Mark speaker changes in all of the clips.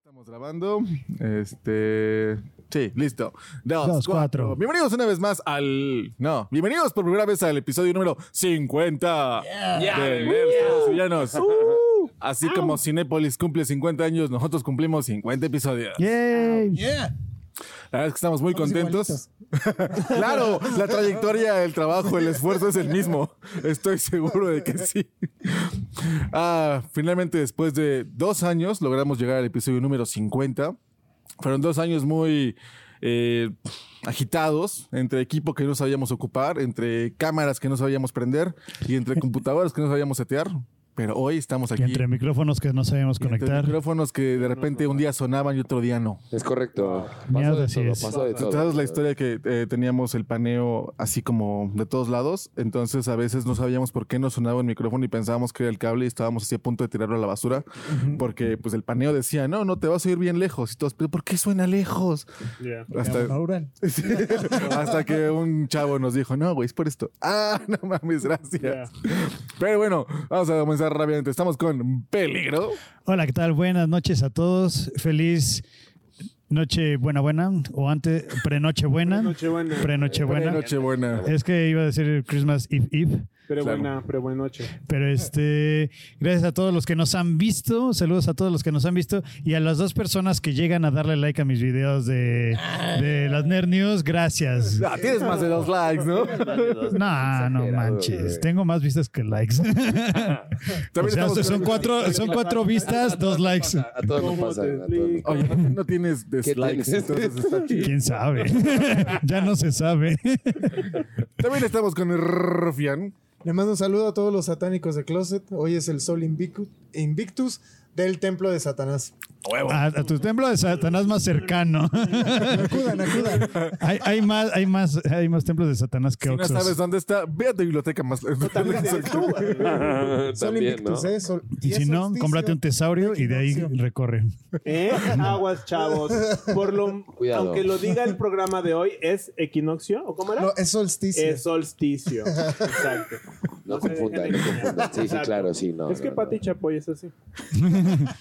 Speaker 1: Estamos grabando. Este. Sí, listo. Dos,
Speaker 2: Dos,
Speaker 1: cuatro.
Speaker 2: cuatro.
Speaker 1: Bienvenidos una vez más al. No, bienvenidos por primera vez al episodio número 50 de Nerds Todos Villanos. Así como Cinépolis cumple 50 años, nosotros cumplimos 50 episodios.
Speaker 2: ¡Yay!
Speaker 3: Yeah.
Speaker 1: La verdad es que estamos muy
Speaker 3: Estamos
Speaker 1: contentos. claro, la trayectoria, el trabajo, el esfuerzo es el mismo. Estoy seguro de que sí. Ah, finalmente, después de dos años, logramos llegar al episodio número 50. Fueron dos años muy eh, agitados entre equipo que no sabíamos ocupar, entre cámaras que no sabíamos prender y entre computadoras que no sabíamos setear. Pero hoy estamos
Speaker 2: Y
Speaker 1: aquí.
Speaker 2: entre micrófonos que no sabemos
Speaker 1: entre
Speaker 2: conectar.
Speaker 1: micrófonos que de repente un día sonaban y otro día no.
Speaker 4: Es correcto.
Speaker 2: Mierda,
Speaker 4: Pasó de
Speaker 2: así
Speaker 4: todo,
Speaker 2: es.
Speaker 4: pasó de todo.
Speaker 1: Sabes la historia que eh, teníamos el paneo así como de todos lados, entonces a veces no sabíamos por qué no sonaba el micrófono y pensábamos que era el cable y estábamos así a punto de tirarlo a la basura, porque pues el paneo decía, no, no te vas a oír bien lejos y todos, pero ¿por qué suena lejos? Hasta,
Speaker 3: Aural.
Speaker 1: Sí. hasta que un chavo nos dijo, no, güey, es por esto. Ah, no mames, gracias. Pero bueno, vamos a comenzar rápidamente. Estamos con peligro.
Speaker 2: Hola, ¿qué tal? Buenas noches a todos. Feliz noche buena buena o antes prenoche buena.
Speaker 5: Nochebuena.
Speaker 2: Prenoche buena.
Speaker 1: Nochebuena.
Speaker 2: Es que iba a decir Christmas Eve Eve.
Speaker 5: Pero
Speaker 1: Claro.
Speaker 5: buena, pero buena noche.
Speaker 2: Pero este, gracias a todos los que nos han visto, saludos a todos los que nos han visto y a las dos personas que llegan a darle like a mis videos de, de las Nerd News, gracias.
Speaker 1: Ah, tienes más de dos likes, ¿no?
Speaker 2: Pues No, no manches, tengo más vistas que likes. O sea,
Speaker 1: estamos
Speaker 2: son
Speaker 1: con-
Speaker 2: cuatro, son cuatro vistas, dos likes.
Speaker 4: A todos nos
Speaker 5: ¿Cómo
Speaker 4: pasa.
Speaker 5: te
Speaker 4: a todos nos
Speaker 5: explico?
Speaker 1: Oye, no tienes dislikes,
Speaker 4: tienes?
Speaker 1: entonces está chido.
Speaker 2: ¿Quién sabe? ya no se sabe.
Speaker 1: También estamos con Rufian.
Speaker 3: Le mando un saludo a todos los satánicos de Closet. Hoy es el Sol Invictus, Invictus del Templo de Satanás.
Speaker 2: A, a tu templo de Satanás más cercano.
Speaker 3: Acudan, acudan.
Speaker 2: hay, hay más, hay más, hay más templos de Satanás que
Speaker 1: Si no
Speaker 2: otros.
Speaker 1: sabes dónde está, ve a tu biblioteca más.
Speaker 4: pasa.
Speaker 3: Sol
Speaker 4: También, ¿no?
Speaker 3: Invictus, ¿eh? Sol-
Speaker 2: y
Speaker 3: es
Speaker 2: si no,
Speaker 3: solsticio.
Speaker 2: cómprate un tesaurio y de ahí
Speaker 3: equinoccio.
Speaker 2: recorre.
Speaker 5: ¿Eh? Aguas, chavos. Por lo,
Speaker 4: Cuidado.
Speaker 5: aunque lo diga el programa de hoy, ¿es equinoccio? ¿O cómo era?
Speaker 3: No, es solsticio.
Speaker 5: es solsticio. Exacto.
Speaker 4: No
Speaker 5: se
Speaker 4: confundan,
Speaker 5: dejen
Speaker 4: no
Speaker 5: de
Speaker 4: confundan.
Speaker 5: engañar.
Speaker 4: Sí, sí,
Speaker 5: Exacto.
Speaker 4: claro, sí, no.
Speaker 5: es que
Speaker 4: no,
Speaker 5: Pati
Speaker 4: no.
Speaker 5: Chapoy es así.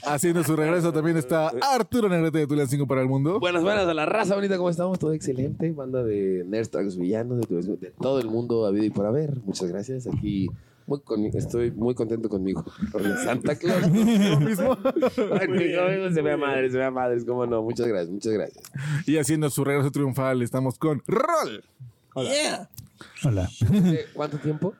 Speaker 1: Haciendo su regreso también está Arturo Negrete de Tulan 5 para el mundo.
Speaker 4: Buenas, buenas a la raza, bonita, ¿cómo estamos? Todo excelente. Banda de Nerds Villanos, de, tu- de todo el mundo habido y por haber. Muchas gracias. Aquí muy con- estoy muy contento conmigo. Con el Santa Claus.
Speaker 1: Lo mismo.
Speaker 4: Ay,
Speaker 5: Muy bien,
Speaker 4: conmigo se
Speaker 5: muy
Speaker 4: vea
Speaker 5: bien.
Speaker 4: madres, se vea madres. ¿Cómo no? Muchas gracias, muchas gracias.
Speaker 1: Y haciendo su regreso triunfal estamos con Rol.
Speaker 2: Hola.
Speaker 4: Eh, ¿Cuánto tiempo?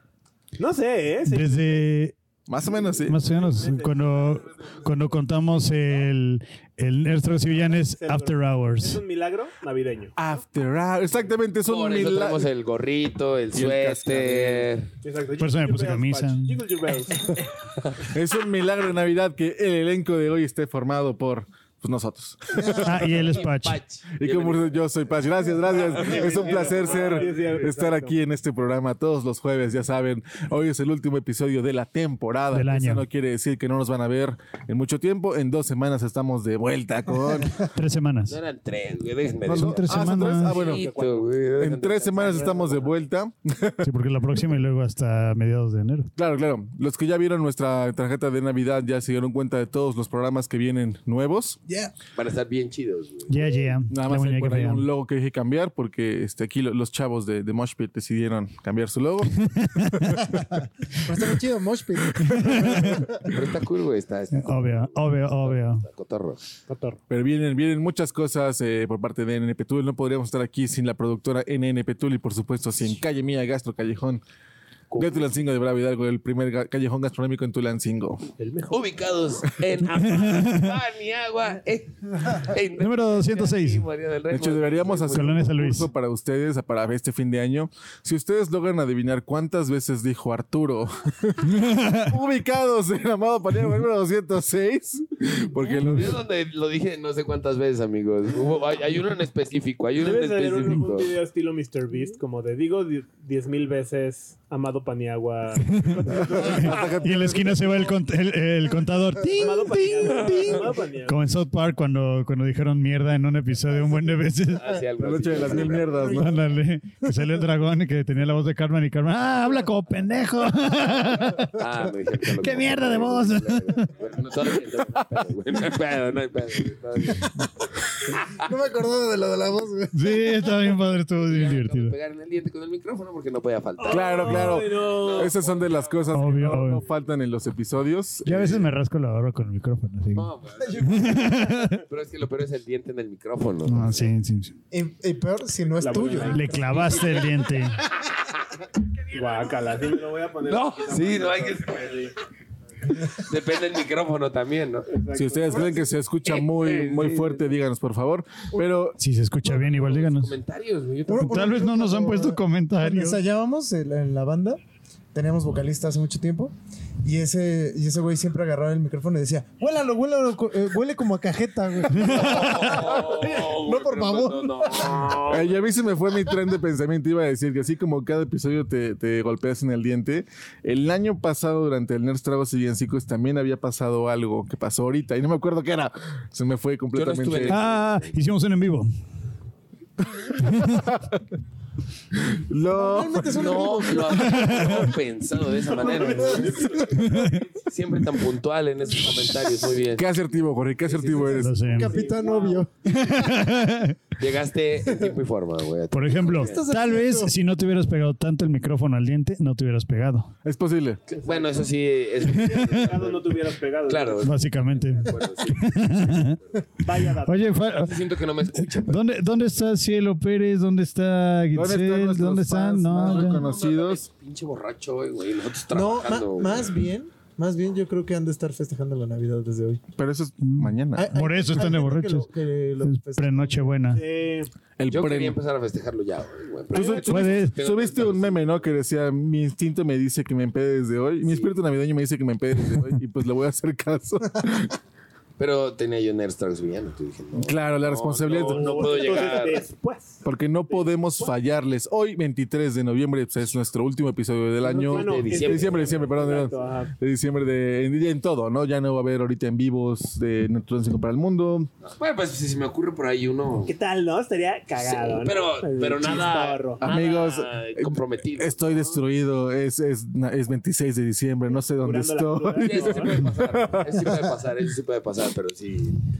Speaker 5: No sé, ¿eh? Sí.
Speaker 2: Desde
Speaker 1: Más o menos, sí.
Speaker 2: más o menos cuando, cuando contamos el, el Nerds y Villanes After
Speaker 5: ¿Es
Speaker 2: Hours.
Speaker 5: un milagro navideño?
Speaker 1: After Hours. Exactamente, es un
Speaker 4: Por eso
Speaker 1: milagro.
Speaker 4: tenemos el gorrito, el
Speaker 1: Y el
Speaker 4: suéter.
Speaker 5: Exacto.
Speaker 2: Por eso me
Speaker 5: Jingle
Speaker 2: puse
Speaker 5: bells,
Speaker 2: camisa.
Speaker 5: Patch. Jingle your bells.
Speaker 1: Es un milagro de Navidad que el elenco de hoy esté formado por pues, nosotros.
Speaker 2: Ah, y el Spatch.
Speaker 1: Y como yo soy Paz, gracias, gracias. Es un placer ser, estar aquí en este programa todos los jueves, ya saben. Hoy es el último episodio de la temporada.
Speaker 2: Del año.
Speaker 1: Eso no quiere decir que no nos van a ver en mucho tiempo. En dos semanas estamos de vuelta con...
Speaker 2: Tres semanas.
Speaker 4: No eran tres, güey, déjenme.
Speaker 2: No, son tres
Speaker 1: Ah, ¿son tres?
Speaker 2: semanas.
Speaker 1: Ah, bueno. En tres semanas estamos de vuelta.
Speaker 2: Sí, porque la próxima y luego hasta mediados de enero.
Speaker 1: Claro, claro. Los que ya vieron nuestra tarjeta de Navidad ya se dieron cuenta de todos los programas que vienen nuevos.
Speaker 3: Yeah.
Speaker 4: Van a estar bien chidos, güey.
Speaker 2: Ya, ya.
Speaker 1: Nada
Speaker 2: La
Speaker 1: más hay
Speaker 2: muñeca
Speaker 1: por ahí
Speaker 2: real.
Speaker 1: un logo que dije cambiar porque este, aquí lo- los chavos de, de Mosh Pit decidieron cambiar su logo.
Speaker 3: Pero está muy chido, Moshpit.
Speaker 4: Pero está cool, güey. Está, está
Speaker 2: Eh, Obvio, obvio, obvio.
Speaker 4: cotorro.
Speaker 1: Pero vienen, vienen muchas cosas eh, por parte de NNP Tool. No podríamos estar aquí sin la productora NNP Tool y, por supuesto, sin Calle Mía Gastro Callejón de Tulancingo de Bravo Hidalgo, el primer ga- callejón gastronómico en Tulancingo.
Speaker 4: Ubicados en Paniagua. eh, en-
Speaker 2: Número 206.
Speaker 4: Sí, María del Rey.
Speaker 1: De hecho, deberíamos hacer un
Speaker 2: Colonia San Luis.
Speaker 1: concurso para ustedes para este fin de año. Si ustedes logran adivinar cuántas veces dijo Arturo, ubicados en Amado Paniagua número 206, porque lo
Speaker 4: Es donde lo dije no sé cuántas veces, amigos. Hubo- hay, hay uno en específico, hay uno en
Speaker 5: Debe de haber un, un
Speaker 4: específico.
Speaker 5: video estilo Mr. Beast, como de digo 10.000 veces amado Amado Paniagua.
Speaker 2: Y en la esquina se va el, cont- el- el contador. Ting,
Speaker 5: Amado
Speaker 2: ting,
Speaker 5: Paniagua.
Speaker 2: ting.
Speaker 5: Amado Paniagua.
Speaker 2: Como en South Park cuando, cuando dijeron mierda en un episodio un buen de veces.
Speaker 4: Hace Ah, algo
Speaker 1: La noche
Speaker 4: así.
Speaker 1: de las mil mierdas, ¿no?
Speaker 2: Ándale, que salió el dragón y que tenía la voz de Carmen y Carmen, ¡ah, habla como pendejo!
Speaker 4: Ah, me dijeron que lo-
Speaker 2: ¡Qué mierda de voz!
Speaker 4: No, todavía no hay pedo, no hay pedo, no hay pedo.
Speaker 3: No me acordaba de lo de la voz, güey.
Speaker 2: Sí, está bien padre, estuvo bien
Speaker 4: Acabo de
Speaker 2: divertido.
Speaker 4: pegar en el diente con el micrófono porque no podía faltar.
Speaker 1: Claro, claro.
Speaker 5: Ay, no.
Speaker 1: Esas son de las cosas
Speaker 2: Obvio,
Speaker 1: que no- no,
Speaker 2: obvio.
Speaker 1: faltan en los episodios.
Speaker 2: Yo a veces me rasco la barba con el micrófono, así.
Speaker 4: No, pues. pero es que lo peor es el diente en el micrófono.
Speaker 2: No, Ah, sí, sí, sí.
Speaker 3: Y, y peor si no es
Speaker 5: La
Speaker 3: tuyo.
Speaker 5: buena.
Speaker 2: Le clavaste el diente.
Speaker 5: Guácala, sí me lo voy a poner.
Speaker 4: No, sí, no hay que-
Speaker 5: Sí.
Speaker 4: Depende del micrófono también, ¿no?
Speaker 1: Si ustedes creen que se escucha muy, muy fuerte, díganos, por favor. Pero
Speaker 2: Si se escucha bien, igual díganos.
Speaker 4: Comentarios, güey. Yo
Speaker 3: Uno-
Speaker 4: tampoco-
Speaker 3: uno-
Speaker 2: Tal vez no nos han puesto
Speaker 3: Cuando
Speaker 2: comentarios.
Speaker 3: ensayábamos en la- en la banda, teníamos vocalista hace mucho tiempo, y ese, y ese güey siempre agarraba el micrófono y decía, huélalo, huélalo, co- eh, huele como a cajeta, güey.
Speaker 4: Oh,
Speaker 3: No,
Speaker 4: güey,
Speaker 3: por
Speaker 4: pero
Speaker 3: favor.
Speaker 4: No, no, no.
Speaker 1: eh, y a mí se me fue mi tren de pensamiento. Iba a decir que así como cada episodio te, te golpeas en el diente, el año pasado durante el Nerds Tragos y Villancicos también había pasado algo que pasó ahorita y no me acuerdo qué era. Se me fue completamente.
Speaker 4: estuve en el-
Speaker 2: Ah, hicimos un en vivo.
Speaker 1: Lo-
Speaker 4: Ah, No, lo había no pensado de esa manera. Siempre tan puntual en esos comentarios, muy bien.
Speaker 1: Qué asertivo, Jorge, qué asertivo eres.
Speaker 2: Lo sé.
Speaker 3: Capitán obvio.
Speaker 4: Llegaste en tiempo y forma, güey.
Speaker 2: Por ejemplo,
Speaker 3: estás
Speaker 2: tal vez
Speaker 3: haciendo?
Speaker 2: si no te hubieras pegado tanto el micrófono al diente, no te hubieras pegado,
Speaker 1: Es posible.
Speaker 4: Bueno, eso sí es.
Speaker 5: Pegado no te hubieras pegado.
Speaker 4: Claro.
Speaker 2: básicamente.
Speaker 4: Bueno, sí.
Speaker 5: Vaya dato.
Speaker 2: Oye, fa-
Speaker 4: Siento que no me escucha. pero-
Speaker 2: ¿dónde, ¿dónde está Cielo Pérez? ¿Dónde está
Speaker 1: ¿Dónde están
Speaker 2: Gitzel?
Speaker 1: nuestros
Speaker 2: ¿Dónde están?
Speaker 1: fans más
Speaker 2: No, ya.
Speaker 1: reconocidos?
Speaker 4: Pinche borracho, hoy, güey. Nosotros
Speaker 3: No, ma-
Speaker 4: trabajando. güey.
Speaker 3: más bien, más bien yo creo que han de estar festejando la Navidad desde hoy.
Speaker 1: Pero eso es mañana.
Speaker 3: Hay-
Speaker 4: Ah,
Speaker 3: hay-
Speaker 2: Por eso
Speaker 3: hay
Speaker 2: están de
Speaker 3: gente que
Speaker 2: borrachos.
Speaker 3: lo- que lo
Speaker 2: Es
Speaker 3: festeja.
Speaker 2: Pre-Nochebuena.
Speaker 5: Eh,
Speaker 1: El
Speaker 4: Yo quería
Speaker 1: premio.
Speaker 4: empezar a festejarlo ya, güey, güey.
Speaker 1: Tú
Speaker 4: Pero-
Speaker 1: sub-
Speaker 2: Puedes.
Speaker 1: subiste, subiste un meme, ¿no? Que decía, mi instinto me dice que me empede desde hoy. Mi espíritu navideño me dice que me empede desde hoy. Y pues le voy a hacer caso.
Speaker 4: Pero tenía yo Nerdstarks villano, tú dije, no.
Speaker 1: claro, la responsabilidad.
Speaker 4: No, no puedo
Speaker 5: entonces,
Speaker 4: llegar.
Speaker 5: Después.
Speaker 1: Porque no podemos fallarles. Hoy, 23 de noviembre, pues, es nuestro último episodio del año.
Speaker 5: Bueno,
Speaker 4: de
Speaker 1: de
Speaker 4: diciembre.
Speaker 1: diciembre, diciembre, perdón. de-
Speaker 5: Exacto, ajá.
Speaker 1: De diciembre de en, en todo, ¿no? Ya no va a haber ahorita en vivos de Neptuno 5 para el mundo.
Speaker 4: Bueno, pues si se me ocurre por ahí uno.
Speaker 5: ¿Qué tal, no? Estaría
Speaker 4: Sí,
Speaker 5: cagado, ¿no? Pues,
Speaker 4: pero, pero
Speaker 5: El
Speaker 4: nada,
Speaker 5: chistorro.
Speaker 4: nada
Speaker 1: Amigos,
Speaker 4: comprometido.
Speaker 1: Estoy destruido. Es, es, es 26 de diciembre. No sé dónde
Speaker 5: Curando la
Speaker 1: estoy.
Speaker 5: cruda,
Speaker 4: Sí, eso sí
Speaker 5: ¿no?
Speaker 4: puede pasar, eso sí puede pasar, eso sí puede pasar, pero sí,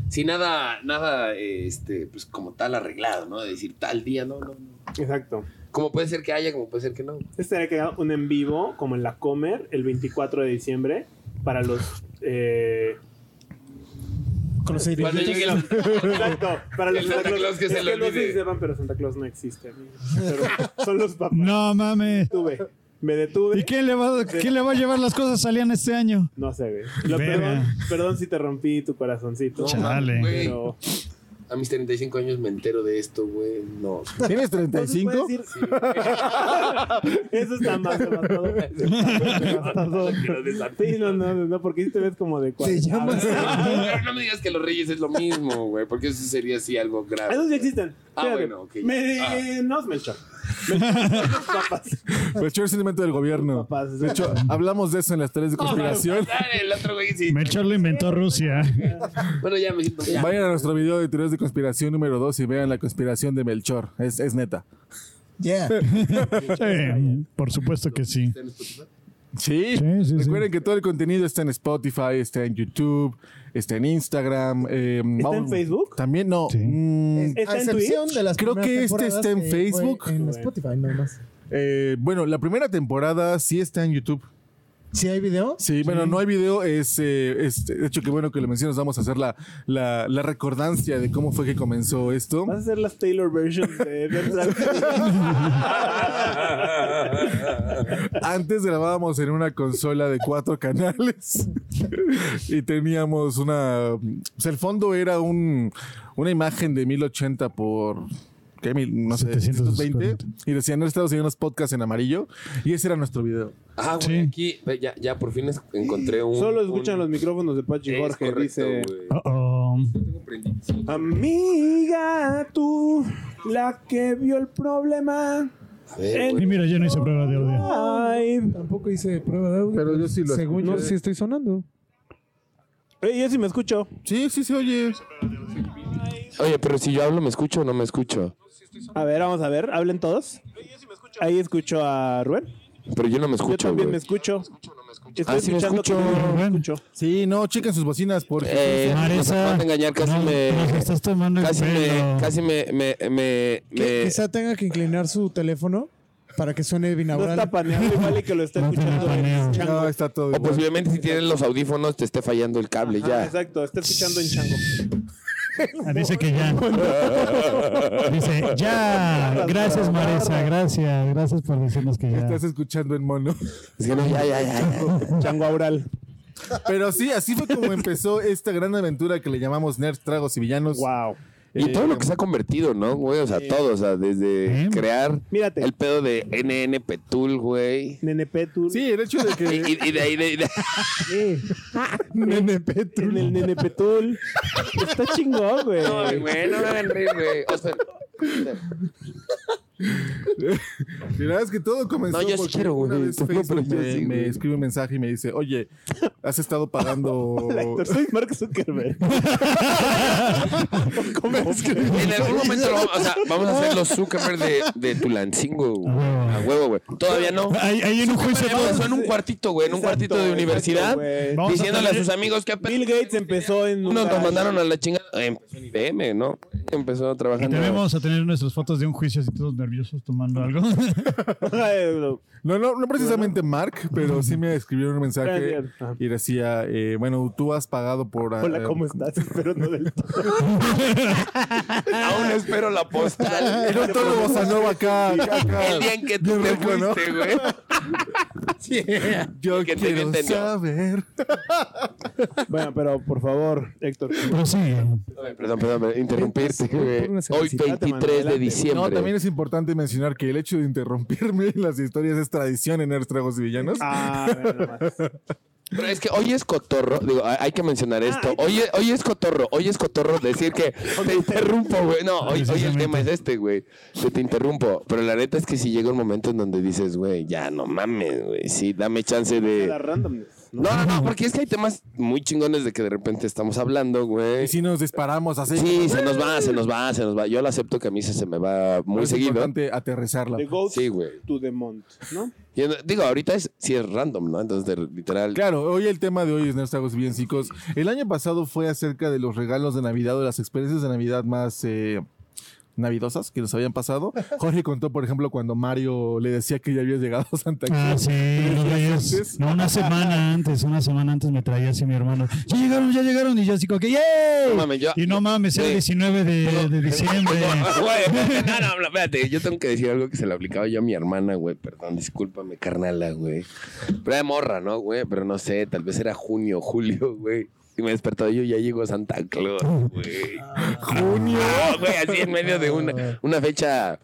Speaker 4: sí nada, nada, eh, este, pues como tal arreglado, ¿no? De decir tal día, no, no, no.
Speaker 5: Exacto.
Speaker 4: Como puede ser que haya, como puede ser que no.
Speaker 5: Estaría cagado un en vivo, como en la Comer, el 24 de diciembre, para los... eh,
Speaker 3: Con los aires.
Speaker 4: Cuando llegue la-
Speaker 5: Exacto, para los
Speaker 4: El Santa Claus que
Speaker 5: es
Speaker 4: se le
Speaker 5: no
Speaker 4: olvide.
Speaker 5: sé si sepan, pero Santa Claus no existe. amigo. Pero son los papás.
Speaker 2: No mames.
Speaker 5: Me detuve. Me detuve.
Speaker 2: ¿Y quién le, va, quién le va a llevar las cosas a Lian este año?
Speaker 5: No sé, güey. Lo-
Speaker 2: Verga.
Speaker 5: perdón, perdón si te rompí tu corazoncito.
Speaker 4: No,
Speaker 2: Chale.
Speaker 4: mames, güey.
Speaker 5: Pero
Speaker 4: A mis 35 años me entero de esto, güey. No.
Speaker 1: ¿Tienes
Speaker 5: Entonces,
Speaker 1: 35?
Speaker 5: puedes ir- Eso está más devastador. devastador. Sí, no, no, no, porque si te ves como de cuatro. Ah,
Speaker 3: Te llamas-
Speaker 4: Pero no me digas que los reyes es lo mismo, güey, porque eso sería así algo grave.
Speaker 5: Esos ya existen.
Speaker 4: Ah,
Speaker 5: Fíjate.
Speaker 4: bueno, ok. Ah.
Speaker 5: Menos Melchor. Melchor. Los papas.
Speaker 1: Melchor es invento del gobierno.
Speaker 5: Papás,
Speaker 1: De hecho, hablamos de eso en las teorías de
Speaker 4: No,
Speaker 1: conspiración.
Speaker 4: ah, el otro güey sí.
Speaker 2: Melchor lo inventó Rusia.
Speaker 4: Bueno, ya me siento. ya.
Speaker 1: Vayan a nuestro video de teorías de conspiración número 2 y vean la conspiración de Melchor. Es, es neta.
Speaker 3: Yeah.
Speaker 2: Eh, por supuesto que sí.
Speaker 1: Sí.
Speaker 2: Sí, sí, sí.
Speaker 1: Recuerden que todo el contenido está en Spotify, está en YouTube, está en Instagram. eh,
Speaker 5: ¿Está en
Speaker 1: vamos-
Speaker 5: Facebook?
Speaker 1: También no.
Speaker 2: Sí.
Speaker 1: mm,
Speaker 5: ¿Está
Speaker 3: a
Speaker 5: en
Speaker 3: excepción de las
Speaker 1: Creo que
Speaker 3: primeras
Speaker 1: este
Speaker 3: temporadas
Speaker 1: está en
Speaker 3: que fue
Speaker 1: Facebook.
Speaker 3: En
Speaker 5: Bueno.
Speaker 3: Spotify, nada más.
Speaker 1: eh, bueno, la primera temporada sí está en YouTube.
Speaker 3: Si hay video,
Speaker 1: Sí, bueno, no hay video. Es, eh, es- de hecho, que bueno que lo mencionas. Vamos a hacer la, la, la recordancia de cómo fue que comenzó esto.
Speaker 5: Vas a hacer las Taylor versions de
Speaker 1: Antes grabábamos en una consola de cuatro canales y teníamos una... O sea, el fondo era un, una imagen de 1080 por... ¿Qué? Mil- no sé, 720.
Speaker 2: 740.
Speaker 1: Y decían, Estados unos podcasts en amarillo y ese era nuestro video.
Speaker 4: Ah, güey,
Speaker 2: Sí.
Speaker 4: aquí ve, ya, ya por fin es- encontré un.
Speaker 5: Solo escuchan los micrófonos de Pachi
Speaker 4: Es
Speaker 5: Jorge.
Speaker 4: correcto,
Speaker 5: dice:
Speaker 4: güey.
Speaker 2: Oh, oh.
Speaker 5: Amiga, tú, la que vio el problema.
Speaker 4: A ver,
Speaker 2: Y
Speaker 4: güey.
Speaker 2: mira, yo no hice prueba de audio.
Speaker 6: Ay,
Speaker 3: Tampoco hice prueba de audio.
Speaker 1: Pero yo sí lo
Speaker 3: Según
Speaker 6: no
Speaker 1: escucho.
Speaker 6: sé si estoy sonando.
Speaker 5: Ey, yo sí me escucho.
Speaker 1: Sí, sí se oye.
Speaker 4: Oye, pero si yo hablo, ¿me escucho o no me escucho?
Speaker 5: A ver, vamos a ver, hablen todos. Ahí escucho a Rubén.
Speaker 4: Pero yo no me
Speaker 5: Yo
Speaker 4: escucho,
Speaker 5: también me
Speaker 4: güey.
Speaker 5: escucho. Estoy
Speaker 4: Ah, sí me
Speaker 5: escuchando que
Speaker 4: escucho.
Speaker 5: no me escucho.
Speaker 1: Sí, no, chequen sus bocinas porque...
Speaker 4: Eh, no se
Speaker 2: Marisa,
Speaker 4: pueden engañar, casi
Speaker 2: no,
Speaker 4: me...
Speaker 2: nos estás tomando el
Speaker 4: Casi me...
Speaker 2: pelo.
Speaker 4: Casi me... me, me,
Speaker 3: Que
Speaker 4: me-
Speaker 3: Quizá tenga que inclinar su teléfono para que suene
Speaker 5: No
Speaker 3: binaural.
Speaker 5: está paneado, igual y que lo está
Speaker 2: No tiene
Speaker 5: escuchando.
Speaker 2: paneo.
Speaker 5: en chango.
Speaker 1: No, está todo
Speaker 4: O
Speaker 1: igual.
Speaker 4: posiblemente si tienes los audífonos te esté fallando el cable
Speaker 5: Ajá,
Speaker 4: ya.
Speaker 5: Exacto, está escuchando en chango.
Speaker 2: Ah, Dice que ya. Dice, ya. Gracias, Marisa. Gracias. Gracias por decirnos que ya.
Speaker 1: Estás escuchando en mono.
Speaker 4: Es que no, ya, ya, ya, ya.
Speaker 5: Chango aural.
Speaker 1: Pero sí, así fue como empezó esta gran aventura que le llamamos Nerds, Tragos y Villanos.
Speaker 5: Wow.
Speaker 4: Y todo lo que se ha convertido, ¿no, güey? O sea, todo, o sea, desde
Speaker 2: Sí.
Speaker 4: crear
Speaker 5: Mírate.
Speaker 4: el pedo de NN Petul, güey.
Speaker 5: Nene Petur.
Speaker 1: Sí, el hecho de
Speaker 4: Y,
Speaker 1: que...
Speaker 4: y- y de ahí, de, de-
Speaker 5: Sí.
Speaker 1: Nene
Speaker 5: En
Speaker 1: Petul.
Speaker 5: el Nene Petul. Está chingón, güey.
Speaker 4: Ay, güey, no me hagan reír, güey. O sea,
Speaker 1: La verdad es que todo comenzó
Speaker 4: No, yo sí
Speaker 1: porque
Speaker 4: quiero, güey.
Speaker 1: una vez
Speaker 4: No, pero
Speaker 1: Facebook
Speaker 4: yo
Speaker 1: me,
Speaker 4: sí,
Speaker 1: me
Speaker 4: güey.
Speaker 1: escribe un mensaje y me dice, oye, has estado pagando...
Speaker 5: Hola, Héctor, soy Mark Zuckerberg. ¿Cómo
Speaker 4: en algún momento, lo vamos- o sea, vamos a hacer los Zuckerberg de, de Tulancingo, güey. A huevo, güey. Todavía no.
Speaker 2: Ahí, ahí en un juicio.
Speaker 4: Pero empezó en un cuartito, güey, en un cuartito de universidad,
Speaker 2: Vamos a
Speaker 4: diciéndole a
Speaker 2: tener-
Speaker 4: sus amigos que apenas
Speaker 5: Bill Gates empezó en un
Speaker 4: nos
Speaker 5: garage.
Speaker 4: mandaron a la chingada. Empezó en IBM, ¿no? Empezó
Speaker 2: Y
Speaker 4: trabajando.
Speaker 2: te vemos a tener nuestras fotos de un juicio así todos nerviosos tomando algo.
Speaker 1: No, no, no precisamente Mark, pero sí me escribieron un mensaje
Speaker 5: Gracias. Ah, Ajá.
Speaker 1: y decía, eh, bueno, tú has pagado por... ah,
Speaker 5: Hola, ¿cómo estás? Espero no del todo.
Speaker 4: Aún espero la postal.
Speaker 1: Era un tono bossa nova acá. acá, acá.
Speaker 4: El día en que tú
Speaker 1: Bien
Speaker 4: te
Speaker 1: rico, ¿no?
Speaker 4: fuiste, güey.
Speaker 1: Yo
Speaker 4: que te
Speaker 1: quiero
Speaker 4: entendió.
Speaker 1: saber.
Speaker 5: Bueno, pero por favor, Héctor.
Speaker 2: Prosigue.
Speaker 4: Ay, Perdón, perdón, perdón, interrumpirte, güey.
Speaker 6: Una
Speaker 4: Hoy
Speaker 6: cervecita,
Speaker 5: te mando
Speaker 4: 23 de
Speaker 5: adelante.
Speaker 1: No,
Speaker 4: diciembre.
Speaker 1: también es importante mencionar que el hecho de interrumpirme en las historias es tradición en Nerds, Tragos y Villanos.
Speaker 5: Ah, bueno, nada más.
Speaker 4: Pero es que hoy es cotorro, digo, hay hay que mencionar esto. Hoy es, hoy es cotorro, hoy es cotorro decir que te interrumpo, güey. No, hoy, hoy el tema es este, güey. Que te interrumpo. Pero la neta es que si llega un momento en donde dices, güey, ya no mames, güey. Sí, dame chance
Speaker 5: La
Speaker 4: de.
Speaker 5: randomness. ¿no?
Speaker 4: No, no, no, porque es que hay temas muy chingones de que de repente estamos hablando, güey.
Speaker 1: Y si nos disparamos así.
Speaker 4: Sí, se nos va, se nos va, se nos va. Yo lo acepto que a mí se, se me va muy
Speaker 1: Pues es
Speaker 4: seguido.
Speaker 1: importante aterrizarla.
Speaker 5: The Goat
Speaker 4: Sí, güey.
Speaker 5: to the Mont, ¿no?
Speaker 4: Y en- digo, ahorita es, sí es random, ¿no? Entonces, de- literal.
Speaker 1: Claro, hoy el tema de hoy es Nerds, Tragos y Villanos, chicos. El año pasado fue acerca de los regalos de Navidad o las experiencias de Navidad más... eh, Navidosas que nos habían pasado. Jorge contó, por ejemplo, cuando Mario le decía que ya había llegado a Santa
Speaker 2: Ah,
Speaker 1: Cruz.
Speaker 2: sí, los reyes.
Speaker 1: antes.
Speaker 2: No, una semana antes, una semana antes me traía así mi hermano. Ya llegaron, ya llegaron. Y yo así como que, ¡yay!
Speaker 4: No mames, yo-
Speaker 2: y no mames, era
Speaker 4: Güey.
Speaker 2: 19 de, de diciembre.
Speaker 4: Güey, no, no, no, espérate, yo tengo que decir algo que se lo aplicaba yo a mi hermana, güey. Perdón, discúlpame, carnala, güey. Pero era morra, ¿no, güey? Pero no sé, tal vez era junio, julio, güey. Y me despertó yo, ya llegó Santa Claus, güey. ¡Junio! Güey, así en medio de una, una fecha,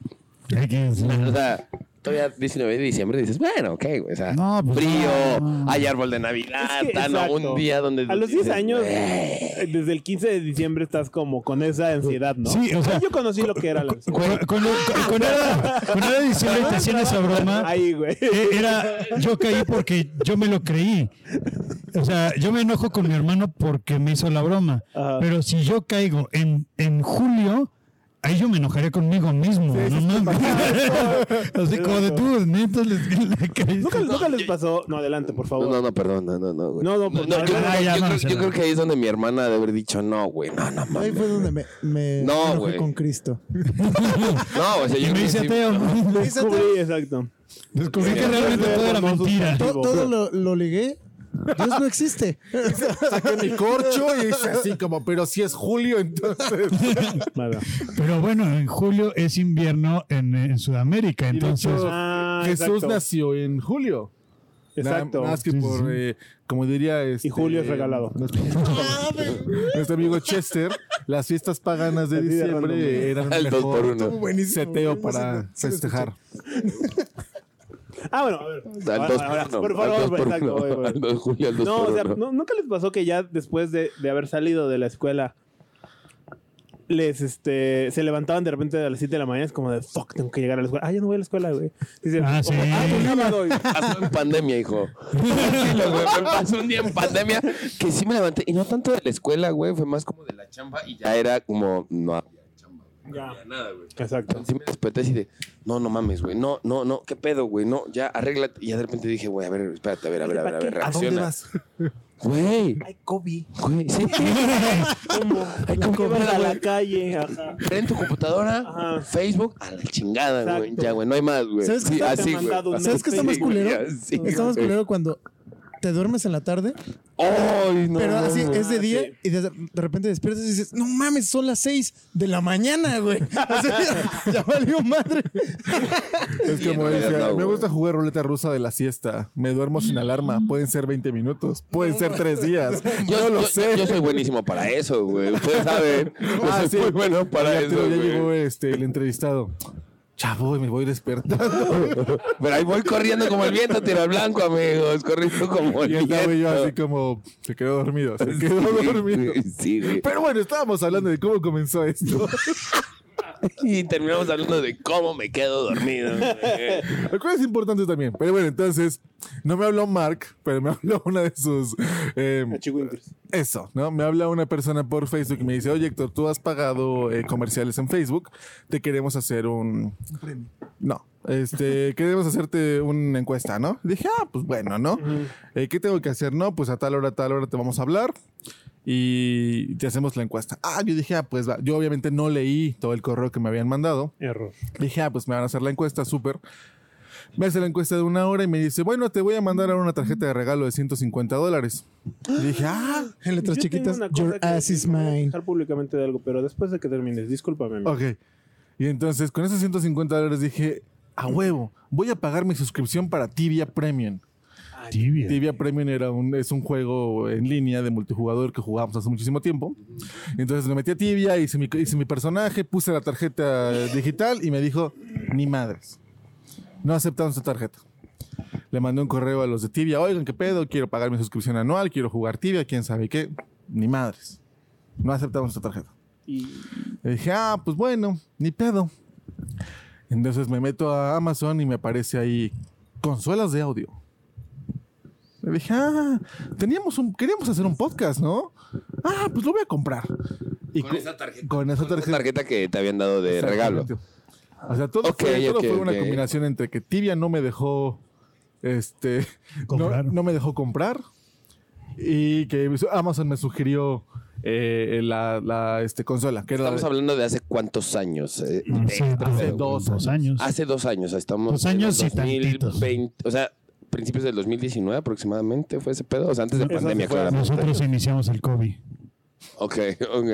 Speaker 2: X,
Speaker 4: o sea... Todavía 19 de diciembre dices, bueno, ok, güey. O sea,
Speaker 2: No, pues,
Speaker 4: frío,
Speaker 2: no, no.
Speaker 4: hay árbol de Navidad,
Speaker 5: Es que,
Speaker 4: Ah, tan- no,
Speaker 5: exacto.
Speaker 4: un día donde.
Speaker 5: A los 10
Speaker 4: dices,
Speaker 5: años,
Speaker 4: "Güey".
Speaker 5: eh, desde el 15 de diciembre estás como con esa ansiedad, ¿no?
Speaker 2: Sí, o sea,
Speaker 5: yo conocí lo que era la ansiedad.
Speaker 2: Cuando, cuando,
Speaker 1: Ah,
Speaker 2: cuando era, cuando era 19 y te hacían esa broma,
Speaker 5: Ahí, güey.
Speaker 2: Eh, Era, yo caí porque yo me lo creí. O sea, yo me enojo con mi hermano porque me hizo la broma.
Speaker 5: Ajá.
Speaker 2: Pero si yo caigo en, en julio, ahí yo me enojaré conmigo mismo. no mames. Así como de tú, neta, le, le caíste.
Speaker 5: ¿Nunca, nunca les pasó. No, adelante, por favor.
Speaker 4: No, no, no, perdón, no, no, no, güey.
Speaker 5: No, no, por
Speaker 4: yo,
Speaker 5: favor.
Speaker 4: creo-
Speaker 2: Ah, ya,
Speaker 4: yo
Speaker 2: no,
Speaker 4: creo,
Speaker 2: se
Speaker 4: yo
Speaker 2: la-
Speaker 4: creo que ahí es donde mi hermana debe haber dicho, no, güey, no, no
Speaker 3: Ahí
Speaker 4: mames.
Speaker 3: fue donde me, me
Speaker 4: No,
Speaker 3: enojé
Speaker 4: güey.
Speaker 3: con Cristo.
Speaker 4: No, o sea,
Speaker 2: Y
Speaker 4: yo
Speaker 2: me
Speaker 4: creo
Speaker 2: hice
Speaker 4: que sí.
Speaker 2: ateo.
Speaker 5: Descubrí, exacto.
Speaker 2: Descubrí que realmente todo era mentira.
Speaker 3: To- todo lo, lo ligué. Dios no existe.
Speaker 1: Saqué mi corcho y hice así como, pero si es
Speaker 5: Ah,
Speaker 1: julio, entonces.
Speaker 5: Nada.
Speaker 2: Pero bueno, en julio es invierno en, en Sudamérica,
Speaker 1: Y de
Speaker 2: entonces.
Speaker 1: hecho,
Speaker 5: Ah,
Speaker 1: Jesús
Speaker 5: exacto.
Speaker 1: nació en julio. Nada-
Speaker 5: Exacto.
Speaker 1: Nada más que
Speaker 2: Sí,
Speaker 1: por,
Speaker 2: sí.
Speaker 1: eh, como diría. Este,
Speaker 5: Y julio es regalado.
Speaker 1: Nuestro, nuestro amigo Chester, las fiestas paganas de
Speaker 5: Así de random.
Speaker 1: diciembre eran
Speaker 4: Al
Speaker 1: el
Speaker 4: dos por
Speaker 1: mejor
Speaker 4: uno.
Speaker 3: Buenísimo.
Speaker 1: seteo
Speaker 3: güey,
Speaker 1: para
Speaker 3: sí lo escuché.
Speaker 1: festejar.
Speaker 5: Ah, bueno, a ver.
Speaker 4: Al
Speaker 5: Ahora,
Speaker 4: 2
Speaker 5: ahora,
Speaker 4: por 1.
Speaker 5: por favor, exacto. güey, güey.
Speaker 4: Al 2 julio, al 2
Speaker 5: No,
Speaker 4: por
Speaker 5: o sea,
Speaker 4: uno.
Speaker 5: ¿nu- nunca les pasó que ya después de, de haber salido de la escuela les, este, se levantaban de repente a las 7 de la mañana, es como de, fuck, tengo que llegar a la escuela. Ah, ya no voy a la escuela, güey. Dicen,
Speaker 2: Ah,
Speaker 5: "Oh,
Speaker 2: sí.
Speaker 5: pues sábado". Y-
Speaker 4: Pasó en pandemia, hijo. Tranquilo, güey. Me pasó un día en pandemia que sí me levanté. Y no tanto de la escuela, güey. Fue más como de la chamba. Y ya era como, no había chamba. güey, No
Speaker 5: Ya.
Speaker 4: había nada, güey.
Speaker 5: Exacto.
Speaker 4: Sí me desperté así de, no, no mames, güey. No, no, no. ¿Qué pedo, güey? No, ya, arréglate. Y ya de repente dije, güey, a ver, espérate, a ver, a ver, a ver, a
Speaker 6: ¿A
Speaker 4: ver,
Speaker 6: dónde
Speaker 4: reacciona.
Speaker 6: vas?
Speaker 4: Güey,
Speaker 6: Ay, Kobe.
Speaker 4: güey, sí. Ay, ¿cómo
Speaker 5: Como
Speaker 4: que vas
Speaker 5: a
Speaker 4: a
Speaker 5: la calle, ajá.
Speaker 4: Ven tu computadora,
Speaker 5: Ajá.
Speaker 4: Facebook, a la chingada, güey.
Speaker 5: Exacto.
Speaker 4: Ya, güey, no hay más, güey.
Speaker 3: ¿Sabes qué
Speaker 4: Sí,
Speaker 3: está-
Speaker 4: así,
Speaker 5: te ha
Speaker 4: güey.
Speaker 5: mandado un
Speaker 4: Así,
Speaker 3: ¿Sabes qué está
Speaker 4: sí,
Speaker 3: más culero?
Speaker 4: güey, así,
Speaker 3: Está más
Speaker 4: güey.
Speaker 3: culero cuando te duermes en la tarde,
Speaker 4: Ay, no.
Speaker 3: pero así
Speaker 4: mames.
Speaker 3: es de día
Speaker 5: sí.
Speaker 3: y de, de repente despiertas y dices, no mames, son las 6 de la mañana, güey. O sea, ya valió madre.
Speaker 1: Es
Speaker 4: Bien,
Speaker 1: como
Speaker 4: güey,
Speaker 1: decía,
Speaker 4: no,
Speaker 1: me
Speaker 4: güey.
Speaker 1: gusta jugar ruleta rusa de la siesta. Me duermo sin alarma. Pueden ser 20 minutos. Pueden ser 3 días.
Speaker 4: Yo,
Speaker 1: no lo
Speaker 4: yo-
Speaker 1: sé.
Speaker 4: Yo, soy buenísimo para eso, güey. Ustedes saben.
Speaker 1: Ah,
Speaker 4: Yo soy
Speaker 1: sí.
Speaker 4: muy bueno para
Speaker 1: ya, te-
Speaker 4: eso.
Speaker 1: ya
Speaker 4: güey.
Speaker 1: llegó este, el entrevistado. Chavo, me voy despertando.
Speaker 4: Pero ahí voy corriendo como el viento, tiro al blanco, amigos. Corriendo como el
Speaker 1: Y el
Speaker 4: viento.
Speaker 1: chavo y yo así como, se quedó dormido, se quedó dormido.
Speaker 4: Sí, güey.
Speaker 1: Pero bueno, estábamos hablando de cómo comenzó esto.
Speaker 4: Y terminamos hablando de cómo me quedo dormido. güey.
Speaker 1: Cosas importantes también. Pero bueno, entonces, no me habló Mark, pero me habló una de sus... eh,
Speaker 5: A Chico Winters.
Speaker 1: Eso, ¿no? Me habla una persona por Facebook y me dice, oye Héctor, tú has pagado eh, comerciales en Facebook, te queremos hacer un... No, este, queremos hacerte una encuesta, ¿no? Dije, ah, pues bueno, ¿no? Eh, ¿Qué tengo que hacer? No, pues a tal hora, a tal hora te vamos a hablar y te hacemos la encuesta. Ah, yo dije, ah, pues va. Yo obviamente no leí todo el correo que me habían mandado.
Speaker 5: Error.
Speaker 1: Dije, ah, pues me van a hacer la encuesta, súper. Me hace la encuesta de una hora y me dice, bueno, te voy a mandar ahora una tarjeta de regalo de 150 dólares. Y dije, ah,
Speaker 3: En letras
Speaker 5: Yo tengo
Speaker 3: chiquitas,
Speaker 5: una cosa
Speaker 3: your
Speaker 5: que
Speaker 3: ass is
Speaker 5: me voy a
Speaker 3: mine.
Speaker 5: quejar públicamente de algo, pero después de que termines, discúlpame. amigo.
Speaker 1: ok. Y entonces con esos 150 dólares dije, a huevo, voy a pagar mi suscripción para Tibia Premium.
Speaker 2: Tibia.
Speaker 1: Tibia Premium era un, es un juego en línea de multijugador que jugábamos hace muchísimo tiempo. Entonces me metí a Tibia, hice mi, hice mi personaje, puse la tarjeta digital y me dijo, ni madres. No aceptaron su tarjeta. Le mandé un correo a los de Tibia, oigan, ¿qué pedo? Quiero pagar mi suscripción anual, quiero jugar Tibia, quién sabe qué. Ni madres. No aceptaron su tarjeta.
Speaker 5: Y
Speaker 1: Le dije, ah, pues bueno, ni pedo. Entonces me meto a Amazon y me aparece ahí consolas de audio. Le dije, ah, teníamos un, queríamos hacer un podcast, ¿no? Ah, pues lo voy a comprar. Y
Speaker 4: Con
Speaker 1: co-
Speaker 4: esa tarjeta.
Speaker 1: Con esa
Speaker 4: Una
Speaker 1: tarjeta.
Speaker 4: tarjeta que te habían dado de regalo.
Speaker 1: O sea, todo,
Speaker 4: Ok,
Speaker 1: fue, todo
Speaker 4: ok,
Speaker 1: fue una
Speaker 4: ok.
Speaker 1: combinación entre que Tibia no me dejó, este, no,
Speaker 2: Comprar.
Speaker 1: no me dejó comprar y que Amazon me sugirió eh, la, la, este, consola, que era la
Speaker 4: Estamos
Speaker 1: de-
Speaker 4: hablando de hace cuántos años. eh,
Speaker 3: Mm.
Speaker 2: Hace
Speaker 4: de-
Speaker 2: dos-
Speaker 1: hace dos
Speaker 2: dos años.
Speaker 4: Hace dos años, estamos.
Speaker 2: Pues, Dos
Speaker 4: en el
Speaker 2: años y tantitos.
Speaker 4: o sea, principios del 2019 aproximadamente fue ese pedo. O sea, antes de
Speaker 5: Eso sí
Speaker 4: pandemia,
Speaker 5: fue.
Speaker 4: claro.
Speaker 2: Nosotros iniciamos el COVID.
Speaker 4: Ok, ok.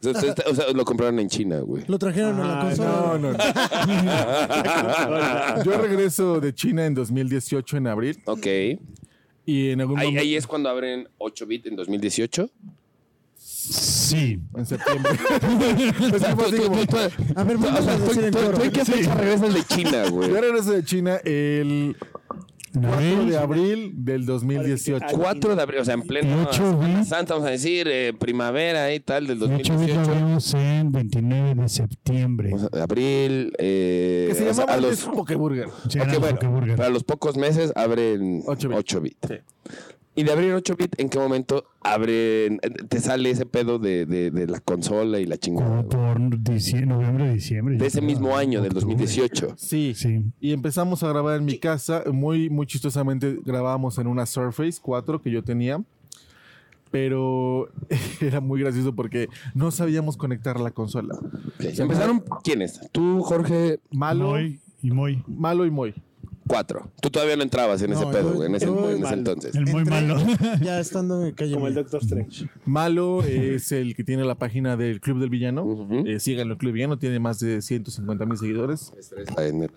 Speaker 4: O sea, ustedes- o sea, lo compraron en China, güey.
Speaker 3: Lo trajeron a la
Speaker 5: Ah,
Speaker 3: consola.
Speaker 1: No, no, no. Yo regreso de China en 2018 en abril
Speaker 4: ok.
Speaker 1: y en algún
Speaker 4: Ahí,
Speaker 1: momento
Speaker 4: ahí es cuando abren 8 bit en 2018.
Speaker 2: Sí.
Speaker 1: en septiembre.
Speaker 4: O sea, tú-
Speaker 1: así
Speaker 4: tú-
Speaker 1: como-
Speaker 4: tú- tú-
Speaker 3: A ver,
Speaker 4: o
Speaker 3: vamos
Speaker 4: sea,
Speaker 3: a
Speaker 4: tú-
Speaker 3: decir en
Speaker 4: tú-
Speaker 3: coro.
Speaker 4: tú en qué fecha regresas de China, güey?
Speaker 1: Yo regreso de China el 4 de abril del 2018.
Speaker 4: 4 de abril, o sea, en pleno
Speaker 2: Ocho bit.
Speaker 4: Santa, vamos a decir, eh, primavera y tal del
Speaker 2: De hecho, hoy lo
Speaker 4: 2018.
Speaker 2: vimos en 29 de septiembre.
Speaker 4: O sea, de abril, eh,
Speaker 1: Que se
Speaker 4: o sea,
Speaker 1: llamaba
Speaker 4: a los-
Speaker 1: antes Pokeburger.
Speaker 2: Sí,
Speaker 4: Ok,
Speaker 2: era
Speaker 4: bueno,
Speaker 2: Pokeburger.
Speaker 4: para los pocos meses abren 8
Speaker 1: 8
Speaker 4: bit.
Speaker 1: bit.
Speaker 4: Y de abrir 8 bit, ¿en qué momento abren? Te sale ese pedo de, de- de la consola y la
Speaker 2: Como
Speaker 4: chingada. güey?
Speaker 2: por dicie- noviembre, diciembre.
Speaker 4: De
Speaker 2: yo
Speaker 4: ese
Speaker 2: creo,
Speaker 4: mismo año, del
Speaker 2: octubre.
Speaker 4: 2018.
Speaker 1: Sí.
Speaker 2: Sí.
Speaker 1: Y empezamos a grabar en mi casa. Muy, muy chistosamente grabábamos en una Surface 4 que yo tenía. Pero era muy gracioso porque no sabíamos conectar la consola.
Speaker 4: Ok, ¿Empezaron quiénes? Tú, Jorge,
Speaker 1: Malo,
Speaker 2: Moy y Moy.
Speaker 1: malo y muy.
Speaker 4: 4. Tú todavía no entrabas en ese
Speaker 3: No,
Speaker 4: pedo,
Speaker 3: yo-
Speaker 4: güey, en ese,
Speaker 3: yo-
Speaker 4: en ese
Speaker 5: mal.
Speaker 4: entonces.
Speaker 2: El muy
Speaker 3: Entré
Speaker 2: malo.
Speaker 3: Ya estando en calle.
Speaker 5: Como el Doctor Strange.
Speaker 1: Malo es el que tiene la página del Club del Villano.
Speaker 4: Ujú.
Speaker 1: Eh, síganlo, Club Villano tiene más de 150 mil seguidores.
Speaker 4: En,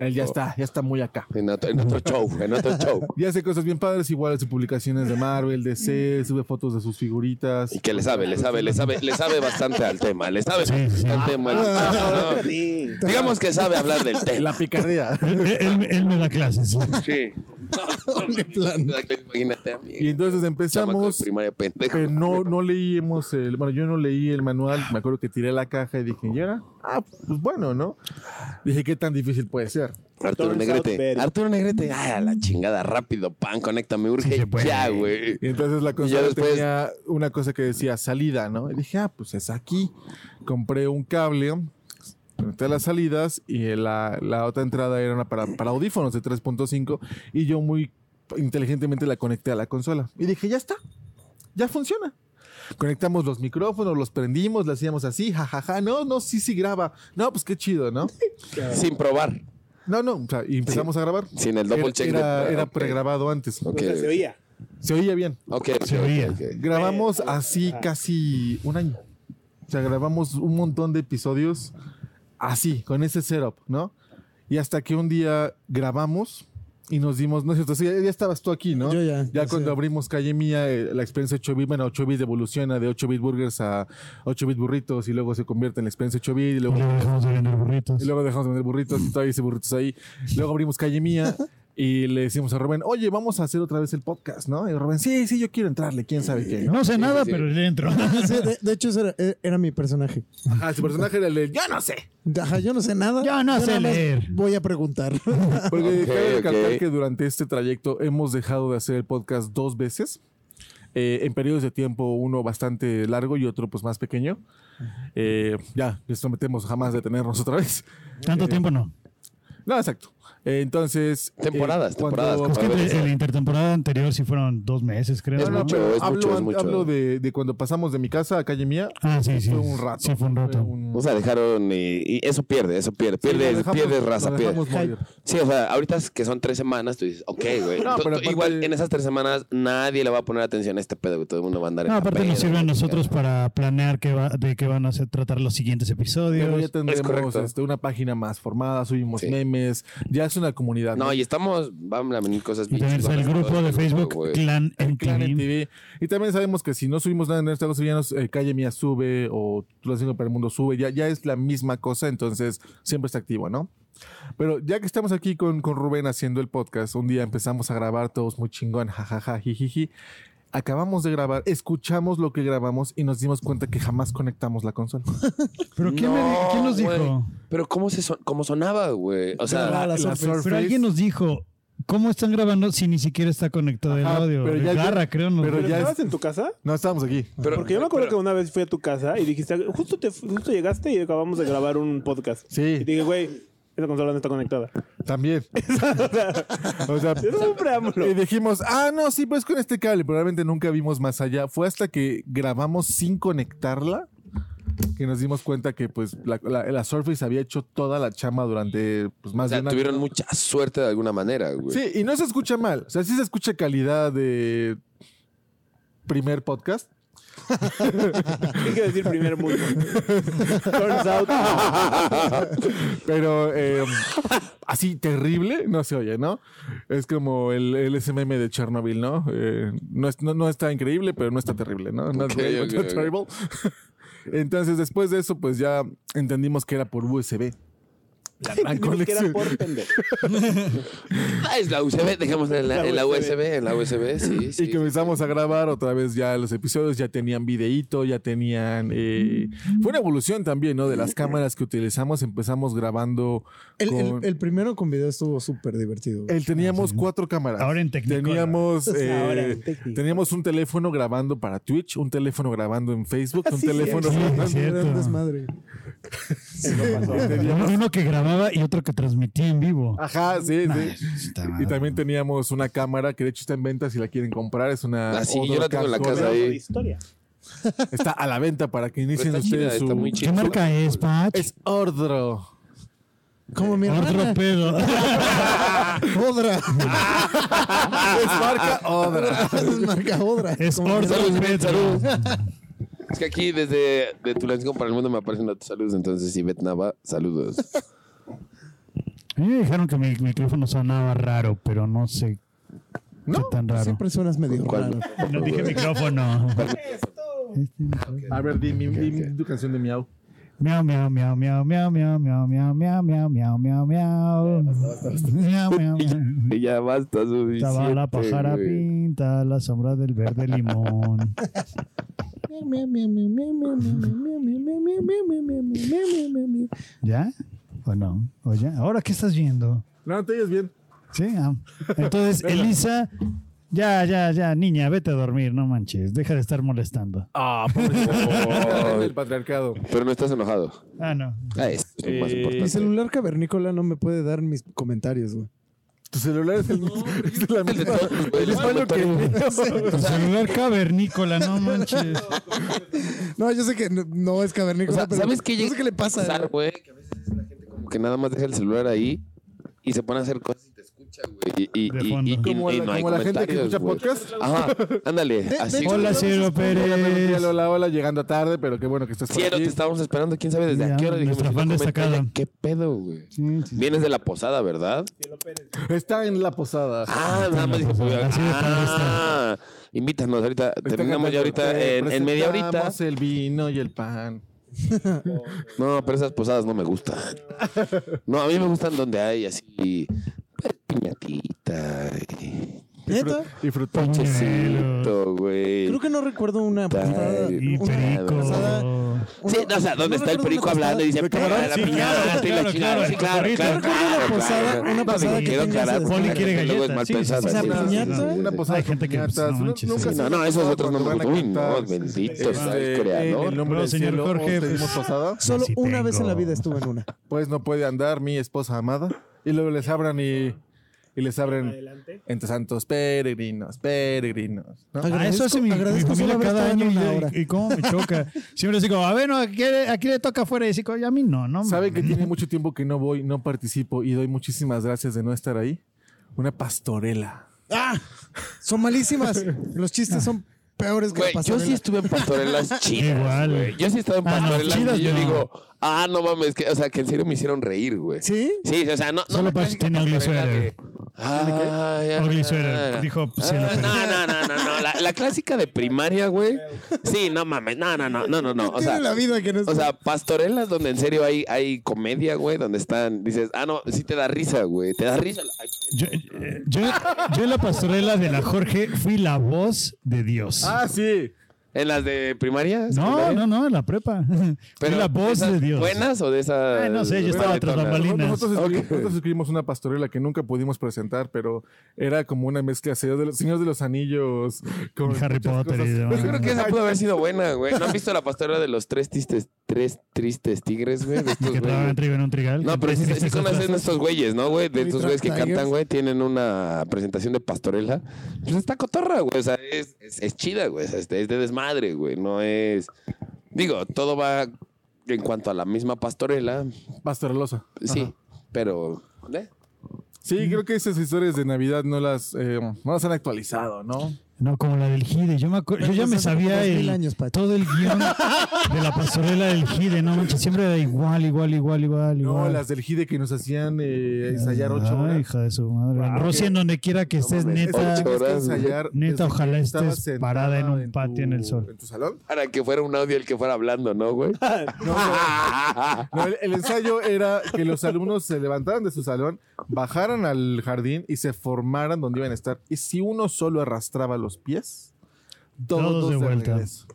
Speaker 1: Él ya está, ya está muy acá.
Speaker 4: en otro, en otro show, en otro show.
Speaker 1: Y hace cosas bien padres, igual hace publicaciones de Marvel, DC, sube fotos de sus figuritas.
Speaker 4: Y que le sabe, le sabe, le sabe, le sabe bastante al tema, le sabe
Speaker 2: Sí, sí.
Speaker 4: bastante al tema. No, Digamos que sabe hablar del tema.
Speaker 1: La picardía.
Speaker 2: él, él- él me da clases.
Speaker 4: Sí. De plan. Imagínate a mí.
Speaker 1: Y entonces
Speaker 4: chamaco de
Speaker 1: empezamos,
Speaker 4: primaria pendejo.
Speaker 1: pero no, no leímos el... Bueno, yo no leí el manual. Me acuerdo que tiré la caja y dije, ¿y ahora? Ah, pues bueno, ¿no? Dije, ¿qué tan difícil puede ser?
Speaker 4: Arturo
Speaker 5: Turns out
Speaker 4: Negrete.
Speaker 5: very.
Speaker 4: Arturo Negrete. Ay, a la chingada. Rápido, pan, conéctame, urge.
Speaker 2: Sí se puede.
Speaker 4: ya, güey.
Speaker 1: Y entonces la
Speaker 4: ya
Speaker 1: consola
Speaker 4: después-
Speaker 1: tenía una cosa que decía salida, ¿no? Y dije, ah, pues es aquí. Compré un cable, conecté las salidas y la, la otra entrada era una para, para audífonos de 3.5 y yo muy inteligentemente la conecté a la consola. Y dije, ya está, ya funciona. Conectamos los micrófonos, los prendimos, le hacíamos así, jajaja, no, no, sí, sí graba. No, pues qué chido, ¿no?
Speaker 4: Sin probar.
Speaker 1: No, no, o sea, y empezamos a grabar.
Speaker 4: Sin el double
Speaker 1: Era-
Speaker 4: check. de-
Speaker 1: Era, era
Speaker 4: Ok.
Speaker 1: pregrabado antes.
Speaker 4: Ok.
Speaker 5: O sea, se oía.
Speaker 1: Se oía bien.
Speaker 4: Ok,
Speaker 2: Se
Speaker 4: ok,
Speaker 2: oía.
Speaker 4: ok.
Speaker 1: Grabamos así
Speaker 5: Ajá.
Speaker 1: casi un año. O sea, grabamos un montón de episodios así, con ese setup, ¿no? Y hasta que un día grabamos y nos dimos, no es cierto, sí, ya estabas tú aquí, ¿no?
Speaker 3: Yo ya,
Speaker 1: Ya
Speaker 3: ya
Speaker 1: cuando
Speaker 3: sé.
Speaker 1: abrimos Calle Mía, eh, la experiencia 8-bit, bueno, 8-bit evoluciona de 8-bit burgers a 8-bit burritos y luego se convierte en la experiencia 8-bit y luego
Speaker 2: Luego dejamos de vender burritos.
Speaker 1: y luego dejamos de vender burritos y todavía hice burritos ahí. Luego abrimos Calle Mía y le decimos a Rubén, oye, vamos a hacer otra vez el podcast, ¿no? Y Rubén, sí, sí, yo quiero entrarle, quién sabe qué. ¿no?
Speaker 2: No sé nada,
Speaker 4: sí.
Speaker 2: pero le entro.
Speaker 3: Sí, de, de hecho, ese era, e-, era mi personaje.
Speaker 1: Ajá, su personaje era el de, yo no sé.
Speaker 3: Ajá, yo no sé nada.
Speaker 2: Yo no sé
Speaker 3: nada más
Speaker 2: leer.
Speaker 3: Voy a preguntar.
Speaker 1: Porque
Speaker 4: Ok,
Speaker 1: cabe recalcar
Speaker 4: ok.
Speaker 1: que durante este trayecto hemos dejado de hacer el podcast dos veces. eh, en periodos de tiempo, uno bastante largo y otro pues más pequeño. Eh, ya, les prometemos jamás detenernos otra vez.
Speaker 2: Tanto tiempo no.
Speaker 1: No, exacto. Eh, entonces... eh,
Speaker 4: Temporadas,
Speaker 1: cuando-
Speaker 4: temporadas,
Speaker 2: Es que
Speaker 4: A ver,
Speaker 2: en
Speaker 4: esa.
Speaker 2: la intertemporada anterior sí fueron dos meses, creo.
Speaker 1: No,
Speaker 4: Es
Speaker 2: ¿no?
Speaker 1: no,
Speaker 4: mucho,
Speaker 1: pero
Speaker 4: es
Speaker 1: hablo,
Speaker 4: mucho, es mucho.
Speaker 1: hablo de, de cuando pasamos de mi casa a calle mía.
Speaker 2: Ah, sí, sí.
Speaker 1: Fue un rato.
Speaker 2: Sí, fue un rato.
Speaker 1: un-
Speaker 4: O sea, dejaron. eh, Y, eso pierde, eso pierde. Pierde,
Speaker 1: Sí, lo dejamos-
Speaker 4: pierde
Speaker 1: lo
Speaker 4: raza, pierde.
Speaker 1: dejamos morir.
Speaker 4: Sí, o sea, ahorita es que son tres semanas, tú dices, ok, güey.
Speaker 1: No,
Speaker 4: Tú-
Speaker 1: pero
Speaker 4: tú-
Speaker 1: aparte-
Speaker 4: Igual en esas tres semanas nadie le va a poner atención a este pedo, güey. Todo el mundo va a andar en
Speaker 2: No,
Speaker 4: la
Speaker 2: aparte nos
Speaker 4: peda,
Speaker 2: sirve a
Speaker 4: güey.
Speaker 2: nosotros para planear qué va- de qué van a hacer- tratar los siguientes
Speaker 1: Pero ya
Speaker 2: episodios.
Speaker 1: tendremos
Speaker 4: correcto.
Speaker 1: este, una página más formada, subimos
Speaker 4: Sí.
Speaker 1: memes, ya es una comunidad.
Speaker 4: No, y estamos. Van a venir cosas
Speaker 2: Y
Speaker 4: bien
Speaker 2: también está el
Speaker 4: chingonas,
Speaker 2: grupo
Speaker 4: todo
Speaker 2: de
Speaker 4: el
Speaker 2: Facebook
Speaker 4: güey.
Speaker 2: Clan
Speaker 1: El Clan en
Speaker 2: MTV.
Speaker 1: TV. Y también sabemos que si no subimos nada en esta cosa, ya nos, eh, Calle Mía sube o Tú las cinco para el mundo sube, ya, ya es la misma cosa, entonces siempre está activo, ¿no? Pero ya que estamos aquí con, con Rubén haciendo el podcast, un día empezamos a grabar todos muy chingón, jajaja, jijiji. Acabamos de grabar, escuchamos lo que grabamos y nos dimos cuenta que jamás conectamos la consola.
Speaker 2: ¿Pero quién, me di-
Speaker 4: No,
Speaker 2: quién nos
Speaker 4: güey.
Speaker 2: dijo?
Speaker 4: Pero ¿cómo, se son- cómo sonaba, güey? O sea,
Speaker 3: Ah, la Surface.
Speaker 2: Pero alguien nos dijo, ¿cómo están grabando si ni siquiera está conectado el
Speaker 1: Ajá,
Speaker 2: audio?
Speaker 1: pero ya-
Speaker 2: Garra, creo. nos
Speaker 1: pero
Speaker 2: dijo.
Speaker 5: ¿Pero
Speaker 1: ya
Speaker 5: estabas
Speaker 1: es-
Speaker 5: en tu casa?
Speaker 1: No, estábamos aquí.
Speaker 4: pero-
Speaker 5: Porque yo me acuerdo
Speaker 4: pero-
Speaker 5: que una vez fui a tu casa y dijiste, justo, te, justo llegaste y acabamos de grabar un podcast.
Speaker 1: Sí.
Speaker 5: Y dije, güey, esa consola no está conectada.
Speaker 1: También. o sea,
Speaker 5: Eso es un preámbulo.
Speaker 1: y dijimos, ah, no, sí, pues con este cable. Probablemente nunca vimos más allá. Fue hasta que grabamos sin conectarla que nos dimos cuenta que pues la, la- la Surface había hecho toda la chama durante pues, más
Speaker 4: o sea,
Speaker 1: de un año.
Speaker 4: tuvieron mucha suerte de alguna manera, güey.
Speaker 1: Sí, y no se escucha mal. O sea, sí se escucha calidad de primer podcast.
Speaker 5: Hay que decir primer mundo. Turns out,
Speaker 1: Pero eh, así terrible no se oye, ¿no? Es como el, el SMM de Chernobyl, ¿no? Eh, no, es- no- no está increíble, pero no está terrible, ¿no? Not
Speaker 4: Ok,
Speaker 1: great, but
Speaker 4: ok,
Speaker 1: not
Speaker 4: ok.
Speaker 1: terrible. Entonces, después de eso, pues ya entendimos que era por USB. Ah, La gran
Speaker 5: dijimos que era
Speaker 1: conexión.
Speaker 5: por pendejo.
Speaker 4: Ah, es la USB, dejémosla en la,
Speaker 5: La
Speaker 4: en la
Speaker 5: USB.
Speaker 4: USB, en la USB, sí, sí.
Speaker 1: Y comenzamos a grabar otra vez ya los episodios, ya tenían videíto, ya tenían... eh, Fue una evolución también, ¿no? De las cámaras que utilizamos, empezamos grabando...
Speaker 3: El, el-
Speaker 1: con-
Speaker 3: el primero con video estuvo súper divertido. güey.
Speaker 1: El teníamos cuatro cámaras.
Speaker 2: Pues, Ahora en Technicolor.
Speaker 1: Teníamos, eh,
Speaker 5: Ahora en Technicolor.
Speaker 1: teníamos un teléfono grabando para Twitch, un teléfono grabando en Facebook, un
Speaker 5: Sí,
Speaker 1: teléfono
Speaker 2: sí,
Speaker 1: grabando-
Speaker 2: sí.
Speaker 3: Era
Speaker 2: cierto.
Speaker 3: un desmadre.
Speaker 2: Uno- Uno que grababa y otro que transmitía en vivo.
Speaker 1: Ajá, sí, sí.
Speaker 2: Está
Speaker 1: Y
Speaker 2: mal.
Speaker 1: también teníamos una cámara que de hecho está en venta si la quieren comprar. Es una.
Speaker 4: Ah, sí, yo
Speaker 1: Odor
Speaker 4: la tengo en la
Speaker 1: Camcorder.
Speaker 4: casa ahí.
Speaker 5: Hablando de historia.
Speaker 1: Está a la venta para que inicien
Speaker 4: está chida,
Speaker 1: ustedes
Speaker 4: está
Speaker 1: su.
Speaker 4: muy
Speaker 2: ¿Qué
Speaker 4: chida.
Speaker 2: marca es, Patch?
Speaker 1: Es Ordro.
Speaker 3: Como mi
Speaker 2: Otro
Speaker 3: hermana.
Speaker 2: pedo.
Speaker 3: Odra.
Speaker 1: es
Speaker 4: Ah,
Speaker 1: marca Ordro.
Speaker 3: Es marca Odra.
Speaker 2: Es
Speaker 3: Como mi
Speaker 2: Ordro.
Speaker 3: hermana.
Speaker 4: Saludos,
Speaker 2: Pedro.
Speaker 4: saludos. Es que aquí desde de Tulancingo para el mundo me aparecen los saludos, entonces si Betnava, saludos.
Speaker 2: A mí me dijeron que mi micrófono sonaba raro, pero no sé qué tan raro.
Speaker 3: Siempre suenas medio
Speaker 4: ¿Cuál?
Speaker 3: raro.
Speaker 2: No dije micrófono.
Speaker 1: A ver, di, mi- di mi- tu canción de Miau.
Speaker 2: Miau, miau, miau, miau, miau, miau, miau, miau, miau, miau, miau, miau, miau. Miau, miau, miau.
Speaker 4: Y ya basta suficiente.
Speaker 2: Estaba la pájara
Speaker 4: güey.
Speaker 2: pinta la sombra del verde limón. ¿Ya? ¿O no? ¿O ya? ¿Ahora qué estás viendo?
Speaker 1: No, te oyes bien.
Speaker 2: Sí. ah. Entonces, Elisa, ya, ya, ya, niña, vete a dormir, no manches, deja de estar molestando.
Speaker 1: Ah, pobrecito.
Speaker 4: Ay.
Speaker 1: El patriarcado.
Speaker 4: Pero no estás enojado.
Speaker 2: Ah, no.
Speaker 4: Ah, es lo más
Speaker 5: Eh,
Speaker 4: importante.
Speaker 3: Mi celular cavernícola no me puede dar mis comentarios, güey.
Speaker 1: Tu celular es el mismo. Es la misma.
Speaker 4: El español
Speaker 2: Tu celular cavernícola, no manches.
Speaker 3: No, yo sé que no, no es
Speaker 4: O
Speaker 3: cavernícola,
Speaker 4: sea,
Speaker 3: pero
Speaker 4: ¿sabes qué
Speaker 3: no
Speaker 4: llega
Speaker 3: sé qué le
Speaker 4: a
Speaker 3: pasa.
Speaker 4: pasar, güey? Que a veces la gente como que nada más deja el celular ahí y se pone a hacer cosas y te escucha, güey. Y, y,
Speaker 2: De
Speaker 4: y-
Speaker 2: fondo.
Speaker 4: y- y-
Speaker 1: Como
Speaker 4: y no
Speaker 1: la,
Speaker 4: hay
Speaker 1: como la gente que
Speaker 4: comentarios,
Speaker 1: escucha
Speaker 4: güey.
Speaker 1: podcast.
Speaker 4: Ajá, ándale. así, güey.
Speaker 2: Hola, Cielo
Speaker 1: Hola, buenos días,
Speaker 2: Pérez.
Speaker 1: hola, hola, llegando tarde, pero qué bueno que estás por
Speaker 4: Cielo, te
Speaker 1: aquí.
Speaker 4: estábamos esperando, quién sabe desde
Speaker 2: Ya,
Speaker 4: a qué hora. dijimos,
Speaker 2: nuestra
Speaker 4: si no
Speaker 2: fan
Speaker 4: comenta,
Speaker 2: destacada.
Speaker 4: ¿Qué pedo, güey?
Speaker 2: Sí, sí.
Speaker 4: Vienes de la posada, ¿verdad?
Speaker 1: Está en la posada.
Speaker 4: Ah, nada más dijo.
Speaker 2: posada, así de padre
Speaker 4: Ah, invítanos ahorita.
Speaker 1: Está
Speaker 4: Terminamos
Speaker 1: cantando,
Speaker 4: ya ahorita
Speaker 1: "Te
Speaker 4: en, en media horita.
Speaker 1: presentamos el vino y el pan.
Speaker 4: No, pero esas posadas no me gustan. No, a mí me gustan donde hay así pues, piñatita. y
Speaker 3: Neta,
Speaker 1: Y frutones.
Speaker 4: Ponchecito, güey.
Speaker 3: creo que no recuerdo una portada.
Speaker 4: Ay,
Speaker 2: Y
Speaker 3: una
Speaker 4: pasada.
Speaker 2: perico.
Speaker 4: Sí, no, o sea, donde está el
Speaker 3: recuerdo
Speaker 4: perico
Speaker 3: una posada.
Speaker 4: hablando y dice,
Speaker 1: ¿De
Speaker 4: "Pega
Speaker 1: camarón?"
Speaker 4: la
Speaker 2: Sí,
Speaker 4: piñata
Speaker 2: claro,
Speaker 4: y la
Speaker 2: claro,
Speaker 4: chingada.
Speaker 2: claro,
Speaker 4: Sí, claro,
Speaker 2: el
Speaker 4: claro,
Speaker 2: corrito. Yo
Speaker 4: claro,
Speaker 3: recuerdo una
Speaker 4: claro,
Speaker 3: posada,
Speaker 4: claro.
Speaker 3: una posada
Speaker 4: Porque
Speaker 3: que
Speaker 4: luego
Speaker 3: tenga
Speaker 4: carajo,
Speaker 3: esas-
Speaker 2: Poli quiere
Speaker 4: porque luego es
Speaker 2: galletas,
Speaker 4: mal
Speaker 2: sí, sí,
Speaker 4: pensado,
Speaker 2: sí,
Speaker 3: sí,
Speaker 4: sí,
Speaker 3: una
Speaker 4: sí,
Speaker 3: piñata.
Speaker 4: sí, sí, sí.
Speaker 1: Una posada
Speaker 2: Hay gente
Speaker 1: con
Speaker 2: que, pues,
Speaker 1: piñatas.
Speaker 2: no
Speaker 1: Nu-
Speaker 2: manches,
Speaker 1: nunca
Speaker 2: sí.
Speaker 1: se
Speaker 4: No,
Speaker 1: ha
Speaker 4: no, esos
Speaker 1: pasado
Speaker 4: otros no me
Speaker 1: cuando van a
Speaker 4: uy, no,
Speaker 1: cantar,
Speaker 4: Oh, bendito
Speaker 1: este,
Speaker 4: sea el
Speaker 1: En
Speaker 4: creador.
Speaker 1: el nombre
Speaker 2: No,
Speaker 1: del
Speaker 2: señor
Speaker 1: cielo,
Speaker 2: Jorge,
Speaker 1: os pedimos
Speaker 2: pues-
Speaker 1: posada.
Speaker 3: Solo
Speaker 2: Sí
Speaker 3: una vez en
Speaker 2: tengo.
Speaker 3: la
Speaker 2: Ah,
Speaker 3: vida estuve en una.
Speaker 1: Pues no puede andar mi esposa amada. Y luego les abran y, y les abren
Speaker 5: Adelante.
Speaker 1: entre santos peregrinos, peregrinos. ¿no?
Speaker 2: Ah, eso hace mi, mi
Speaker 3: agradezco solo
Speaker 2: familia
Speaker 3: haber
Speaker 2: cada
Speaker 3: estado en
Speaker 2: año y,
Speaker 3: una
Speaker 2: yo-
Speaker 3: hora.
Speaker 2: y cómo me choca. Siempre les digo, a ver, no, aquí, aquí le toca afuera. Y digo, "Oye, a mí no, no.
Speaker 1: Sabe que
Speaker 2: mames".
Speaker 1: tiene mucho tiempo que no voy, no participo y doy muchísimas gracias de no estar ahí. Una pastorela.
Speaker 3: ¡Ah! Son malísimas. Los chistes son peores que
Speaker 4: Güey,
Speaker 3: la
Speaker 4: yo
Speaker 3: pastorela.
Speaker 4: sí estuve en pastorelas chidas.
Speaker 2: Igual.
Speaker 4: güey. Yo sí estaba en
Speaker 2: Ah, no,
Speaker 4: pastorelas
Speaker 2: chidas
Speaker 4: y yo
Speaker 2: no.
Speaker 4: digo, ah, no mames, que, o sea, que en serio me hicieron reír, güey.
Speaker 3: ¿Sí?
Speaker 4: Sí, o sea, no.
Speaker 2: Solo
Speaker 4: no
Speaker 2: para- tiene ugly sweater. Ugly
Speaker 4: Ugly
Speaker 2: sweater, dijo, pues, sí,
Speaker 4: Ah, no,
Speaker 2: lo perdí.
Speaker 4: no, no, no, no. La, la clásica de primaria, güey. Sí, no mames. No, no, no, no, no, no. O
Speaker 3: Tiene
Speaker 4: sea,
Speaker 3: la vida que no es-
Speaker 4: o sea, pastorelas donde en serio hay, hay comedia, güey, donde están, dices, ah, no, sí te da risa, güey, te da risa. Ay,
Speaker 2: Yo, yo, yo en la pastorela de la Jorge fui la voz de Dios.
Speaker 1: Ah, sí.
Speaker 4: ¿En las de primaria?
Speaker 2: no,
Speaker 4: secundaria?
Speaker 2: no, no, en la prepa. fui la voz
Speaker 4: esas
Speaker 2: de Dios.
Speaker 4: ¿Buenas o de esas?
Speaker 2: Ay, no sé, yo
Speaker 4: de
Speaker 2: estaba tras
Speaker 4: maletonas?
Speaker 2: bambalinas. Salinas.
Speaker 1: Nosotros, escribimos,
Speaker 4: Ok.
Speaker 1: nosotros escribimos una pastorela que nunca pudimos presentar, pero era como una mezcla Señor de los, Señor de los Anillos con
Speaker 2: Harry
Speaker 1: muchas
Speaker 2: Potter
Speaker 1: cosas. Pues
Speaker 2: y demás.
Speaker 4: Yo creo que esa pudo haber sido buena, güey. ¿No han visto la pastorela de los tres tristes, tres tristes tigres, pues, güey? De estos
Speaker 2: Que
Speaker 4: güeyes?
Speaker 2: trababan trigo en un trigal.
Speaker 4: No, pero sí, sí conocen estos güeyes, ¿no, güey? De estos
Speaker 3: Three
Speaker 4: güeyes que
Speaker 3: Tigers.
Speaker 4: cantan, güey, tienen una presentación de pastorela. Pues está cotorra, güey. O sea, es, es, es chida, güey. O sea, es de es de desmadre, güey. No es. Digo, todo va en cuanto a la misma pastorela.
Speaker 1: Pastorelosa.
Speaker 4: Sí,
Speaker 1: Ajá.
Speaker 4: pero. ¿eh?
Speaker 1: Sí, creo que esas historias de Navidad no las, eh, no las han actualizado, ¿no?
Speaker 2: No, como la del Gide. Yo, me acuerdo, yo ya me
Speaker 3: Hace
Speaker 2: sabía
Speaker 3: dos mil
Speaker 2: el,
Speaker 3: años, Pacho.
Speaker 2: todo el guión de la pastorela del Gide. No manches, siempre era igual, igual, igual, igual.
Speaker 1: No,
Speaker 2: igual.
Speaker 1: las del Gide que nos hacían eh, ensayar ocho
Speaker 2: Ay,
Speaker 1: horas.
Speaker 2: hija de su madre.
Speaker 5: Wow.
Speaker 2: Rosy, en donde quiera que estés,
Speaker 4: mames,
Speaker 1: Esa
Speaker 2: neta.
Speaker 4: ocho
Speaker 1: tenías que
Speaker 4: horas, güey.
Speaker 1: ensayar
Speaker 2: Neta,
Speaker 1: desde que
Speaker 2: ojalá estés
Speaker 1: estabas sentada
Speaker 2: parada en un patio en el sol.
Speaker 1: ¿En tu salón?
Speaker 4: Para que fuera un audio el que fuera hablando, ¿no, güey?
Speaker 1: No, no. No, el, el ensayo era que los alumnos se levantaran de su salón, bajaran al jardín y se formaran donde iban a estar. Y si uno solo arrastraba los pies, todos,
Speaker 2: Todos de
Speaker 1: de
Speaker 2: vuelta.
Speaker 1: regreso.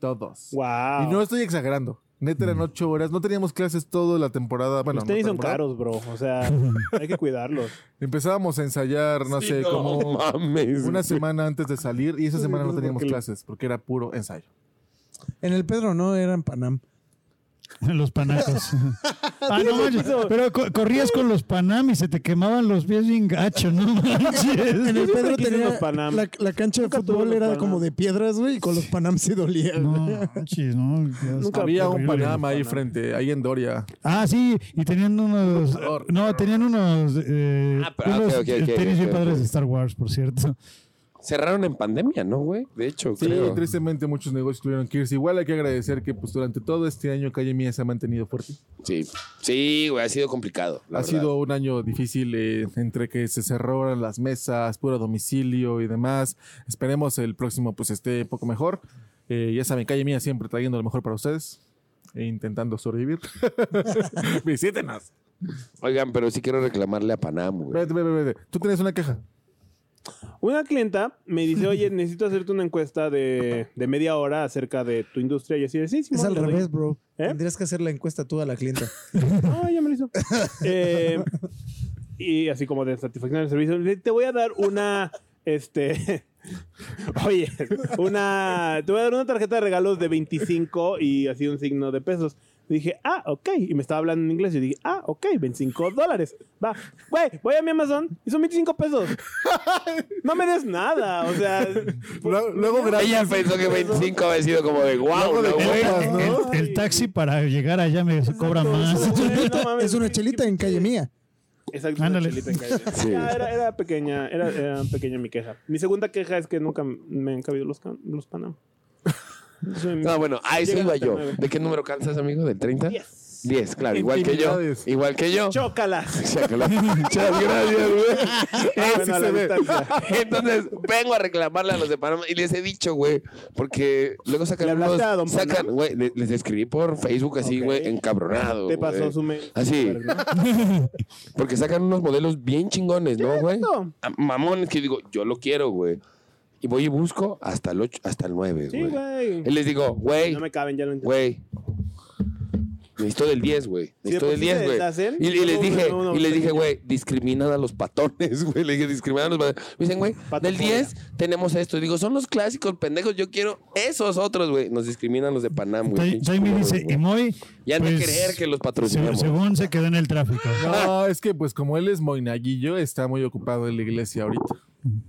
Speaker 1: Todos.
Speaker 5: Wow.
Speaker 1: Y no estoy exagerando. Neta eran ocho horas. No teníamos clases toda la temporada. Bueno,
Speaker 5: Los tenis
Speaker 1: no
Speaker 5: son
Speaker 1: temporada.
Speaker 5: caros, bro. O sea, hay que cuidarlos.
Speaker 1: Empezábamos a ensayar, no sé, como
Speaker 4: mames.
Speaker 1: una
Speaker 4: güey.
Speaker 1: semana antes de salir y esa semana no teníamos
Speaker 5: Porque-
Speaker 1: clases porque era puro ensayo.
Speaker 3: En el Pedro no, era en Panam.
Speaker 2: Los panacos. ah, no manches. Pero co- corrías con los panam y se te quemaban los pies bien gacho, ¿no?
Speaker 3: En
Speaker 2: manches.
Speaker 3: el Pedro
Speaker 5: quise
Speaker 3: tenía
Speaker 5: los Panam.
Speaker 3: la, la cancha de
Speaker 5: Nunca tuve
Speaker 3: fútbol
Speaker 5: los
Speaker 3: era
Speaker 5: Panam.
Speaker 3: como de piedras, güey, y con los Panam sí dolía.
Speaker 2: No,
Speaker 3: güey.
Speaker 2: manches, no. qué asco.
Speaker 5: Nunca-
Speaker 1: Había un
Speaker 5: horrible.
Speaker 1: Panamá ahí frente, ahí en Doria.
Speaker 2: Ah, sí, y tenían unos.
Speaker 1: Horror.
Speaker 2: No, tenían unos. eh,
Speaker 4: Ah, pero- ah,
Speaker 2: unos
Speaker 4: ok, ok, ok,
Speaker 2: tenis
Speaker 4: ok,
Speaker 2: bien
Speaker 4: ok.
Speaker 2: padres de Star Wars, por cierto.
Speaker 4: Cerraron en pandemia, ¿no, güey? De hecho,
Speaker 1: Sí,
Speaker 4: creo.
Speaker 1: tristemente muchos negocios tuvieron que irse. Igual hay que agradecer que pues durante todo este año Calle Mía se ha mantenido fuerte.
Speaker 4: Sí. Sí, güey, ha sido complicado. la
Speaker 1: ha
Speaker 4: verdad.
Speaker 1: sido un año difícil eh, entre que se cerraron las mesas, puro domicilio y demás. Esperemos el próximo pues esté un poco mejor. Eh, ya saben, Calle Mía siempre trayendo lo mejor para ustedes. e intentando sobrevivir. Visítenos.
Speaker 4: Oigan, pero sí quiero reclamarle a Panam, güey.
Speaker 1: Vete, vete, vete. Tú tienes una queja.
Speaker 5: Una clienta me dice, oye, necesito hacerte una encuesta de, de media hora acerca de tu industria. Y así de, sí, sí,
Speaker 3: Es al revés, bro.
Speaker 5: ¿Eh?
Speaker 3: Tendrías que hacer la encuesta tú a la clienta.
Speaker 5: Ah, ya me lo hizo. Eh, y así como de satisfacción del servicio, le- te voy a dar una, este, oye, una, te voy a dar una tarjeta de regalos de 25 y así un signo de pesos. Dije, ah, ok. Y me estaba hablando en inglés. Y dije, ah, ok, 25 dólares. Va, güey, voy a mi Amazon y son 25 pesos. No me des nada. O sea, Pues,
Speaker 1: Luego, luego gracias.
Speaker 4: Ella pensó que 25 había sido como de wow,
Speaker 1: Luego le
Speaker 4: ¿no, güey?
Speaker 1: compras,
Speaker 2: El,
Speaker 1: ¿no?
Speaker 2: el taxi para llegar allá me cobra más.
Speaker 5: Güey, no mames.
Speaker 3: es una chelita en calle mía.
Speaker 5: Exacto,
Speaker 2: Ándale.
Speaker 5: una chelita en calle.
Speaker 4: Sí.
Speaker 5: Ya, era, era pequeña, era, era pequeña mi queja. Mi segunda queja es que nunca me han cabido los, can- los Panam. Soy-
Speaker 4: No, Ah, bueno, a eso
Speaker 5: Llegan
Speaker 4: iba
Speaker 5: hasta
Speaker 4: yo.
Speaker 5: nueve.
Speaker 4: ¿De qué número cansas, amigo? ¿Del 30? 10.
Speaker 5: Yes.
Speaker 4: claro, igual que yo.
Speaker 1: Intimidades.
Speaker 4: Igual que yo.
Speaker 5: Chócalas.
Speaker 4: Chacala. Muchas gracias, güey.
Speaker 5: Ah, bueno, a la distancia.
Speaker 4: Entonces, vengo a reclamarle a los de Panamá y les he dicho, güey, porque luego sacan
Speaker 5: ¿Le hablaste
Speaker 4: unos-
Speaker 5: a don
Speaker 4: sacan,
Speaker 5: Panam?
Speaker 4: güey, le- les escribí por Facebook así,
Speaker 5: Ok.
Speaker 4: güey, encabronado.
Speaker 5: Te pasó
Speaker 4: güey. Ah,
Speaker 5: su mail.
Speaker 4: Así.
Speaker 5: Pero, ¿no?
Speaker 4: Porque sacan unos modelos bien chingones, ¿no, güey?
Speaker 5: Cierto.
Speaker 4: Ah, Mamones que digo, yo lo quiero, güey. Y voy y busco hasta el 8, hasta el 9,
Speaker 5: Sí, güey.
Speaker 4: Y les digo, güey,
Speaker 5: No me caben, ya lo entendí.
Speaker 4: güey. Necesito del 10, güey. Necesito
Speaker 5: de por
Speaker 4: del
Speaker 5: sí
Speaker 4: 10,
Speaker 5: se
Speaker 4: güey.
Speaker 5: deshacen,
Speaker 4: Y, y les
Speaker 5: luego
Speaker 4: dije,
Speaker 5: uno- uno-
Speaker 4: y les dije, güey, discriminan a los patones, güey. Le dije, discriminan a los patones. Me dicen, güey, del
Speaker 5: Patofobia.
Speaker 4: 10 tenemos esto. Y digo, son los clásicos, pendejos. Yo quiero esos otros, güey. Nos discriminan los de Panam, güey.
Speaker 2: Ta-
Speaker 4: Pinche
Speaker 2: Jaime
Speaker 4: culeros,
Speaker 2: dice,
Speaker 4: güey.
Speaker 2: y Moy,
Speaker 4: Ya no
Speaker 2: pues,
Speaker 4: creer que los
Speaker 2: se-
Speaker 4: patrocinamos.
Speaker 2: según se quedó en el tráfico.
Speaker 1: No, es que pues como él es moinaguillo, está muy ocupado en la iglesia ahorita.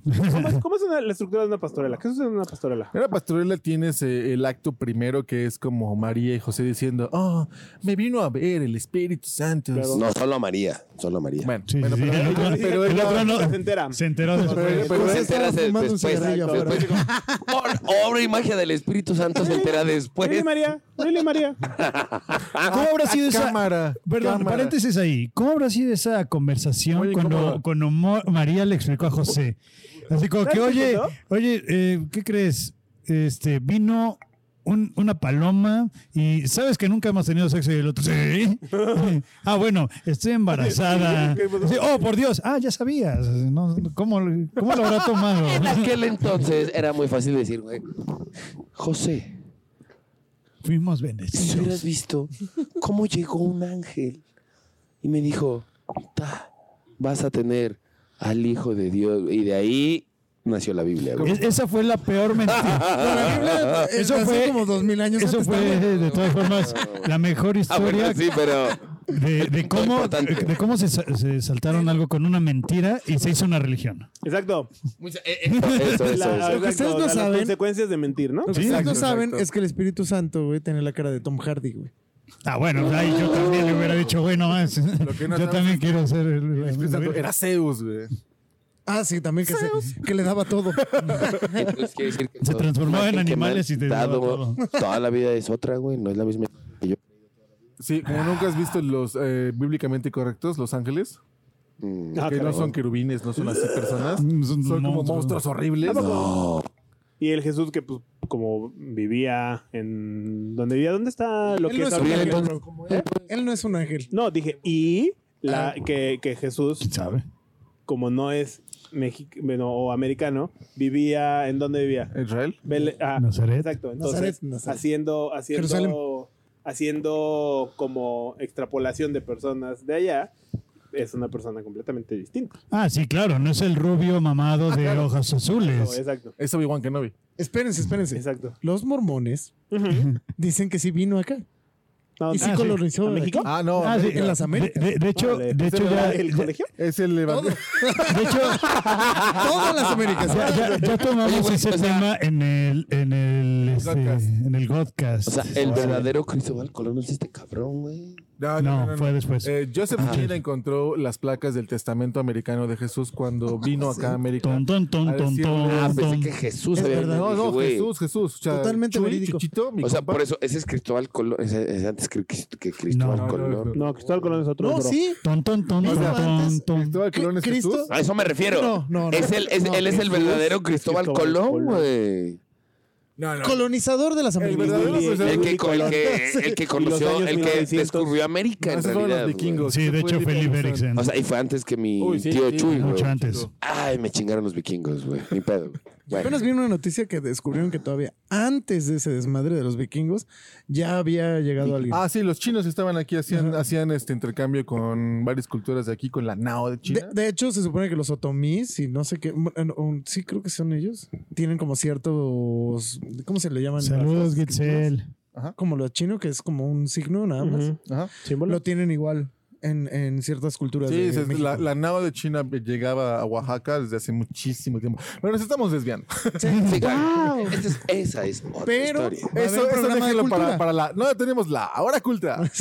Speaker 5: ¿Cómo es, cómo es una- la estructura de una pastorela? ¿Qué sucede en una pastorela?
Speaker 1: En la pastorela tienes eh, el acto primero que es como María y José diciendo, oh, me vino a ver el Espíritu Santo.
Speaker 5: Claro.
Speaker 4: No, solo a María. Solo a María.
Speaker 1: Bueno,
Speaker 2: Sí,
Speaker 1: bueno,
Speaker 2: sí, sí.
Speaker 1: pero, pero, pero
Speaker 2: El
Speaker 1: él-
Speaker 2: otro no-
Speaker 5: Se entera.
Speaker 2: Se enteró después.
Speaker 1: Pero
Speaker 4: se
Speaker 1: él
Speaker 4: entera
Speaker 3: estaba
Speaker 4: de-
Speaker 3: fumando un
Speaker 4: después,
Speaker 3: cigarrillo
Speaker 4: después,
Speaker 3: afuera.
Speaker 4: digo, "Obra- obra y magia del Espíritu Santo se entera después.
Speaker 5: Lili María, Lili María.
Speaker 2: Ah, ¿Cómo habrá sido esa?
Speaker 1: cámara.
Speaker 2: Perdón,
Speaker 1: cámara.
Speaker 2: paréntesis ahí. ¿Cómo habrá sido esa conversación
Speaker 1: Oye,
Speaker 2: cuando,
Speaker 1: ¿cómo?
Speaker 2: cuando Mo- María le explicó a José? Así como que,
Speaker 5: ¿Sabes qué
Speaker 2: oye,
Speaker 5: pasó?
Speaker 2: oye, eh, ¿qué crees? Este, vino un- una paloma y sabes que nunca hemos tenido sexo y el otro, sí. ah, bueno, estoy embarazada.
Speaker 5: ¿Qué pasó?
Speaker 2: Sí, oh, por Dios. Ah, ya sabías. No, ¿cómo, ¿Cómo lo habrá tomado?
Speaker 4: En aquel entonces era muy fácil decir, güey, José,
Speaker 2: Fuimos
Speaker 4: si hubieras
Speaker 2: bendecidos.
Speaker 4: visto cómo llegó un ángel y me dijo, "Ta, vas a tener al Hijo de Dios. Y de ahí nació la Biblia, güey.
Speaker 2: Es- esa fue la peor mentira. Eso fue-
Speaker 3: Eso fue como dos mil años
Speaker 2: Eso
Speaker 3: antes
Speaker 2: fue,
Speaker 3: también.
Speaker 2: de todas formas, la mejor
Speaker 4: Ah,
Speaker 2: historia
Speaker 4: bueno, sí, pero...
Speaker 2: de, de cómo,
Speaker 4: importante.
Speaker 2: de cómo se, sa- se saltaron algo con una mentira y se hizo una religión.
Speaker 5: Exacto.
Speaker 4: Eso, eso,
Speaker 5: La-
Speaker 4: eso.
Speaker 5: exacto,
Speaker 3: ustedes no
Speaker 5: o sea,
Speaker 3: saben-
Speaker 5: Las consecuencias de mentir, ¿no?
Speaker 3: Lo que ustedes
Speaker 1: Exacto,
Speaker 3: no saben
Speaker 1: exacto.
Speaker 3: es que el Espíritu Santo, güey, tiene la cara de Tom Hardy, güey.
Speaker 2: Ah, bueno, o sea, y yo también le hubiera dicho, güey, no más.
Speaker 1: que no
Speaker 2: yo
Speaker 1: sabemos
Speaker 2: también
Speaker 1: es que
Speaker 2: quiero ser el-
Speaker 1: El Espíritu Santo Era Zeus, güey.
Speaker 3: Ah, sí, también que, se- que le daba todo.
Speaker 4: Entonces, quiere decir que
Speaker 2: Se
Speaker 4: todo-
Speaker 2: transformaba en
Speaker 4: que me han
Speaker 2: animales y te daba
Speaker 4: dado-
Speaker 2: todo.
Speaker 4: Toda la vida es otra, güey, no es la misma que yo.
Speaker 1: Sí, como nunca has visto los eh, bíblicamente correctos, los ángeles,
Speaker 4: Mm.
Speaker 5: Ah,
Speaker 1: que no
Speaker 5: caray.
Speaker 1: son querubines, no son así personas.
Speaker 2: Mm,
Speaker 1: Son
Speaker 2: son
Speaker 1: como
Speaker 2: monstruos.
Speaker 1: monstruos horribles.
Speaker 5: ¿A poco? Y el Jesús que, pues, como vivía en... ¿Dónde vivía? ¿Dónde está lo
Speaker 3: Él
Speaker 5: que ¿Eh?
Speaker 3: no
Speaker 5: es
Speaker 3: es
Speaker 4: Gabriel,
Speaker 5: ahorita?
Speaker 3: un ángel,
Speaker 4: entonces-
Speaker 3: bro, como él. Él no es un ángel.
Speaker 5: No, dije, y
Speaker 3: Ah.
Speaker 5: la, que, que Jesús,
Speaker 2: ¿Quién sabe?
Speaker 5: como no es mexicano o americano, vivía, ¿en dónde vivía?
Speaker 1: Israel.
Speaker 5: Bele- ah,
Speaker 2: Nazaret.
Speaker 5: Exacto, entonces,
Speaker 3: Nazaret, Nazaret.
Speaker 5: haciendo,
Speaker 3: Jerusalén.
Speaker 5: haciendo, haciendo como extrapolación de personas de allá, es una persona completamente distinta.
Speaker 2: Ah, sí, claro, no es el rubio mamado de hojas
Speaker 5: Ah, No,
Speaker 2: azules.
Speaker 5: exacto,
Speaker 1: Es Obi-Wan Kenobi.
Speaker 3: Espérense, espérense.
Speaker 5: exacto.
Speaker 3: Los mormones
Speaker 2: Ah,
Speaker 3: dicen que sí vino acá.
Speaker 5: No,
Speaker 3: Y sí
Speaker 5: ah, sí.
Speaker 3: colonizó
Speaker 5: ¿A México?
Speaker 1: Ah, no.
Speaker 2: Ah, sí,
Speaker 3: en las
Speaker 2: de,
Speaker 3: Américas.
Speaker 2: de- de hecho,
Speaker 5: Órale.
Speaker 2: de hecho,
Speaker 5: ¿Este
Speaker 2: ya,
Speaker 5: era el
Speaker 2: de
Speaker 5: colegio?
Speaker 1: Es el evangelio.
Speaker 2: hecho,
Speaker 3: Todas las Américas.
Speaker 2: ya, ya- ya tomamos
Speaker 4: Oye, güey,
Speaker 2: ese
Speaker 4: o sea-
Speaker 2: tema en el en el este,
Speaker 1: Godcast.
Speaker 2: en el Godcast.
Speaker 4: O sea, el
Speaker 2: Sí.
Speaker 4: verdadero Cristóbal Colón es este cabrón, güey.
Speaker 2: No, fue después.
Speaker 1: Eh, Joseph Smith encontró las placas del testamento americano de Jesús cuando vino acá a América.
Speaker 2: Ton, ton, ton,
Speaker 1: A
Speaker 2: ton,
Speaker 1: decirle-
Speaker 2: ton.
Speaker 4: Ah, pensé que Jesús
Speaker 3: Es
Speaker 4: había
Speaker 3: verdad.
Speaker 1: No,
Speaker 4: venido,
Speaker 1: no,
Speaker 4: güey.
Speaker 1: oh, Jesús, Jesús. O sea,
Speaker 3: Totalmente
Speaker 1: Chuy,
Speaker 3: verídico.
Speaker 1: Chuchito, mi
Speaker 4: O sea,
Speaker 1: compa.
Speaker 4: por eso, ese es Cristóbal Colón, ese es antes que, Crist- que Cristóbal
Speaker 2: No, no,
Speaker 4: Colón.
Speaker 1: no,
Speaker 5: No, Cristóbal Colón es otro.
Speaker 3: No,
Speaker 5: bro.
Speaker 3: sí.
Speaker 2: Ton, ton, ton,
Speaker 3: ¿Viste
Speaker 2: ton,
Speaker 3: antes?
Speaker 2: ton, ton.
Speaker 1: Cristóbal Colón es
Speaker 3: Cristo-
Speaker 1: Jesús.
Speaker 4: A eso me refiero.
Speaker 3: No, no, no.
Speaker 4: es el, es-
Speaker 3: No,
Speaker 4: él es el
Speaker 3: Jesús,
Speaker 4: verdadero Cristóbal
Speaker 5: Cristóbal
Speaker 4: Colón,
Speaker 5: Colón.
Speaker 4: güey.
Speaker 1: No, no.
Speaker 3: Colonizador de las
Speaker 1: El
Speaker 3: Américas.
Speaker 1: verdadero
Speaker 5: Willy,
Speaker 1: profesor-
Speaker 4: El que, el
Speaker 5: Willy
Speaker 4: que,
Speaker 3: Colón.
Speaker 4: el que
Speaker 5: Y los
Speaker 4: conoció,
Speaker 5: años
Speaker 4: el que
Speaker 5: 1900.
Speaker 4: descubrió América, en
Speaker 1: Esos fueron
Speaker 4: realidad.
Speaker 1: los
Speaker 4: güey.
Speaker 1: vikingos.
Speaker 2: Sí,
Speaker 1: Ese
Speaker 2: de
Speaker 1: fue
Speaker 2: hecho,
Speaker 1: el
Speaker 2: Felipe
Speaker 1: famoso.
Speaker 2: Eriksen.
Speaker 4: O sea, y fue antes que mi
Speaker 5: Uy, sí,
Speaker 4: tío
Speaker 5: sí,
Speaker 4: Chuy, güey.
Speaker 2: Mucho antes.
Speaker 4: Ay, me chingaron los vikingos, güey. Ni pedo. güey. Bueno.
Speaker 3: Apenas vi una noticia que descubrieron que todavía antes de ese desmadre de los vikingos ya había llegado alguien.
Speaker 1: Ah, sí, los chinos estaban aquí, hacían, hacían este intercambio con varias culturas de aquí, con la Nao de
Speaker 3: de,
Speaker 1: China.
Speaker 3: de hecho, se supone que los otomís y no sé qué, bueno, um, sí creo que son ellos, tienen como ciertos, ¿cómo se le llaman?
Speaker 2: Saludos, Gitzel.
Speaker 3: Como lo chino, que es como un signo nada más.
Speaker 5: Ujú.
Speaker 1: Ajá.
Speaker 5: Símbolo.
Speaker 3: Lo tienen igual en, en ciertas culturas.
Speaker 1: Sí,
Speaker 3: de
Speaker 1: se-
Speaker 3: México.
Speaker 1: la, la Nao de China llegaba a Oaxaca desde hace muchísimo tiempo. Pero nos estamos desviando.
Speaker 4: Sí, claro. Esa es- esa es otra
Speaker 3: Pero-
Speaker 4: historia.
Speaker 3: Va a haber
Speaker 1: Eso, eso
Speaker 3: programa de
Speaker 1: déjenlo para,
Speaker 3: cultura.
Speaker 1: para la. No, tenemos la hora culta.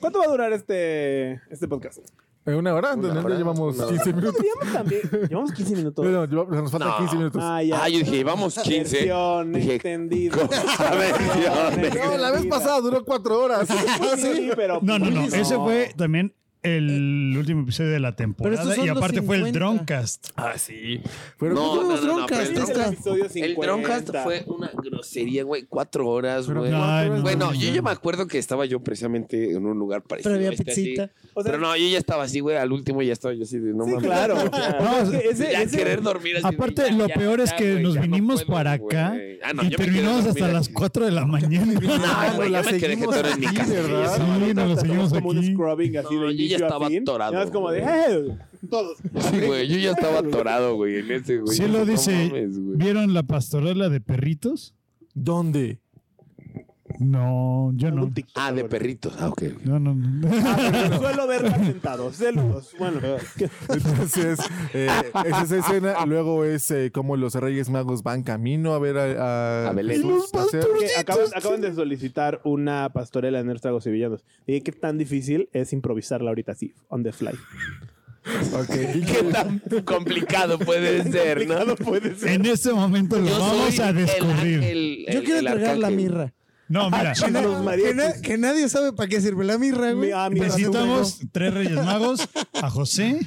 Speaker 5: ¿Cuánto va a durar este, este podcast?
Speaker 1: En Eh, una hora,
Speaker 4: Una
Speaker 1: ¿no?
Speaker 4: hora,
Speaker 1: ya llevamos
Speaker 4: una hora.
Speaker 1: 15 minutos.
Speaker 5: Llevamos también. Llevamos 15 minutos.
Speaker 1: No, no, nos faltan
Speaker 4: No.
Speaker 1: 15 minutos.
Speaker 5: Ah, ya.
Speaker 4: Ah, yo dije, vamos 15.
Speaker 5: Versión
Speaker 4: Dije,
Speaker 5: extendida.
Speaker 4: ¿cómo? A ver, Dios.
Speaker 1: No, la vez pasada duró 4 horas. Ah,
Speaker 5: Sí, sí, pero.
Speaker 2: No, no, no. Ese fue también el último episodio de la temporada.
Speaker 3: estos son
Speaker 2: Y
Speaker 3: los
Speaker 2: aparte fue el
Speaker 3: 50.
Speaker 2: Dronecast.
Speaker 1: Ah, sí. Pero
Speaker 4: No,
Speaker 1: ¿cómo-
Speaker 4: no,
Speaker 3: los
Speaker 4: no, no, pero
Speaker 3: Dronecast,
Speaker 4: el
Speaker 5: Este es el
Speaker 3: Esta.
Speaker 4: Dronecast-
Speaker 5: episodio 50.
Speaker 4: El Dronecast fue una grosería, güey. Cuatro horas,
Speaker 1: Pero
Speaker 4: güey.
Speaker 1: no,
Speaker 2: Ay, no,
Speaker 4: Bueno,
Speaker 2: no,
Speaker 4: yo
Speaker 2: no.
Speaker 4: ya me acuerdo que estaba yo precisamente en un lugar parecido.
Speaker 3: Pero había
Speaker 4: este, así.
Speaker 3: pizzita.
Speaker 5: O sea,
Speaker 4: pero no, yo ya estaba así, güey. Al último ya estaba yo así de no
Speaker 5: Sí,
Speaker 4: mames.
Speaker 5: claro. O sea,
Speaker 2: No,
Speaker 5: es que ese-
Speaker 4: Ya
Speaker 5: ese-
Speaker 4: querer dormir así.
Speaker 2: Aparte,
Speaker 4: de, ya,
Speaker 2: lo
Speaker 4: ya,
Speaker 2: peor es
Speaker 4: ya,
Speaker 2: que
Speaker 4: güey,
Speaker 2: nos
Speaker 4: ya no
Speaker 2: vinimos
Speaker 4: puedo,
Speaker 2: para acá
Speaker 4: güey. Ah,
Speaker 2: y
Speaker 4: no, yo me quedé
Speaker 2: terminamos hasta
Speaker 4: dormido
Speaker 2: las
Speaker 4: aquí.
Speaker 2: 4 de la mañana.
Speaker 4: No, güey,
Speaker 1: la
Speaker 4: yo me quedé
Speaker 1: seguimos
Speaker 4: jetón en mi
Speaker 1: aquí,
Speaker 4: casa. güey,
Speaker 1: ¿verdad?
Speaker 4: ya
Speaker 2: Sí,
Speaker 4: no mames.
Speaker 2: nos lo
Speaker 5: Hasta
Speaker 2: seguimos
Speaker 5: como
Speaker 2: aquí.
Speaker 5: un scrubbing así
Speaker 4: No,
Speaker 5: de
Speaker 4: yo ya
Speaker 5: inicio a
Speaker 4: estaba
Speaker 5: fin.
Speaker 4: atorado,
Speaker 5: Nada más como de,
Speaker 4: güey.
Speaker 5: "Eh, todos.
Speaker 4: Sí, güey, yo ya estaba atorado, güey, en ese, güey.
Speaker 2: Sí lo
Speaker 4: No
Speaker 2: dice.
Speaker 4: mames, güey.
Speaker 2: ¿Vieron la pastorela de perritos?
Speaker 1: ¿Dónde?
Speaker 2: No, yo no.
Speaker 5: Un TikTok,
Speaker 4: Ah, de
Speaker 5: güey.
Speaker 4: perritos. Ah, ok.
Speaker 2: No, no, no.
Speaker 5: Ah, Suelo verla sentado. Celos. Bueno, que-
Speaker 1: Entonces, eh, esa es la escena. Luego es eh, como los Reyes Magos van camino a ver a,
Speaker 4: A Belén.
Speaker 1: Jesús nacer.
Speaker 5: que acaban, acaban de solicitar una pastorela en Nerstragos y Villanos. Dije, ¿qué tan difícil es improvisarla ahorita así, on the fly?
Speaker 1: Ok.
Speaker 4: ¿Qué tan complicado puede ser, no?
Speaker 5: Complicado puede ser.
Speaker 2: En este momento lo
Speaker 4: Yo
Speaker 2: vamos
Speaker 4: soy
Speaker 2: a
Speaker 4: el
Speaker 2: descubrir.
Speaker 4: ángel- el-
Speaker 3: Yo quiero
Speaker 4: el
Speaker 3: entregar la
Speaker 4: arcángel.
Speaker 3: mirra.
Speaker 2: No, mira,
Speaker 5: Ah, chinga. Los
Speaker 3: que,
Speaker 5: mariachis.
Speaker 3: na- que nadie sabe para qué sirve la mirra, güey.
Speaker 5: Ah, mira,
Speaker 2: necesitamos tres Reyes Magos, a José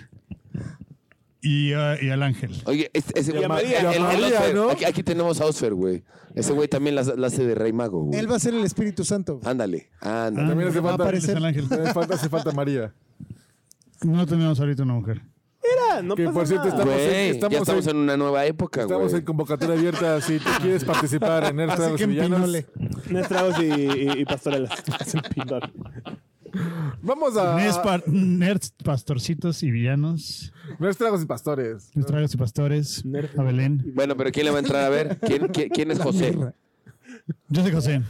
Speaker 2: y, a- y al ángel.
Speaker 4: Oye, es- ese güey.
Speaker 5: Y a María.
Speaker 4: el- el-
Speaker 1: Y a
Speaker 4: el
Speaker 1: María,
Speaker 4: Osfer.
Speaker 1: ¿no?
Speaker 4: aquí, aquí tenemos a Osfer, güey. Ese güey también la, la hace de Rey Mago, güey.
Speaker 3: Él va a ser el Espíritu Santo.
Speaker 4: Ándale, ándale.
Speaker 1: También hace
Speaker 2: va a
Speaker 1: falta-
Speaker 2: aparecer el ángel.
Speaker 1: Hace falta, hace falta María.
Speaker 4: Ah,
Speaker 2: No tenemos ahorita una mujer.
Speaker 5: Ah, no
Speaker 1: Que,
Speaker 5: pasa
Speaker 1: por cierto,
Speaker 5: nada.
Speaker 1: estamos en-
Speaker 4: Güey,
Speaker 1: estamos
Speaker 4: ya estamos
Speaker 1: en-
Speaker 4: en, una nueva época, güey.
Speaker 1: Estamos en convocatoria abierta. Si tú quieres participar en Nerd
Speaker 3: Así
Speaker 1: Tragos
Speaker 3: que
Speaker 1: y Villanos,
Speaker 3: empinole.
Speaker 5: Nerstragos y, y, y pastorelas. Es un pindón.
Speaker 1: vamos a
Speaker 2: Nerds, pa- nerds, pastorcitos y villanos.
Speaker 1: Nerd Tragos y Pastores.
Speaker 2: Nerds, tragos y pastores.
Speaker 5: Nerds.
Speaker 2: A Belén.
Speaker 4: Bueno, pero ¿quién le va a entrar a ver? ¿Quién, quién, quién es José?
Speaker 2: Yo soy José.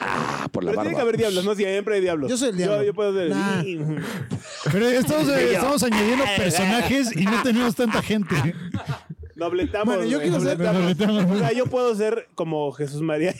Speaker 4: Ah, por la
Speaker 5: Pero
Speaker 4: barba.
Speaker 5: tiene que haber diablos, ¿no? Siempre hay diablos.
Speaker 3: Yo soy el diablo.
Speaker 5: Yo, yo puedo ser.
Speaker 3: Nah.
Speaker 2: Pero estamos, eh, estamos añadiendo personajes y no tenemos tanta gente.
Speaker 5: Dobletamos.
Speaker 3: Bueno, yo
Speaker 5: güey,
Speaker 3: quiero ser-
Speaker 5: dobletamos.
Speaker 2: Dobletamos.
Speaker 5: O sea, yo puedo ser como Jesús María.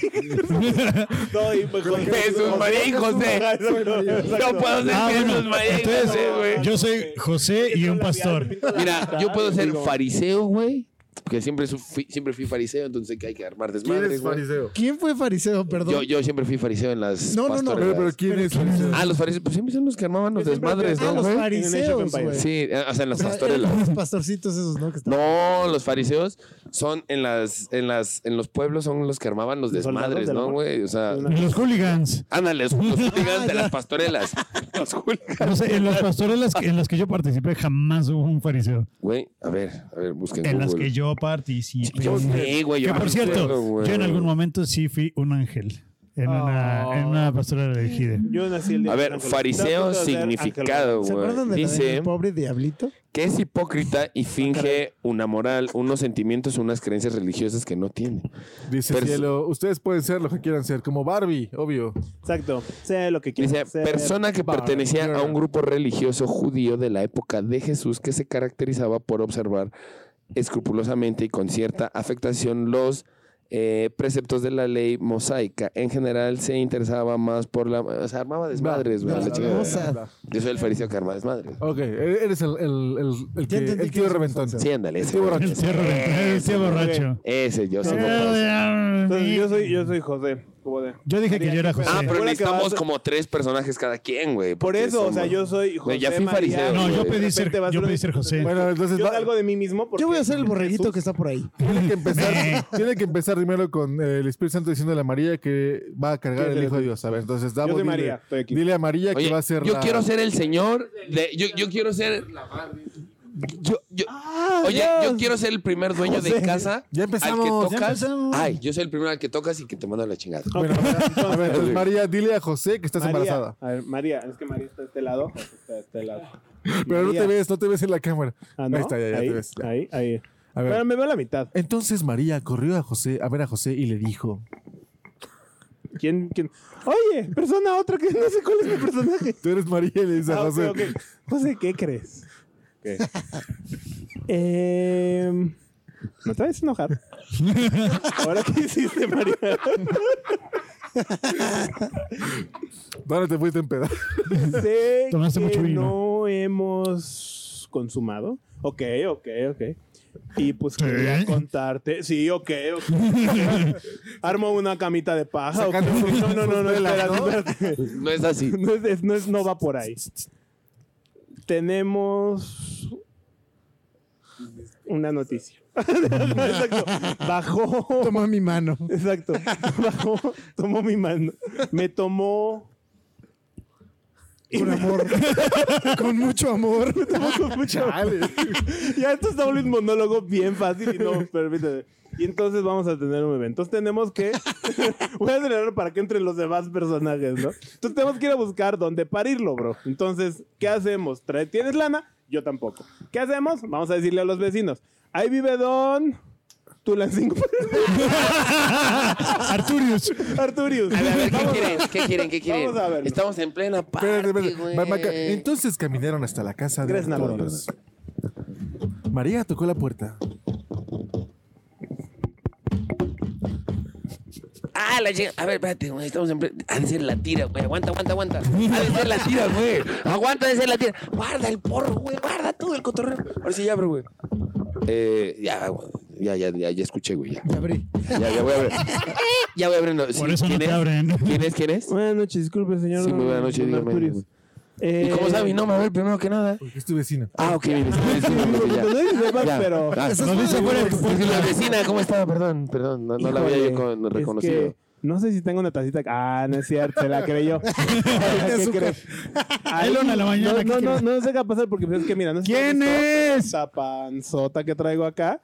Speaker 5: no, y pues, José-
Speaker 4: Jesús María y José.
Speaker 5: Ajá, exacto, exacto.
Speaker 4: No puedo ser
Speaker 2: Ah,
Speaker 4: Jesús
Speaker 2: bueno.
Speaker 4: María,
Speaker 2: Entonces,
Speaker 4: José, güey.
Speaker 2: yo soy José y un pastor.
Speaker 4: Mira, yo puedo ser fariseo, güey. Porque siempre, su- fui, siempre fui fariseo, entonces que hay que armar
Speaker 1: ¿Quién
Speaker 4: desmadre,
Speaker 1: es
Speaker 4: güey.
Speaker 1: fariseo?
Speaker 3: ¿Quién fue fariseo? Perdón.
Speaker 4: Yo, yo siempre fui fariseo en las
Speaker 3: No, no, no,
Speaker 4: pastorelas.
Speaker 1: Pero, pero ¿quién es fariseo?
Speaker 4: Ah, los fariseos, pues siempre son los que armaban los
Speaker 5: Yo siempre
Speaker 4: desmadres,
Speaker 5: fui-
Speaker 3: Ah,
Speaker 4: ¿no,
Speaker 3: los
Speaker 4: güey?
Speaker 3: fariseos, güey.
Speaker 4: Sí, eh, o sea, en las
Speaker 3: O sea,
Speaker 4: pastorelas.
Speaker 3: eran Los pastorcitos esos, ¿no? Que estaban-
Speaker 4: No, los fariseos son en las, en las, en los pueblos son los que armaban los
Speaker 5: Los soldados
Speaker 4: desmadres,
Speaker 5: del
Speaker 4: ¿no,
Speaker 5: amor.
Speaker 4: güey? O sea,
Speaker 2: Y los hooligans.
Speaker 4: ándale, los, los hooligans de las pastorelas. Los hooligans.
Speaker 2: No sé, en las pastorelas que- en las que yo participé jamás hubo un fariseo.
Speaker 4: Güey, a ver, a ver, busquen
Speaker 2: En las
Speaker 4: Google.
Speaker 2: que yo participé.
Speaker 4: Yo sé, güey. yo
Speaker 2: Que
Speaker 4: me
Speaker 2: por
Speaker 4: acuerdo,
Speaker 2: cierto,
Speaker 4: güey.
Speaker 2: yo en algún momento sí fui un ángel. En
Speaker 4: Oh.
Speaker 2: una, en una pastorela de Ejide.
Speaker 5: Yo nací el día
Speaker 4: A
Speaker 5: de
Speaker 4: ver,
Speaker 5: Ángel.
Speaker 4: fariseo
Speaker 5: No, puedo ser
Speaker 4: significado,
Speaker 3: ¿Se acuerdan
Speaker 4: güey.
Speaker 3: de la
Speaker 4: Dice
Speaker 3: del pobre diablito?
Speaker 4: que es hipócrita y finge una moral, unos sentimientos, unas creencias religiosas que no tiene.
Speaker 1: Dice
Speaker 4: Pers-
Speaker 1: Cielo, ustedes pueden ser lo que quieran ser, como Barbie, obvio.
Speaker 5: Ángel. Exacto. Sé lo que quieras.
Speaker 4: Dice,
Speaker 5: ser.
Speaker 4: persona que
Speaker 1: Bar-
Speaker 4: pertenecía a un grupo religioso judío de la época de Jesús que se caracterizaba por observar escrupulosamente y con cierta afectación los eh, preceptos de la ley mosaica. En general se interesaba más por la... O sea, armaba desmadres, güey.
Speaker 3: la
Speaker 4: la chingada.
Speaker 3: hermosa.
Speaker 4: Yo soy el fariseo que arma desmadres.
Speaker 1: Ok, eres el, el, el, el, que,
Speaker 3: Ya entendí
Speaker 1: el
Speaker 3: que
Speaker 1: tío
Speaker 3: eres
Speaker 1: reventón.
Speaker 4: Sí, ándale.
Speaker 1: El
Speaker 4: Ese,
Speaker 1: tío borracho.
Speaker 2: El tío, reventado, el tío borracho.
Speaker 4: Ese, yo soy
Speaker 5: Eh,
Speaker 2: Pero,
Speaker 4: borracho.
Speaker 2: ya,
Speaker 5: Entonces,
Speaker 2: mi-
Speaker 5: yo soy, yo soy José. como de.
Speaker 2: Yo dije que yo era José.
Speaker 4: Ah, pero
Speaker 5: Recuerda que
Speaker 4: necesitamos
Speaker 5: vas a-
Speaker 4: como tres personajes cada quien, güey.
Speaker 5: Por
Speaker 4: porque
Speaker 5: eso, o sea,
Speaker 4: somos-
Speaker 5: yo soy José.
Speaker 4: Güey, ya fui
Speaker 5: María,
Speaker 4: fariseo,
Speaker 2: No,
Speaker 5: güey.
Speaker 2: yo
Speaker 5: De
Speaker 2: pedí
Speaker 5: repente
Speaker 2: ser,
Speaker 5: vas a
Speaker 2: yo
Speaker 5: un-
Speaker 2: pedí ser José.
Speaker 1: Bueno, entonces
Speaker 5: Yo
Speaker 1: va-
Speaker 5: algo de mí mismo. porque-
Speaker 3: Yo voy a ser el borreguito
Speaker 5: Jesús.
Speaker 3: que está por ahí.
Speaker 1: tiene, que empezar, tiene que empezar primero con eh, el Espíritu Santo diciendo a la María que va a cargar
Speaker 5: ¿Quién
Speaker 1: el
Speaker 5: eres
Speaker 1: Hijo
Speaker 5: tú?
Speaker 1: de Dios. A ver, entonces
Speaker 5: Yo
Speaker 1: damos.
Speaker 5: soy
Speaker 1: dile,
Speaker 5: María, estoy aquí.
Speaker 1: dile a María
Speaker 4: Oye,
Speaker 1: que va a ser
Speaker 4: yo
Speaker 1: la-
Speaker 4: quiero ser el señor. de- yo, yo quiero ser. Yo, yo- oye, yo quiero ser el primer dueño de casa.
Speaker 1: Ah, Ya empezamos, ya
Speaker 4: Al que tocas.
Speaker 1: empezamos.
Speaker 4: Ay, yo soy el primero al que tocas y que te manda la chingada.
Speaker 1: Bueno, a ver, entonces, María, dile a José que estás
Speaker 5: María.
Speaker 1: embarazada.
Speaker 5: A ver, María, es que María está de este lado. José Está de este lado.
Speaker 1: Pero no
Speaker 5: María.
Speaker 1: te ves, no te ves en la cámara.
Speaker 5: Ah, ¿no?
Speaker 1: Ahí está, ya, ya
Speaker 5: ahí,
Speaker 1: te ves. ya.
Speaker 5: Ahí, ahí.
Speaker 1: A ver.
Speaker 5: Pero me veo la mitad.
Speaker 1: Entonces María corrió a José, a ver a José y le dijo.
Speaker 5: ¿Quién, quién? Oye, persona otra que no sé cuál es mi personaje.
Speaker 1: Tú eres María y le dices a
Speaker 5: Ah, ok,
Speaker 1: José.
Speaker 5: ok. José, ¿qué crees? Em, ¿Me traes a enojar? ¿Ahora qué hiciste, María?
Speaker 1: ¿Dónde te fuiste en peda?
Speaker 5: sé
Speaker 2: Tomaste
Speaker 5: que
Speaker 2: mucho vino.
Speaker 5: no hemos consumado. Ok, ok, ok. Y pues
Speaker 2: ¿Qué?
Speaker 5: quería contarte. Sí, ok, ok. Armo una camita de paja. ok.
Speaker 1: Sacando sus-
Speaker 5: No, no, no, no,
Speaker 1: sus velas,
Speaker 5: espérate,
Speaker 1: ¿no?
Speaker 5: espérate.
Speaker 4: No es así.
Speaker 5: No, es- es- no, es- no va por ahí. Tenemos una noticia. Exacto. Bajó.
Speaker 3: Toma mi mano.
Speaker 5: Exacto. Bajó. Tomó mi mano. Me tomó.
Speaker 3: Con amor. Con mucho amor.
Speaker 5: Me tomó con mucho-
Speaker 1: Chale.
Speaker 5: Ya esto está un monólogo bien fácil y no, permíteme. Y entonces vamos a tener un bebé. Entonces tenemos que. Voy a tenerlo para que entren los demás personajes, ¿no? Entonces tenemos que ir a buscar dónde parirlo, bro. Entonces, ¿qué hacemos? Trae- ¿Tienes lana? Yo tampoco. ¿Qué hacemos? Vamos a decirle a los vecinos. Ahí vive Don. Tulancingo.
Speaker 2: Arturius.
Speaker 5: Arturius.
Speaker 4: A ver, a ver, ¿qué
Speaker 5: Vamos a-
Speaker 4: quieren? ¿Qué quieren? ¿Qué quieren?
Speaker 5: Vamos a verlo.
Speaker 4: Estamos en plena paz.
Speaker 1: Espérate, espérate. Va- va acá. Entonces caminaron hasta la casa de
Speaker 5: Gracias, Navarro.
Speaker 1: Arturius. María tocó la puerta.
Speaker 4: Ah, la chica. A ver, espérate, güey. Estamos en plena. Ha de ser la tira, güey. Aguanta, aguanta, aguanta. Ha de ser la tira, güey. Aguanta ha de ser la tira. Guarda el porro, güey. Guarda todo el cotorreo. Ahora sí ya abro, güey. Eh, ya, güey. Ya, ya, ya, ya escuché, güey. Ya,
Speaker 3: abrí.
Speaker 4: ya, ya voy a abrir. Ya voy a abrir. no, sí,
Speaker 2: Por eso no
Speaker 4: ¿quién
Speaker 2: te
Speaker 4: es?
Speaker 2: abren.
Speaker 4: ¿Quién es? ¿Quién es?
Speaker 5: Buenas noches, disculpe, señor.
Speaker 4: Sí, muy buena noche,
Speaker 5: don
Speaker 4: dígame.
Speaker 5: Arturius.
Speaker 4: ¿Y
Speaker 5: Eh,
Speaker 4: cómo sabe mi nombre? A ver, primero que nada.
Speaker 1: Porque es tu vecino.
Speaker 4: Ah, ok, bien. está bien, sí, ok, ya.
Speaker 5: No dice más,
Speaker 4: Ya.
Speaker 5: pero-
Speaker 4: Ah,
Speaker 2: No dice fuera de tu
Speaker 4: porque
Speaker 2: puerta.
Speaker 4: la vecina, ¿cómo estaba? Perdón, perdón. No, no la había
Speaker 5: Híjole,
Speaker 4: yo con-
Speaker 5: es
Speaker 4: reconocido.
Speaker 5: que no sé si tengo una tacita. Ah, no es cierto, se la creyó. ¿Qué crees? Ahí-
Speaker 2: Elon a la mañana, ¿qué
Speaker 5: No, no,
Speaker 2: crees?
Speaker 5: no, no sé qué va a pasar porque pues es que mira, no sé si
Speaker 2: ¿Quién
Speaker 5: has visto
Speaker 2: es?
Speaker 5: Esa panzota que traigo acá.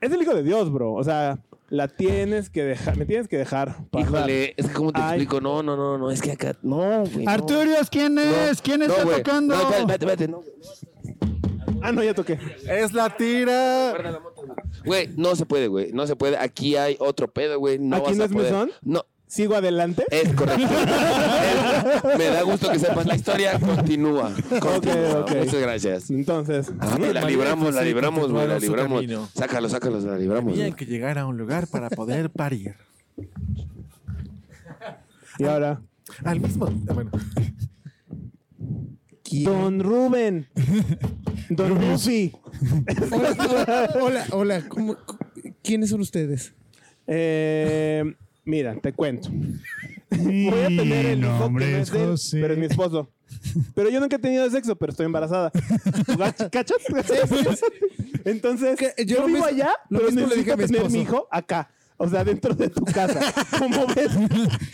Speaker 5: Es el hijo de Dios, bro. O sea, la tienes que dejar, me tienes que dejar. pasar.
Speaker 4: Híjole, es que cómo te
Speaker 5: Ay.
Speaker 4: explico, no, no, no, no, es que acá, no, güey. no.
Speaker 2: Arturius, ¿quién
Speaker 4: No,
Speaker 2: es? ¿Quién
Speaker 4: no,
Speaker 2: está
Speaker 4: güey.
Speaker 2: tocando?
Speaker 4: No, espérate, espérate, espérate, no.
Speaker 5: Ah, no, ya toqué.
Speaker 1: ¡Es la tira!
Speaker 4: Güey, no se puede, güey, no se puede. Aquí hay otro pedo, güey. No
Speaker 5: ¿Aquí
Speaker 4: vas
Speaker 5: no
Speaker 4: a
Speaker 5: es
Speaker 4: poder.
Speaker 5: mesón?
Speaker 4: No,
Speaker 5: Sigo adelante.
Speaker 4: es correcto. Me da gusto que sepas la historia. Continúa. continúa.
Speaker 5: ok.
Speaker 4: Muchas gracias.
Speaker 5: Entonces,
Speaker 4: Ah, la libramos, la
Speaker 1: José
Speaker 4: libramos, güey, la
Speaker 1: continuaron su
Speaker 4: libramos.
Speaker 1: camino.
Speaker 4: Sácalo, sácalo, la libramos.
Speaker 1: Tenían
Speaker 4: güey.
Speaker 1: que llegar a un lugar para poder parir.
Speaker 5: y ahora.
Speaker 1: Al mismo ah, bueno.
Speaker 5: Don Rubén. Don Rufi.
Speaker 3: Hola, hola, hola. ¿cómo- cu- ¿Quiénes son ustedes?
Speaker 5: Eh, mira, te cuento.
Speaker 2: Mi
Speaker 5: Voy a tener el hijo que no
Speaker 2: nombre
Speaker 5: es
Speaker 2: es
Speaker 5: de él,
Speaker 2: José.
Speaker 5: pero es mi esposo. Pero yo nunca he tenido sexo, pero estoy embarazada. ¿Cachas? Entonces,
Speaker 3: Que yo
Speaker 5: yo,
Speaker 3: lo
Speaker 5: vivo
Speaker 3: mismo-
Speaker 5: allá,
Speaker 3: lo
Speaker 5: pero
Speaker 3: mismo le dije
Speaker 5: necesito
Speaker 3: a mi
Speaker 5: tener
Speaker 3: esposo.
Speaker 5: mi hijo acá. O sea, dentro de tu casa. Como ves,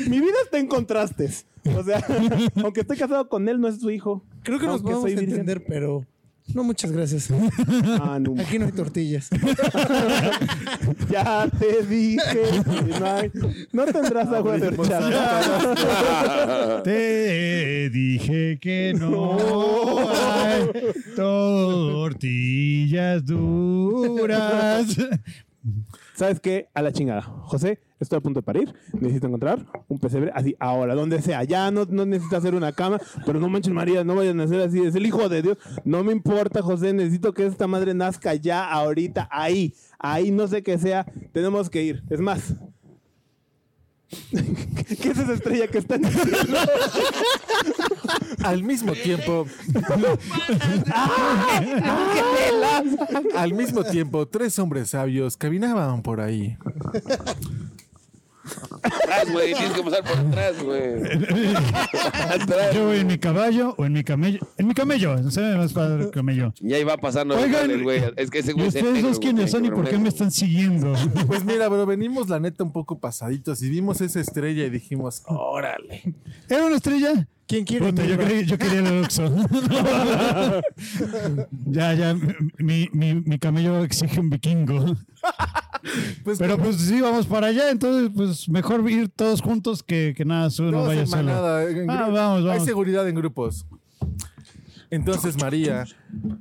Speaker 5: mi vida está en contrastes. O sea, aunque estoy casado con él, no es su hijo.
Speaker 3: Creo que nos
Speaker 5: Aunque
Speaker 3: vamos a
Speaker 5: soy virgen.
Speaker 3: entender, pero no muchas gracias.
Speaker 5: Ah, no.
Speaker 3: Aquí no hay tortillas.
Speaker 5: Ya te dije. que No, hay- no tendrás
Speaker 3: Ah,
Speaker 5: agua de horchata.
Speaker 2: Te dije que no hay tortillas duras.
Speaker 5: ¿Sabes qué? A la chingada. José, estoy a punto de parir. Necesito encontrar un pesebre así ahora, donde sea. Ya no, no necesito hacer una cama, pero no manches, María, no vayan a hacer así. Es el hijo de Dios. No me importa, José. Necesito que esta madre nazca ya, ahorita, ahí. Ahí, no sé qué sea. Tenemos que ir. Es más. ¿Qué es esa estrella que está en el cielo?
Speaker 1: Al mismo tiempo, al mismo tiempo, tres hombres sabios caminaban por ahí.
Speaker 4: Atrás, güey. Tienes que pasar por atrás, güey. Atrás.
Speaker 2: Yo voy en mi caballo o en mi camello. En mi camello, se ve más padre el camello.
Speaker 4: Y ahí va pasando. el
Speaker 2: Oigan,
Speaker 4: jale, güey. Es que ese
Speaker 2: ¿Y
Speaker 4: güey es
Speaker 2: ustedes
Speaker 4: negro,
Speaker 2: dos
Speaker 4: güey,
Speaker 2: quiénes
Speaker 4: tiene
Speaker 2: son
Speaker 4: que
Speaker 2: y por
Speaker 4: ver
Speaker 2: qué
Speaker 4: un
Speaker 2: me
Speaker 4: negro.
Speaker 2: están siguiendo?
Speaker 1: Pues mira, pero venimos la neta un poco pasaditos y vimos esa estrella y dijimos, órale.
Speaker 2: ¿Era una estrella?
Speaker 1: ¿Quién quiere?
Speaker 2: Puta,
Speaker 1: mi
Speaker 2: yo,
Speaker 1: Iba?
Speaker 2: creí- yo quería el Oxxo. ya, ya, mi, mi, mi camello exige un vikingo.
Speaker 1: Pues,
Speaker 2: Pero pues sí, vamos para allá, entonces pues mejor ir todos juntos que, que nada, uno
Speaker 1: no
Speaker 2: vaya
Speaker 1: hacen
Speaker 2: solo.
Speaker 1: manada, eh, en
Speaker 2: Ah,
Speaker 1: gru-
Speaker 2: vamos,
Speaker 1: Hay
Speaker 2: vamos.
Speaker 1: seguridad en grupos. Entonces María,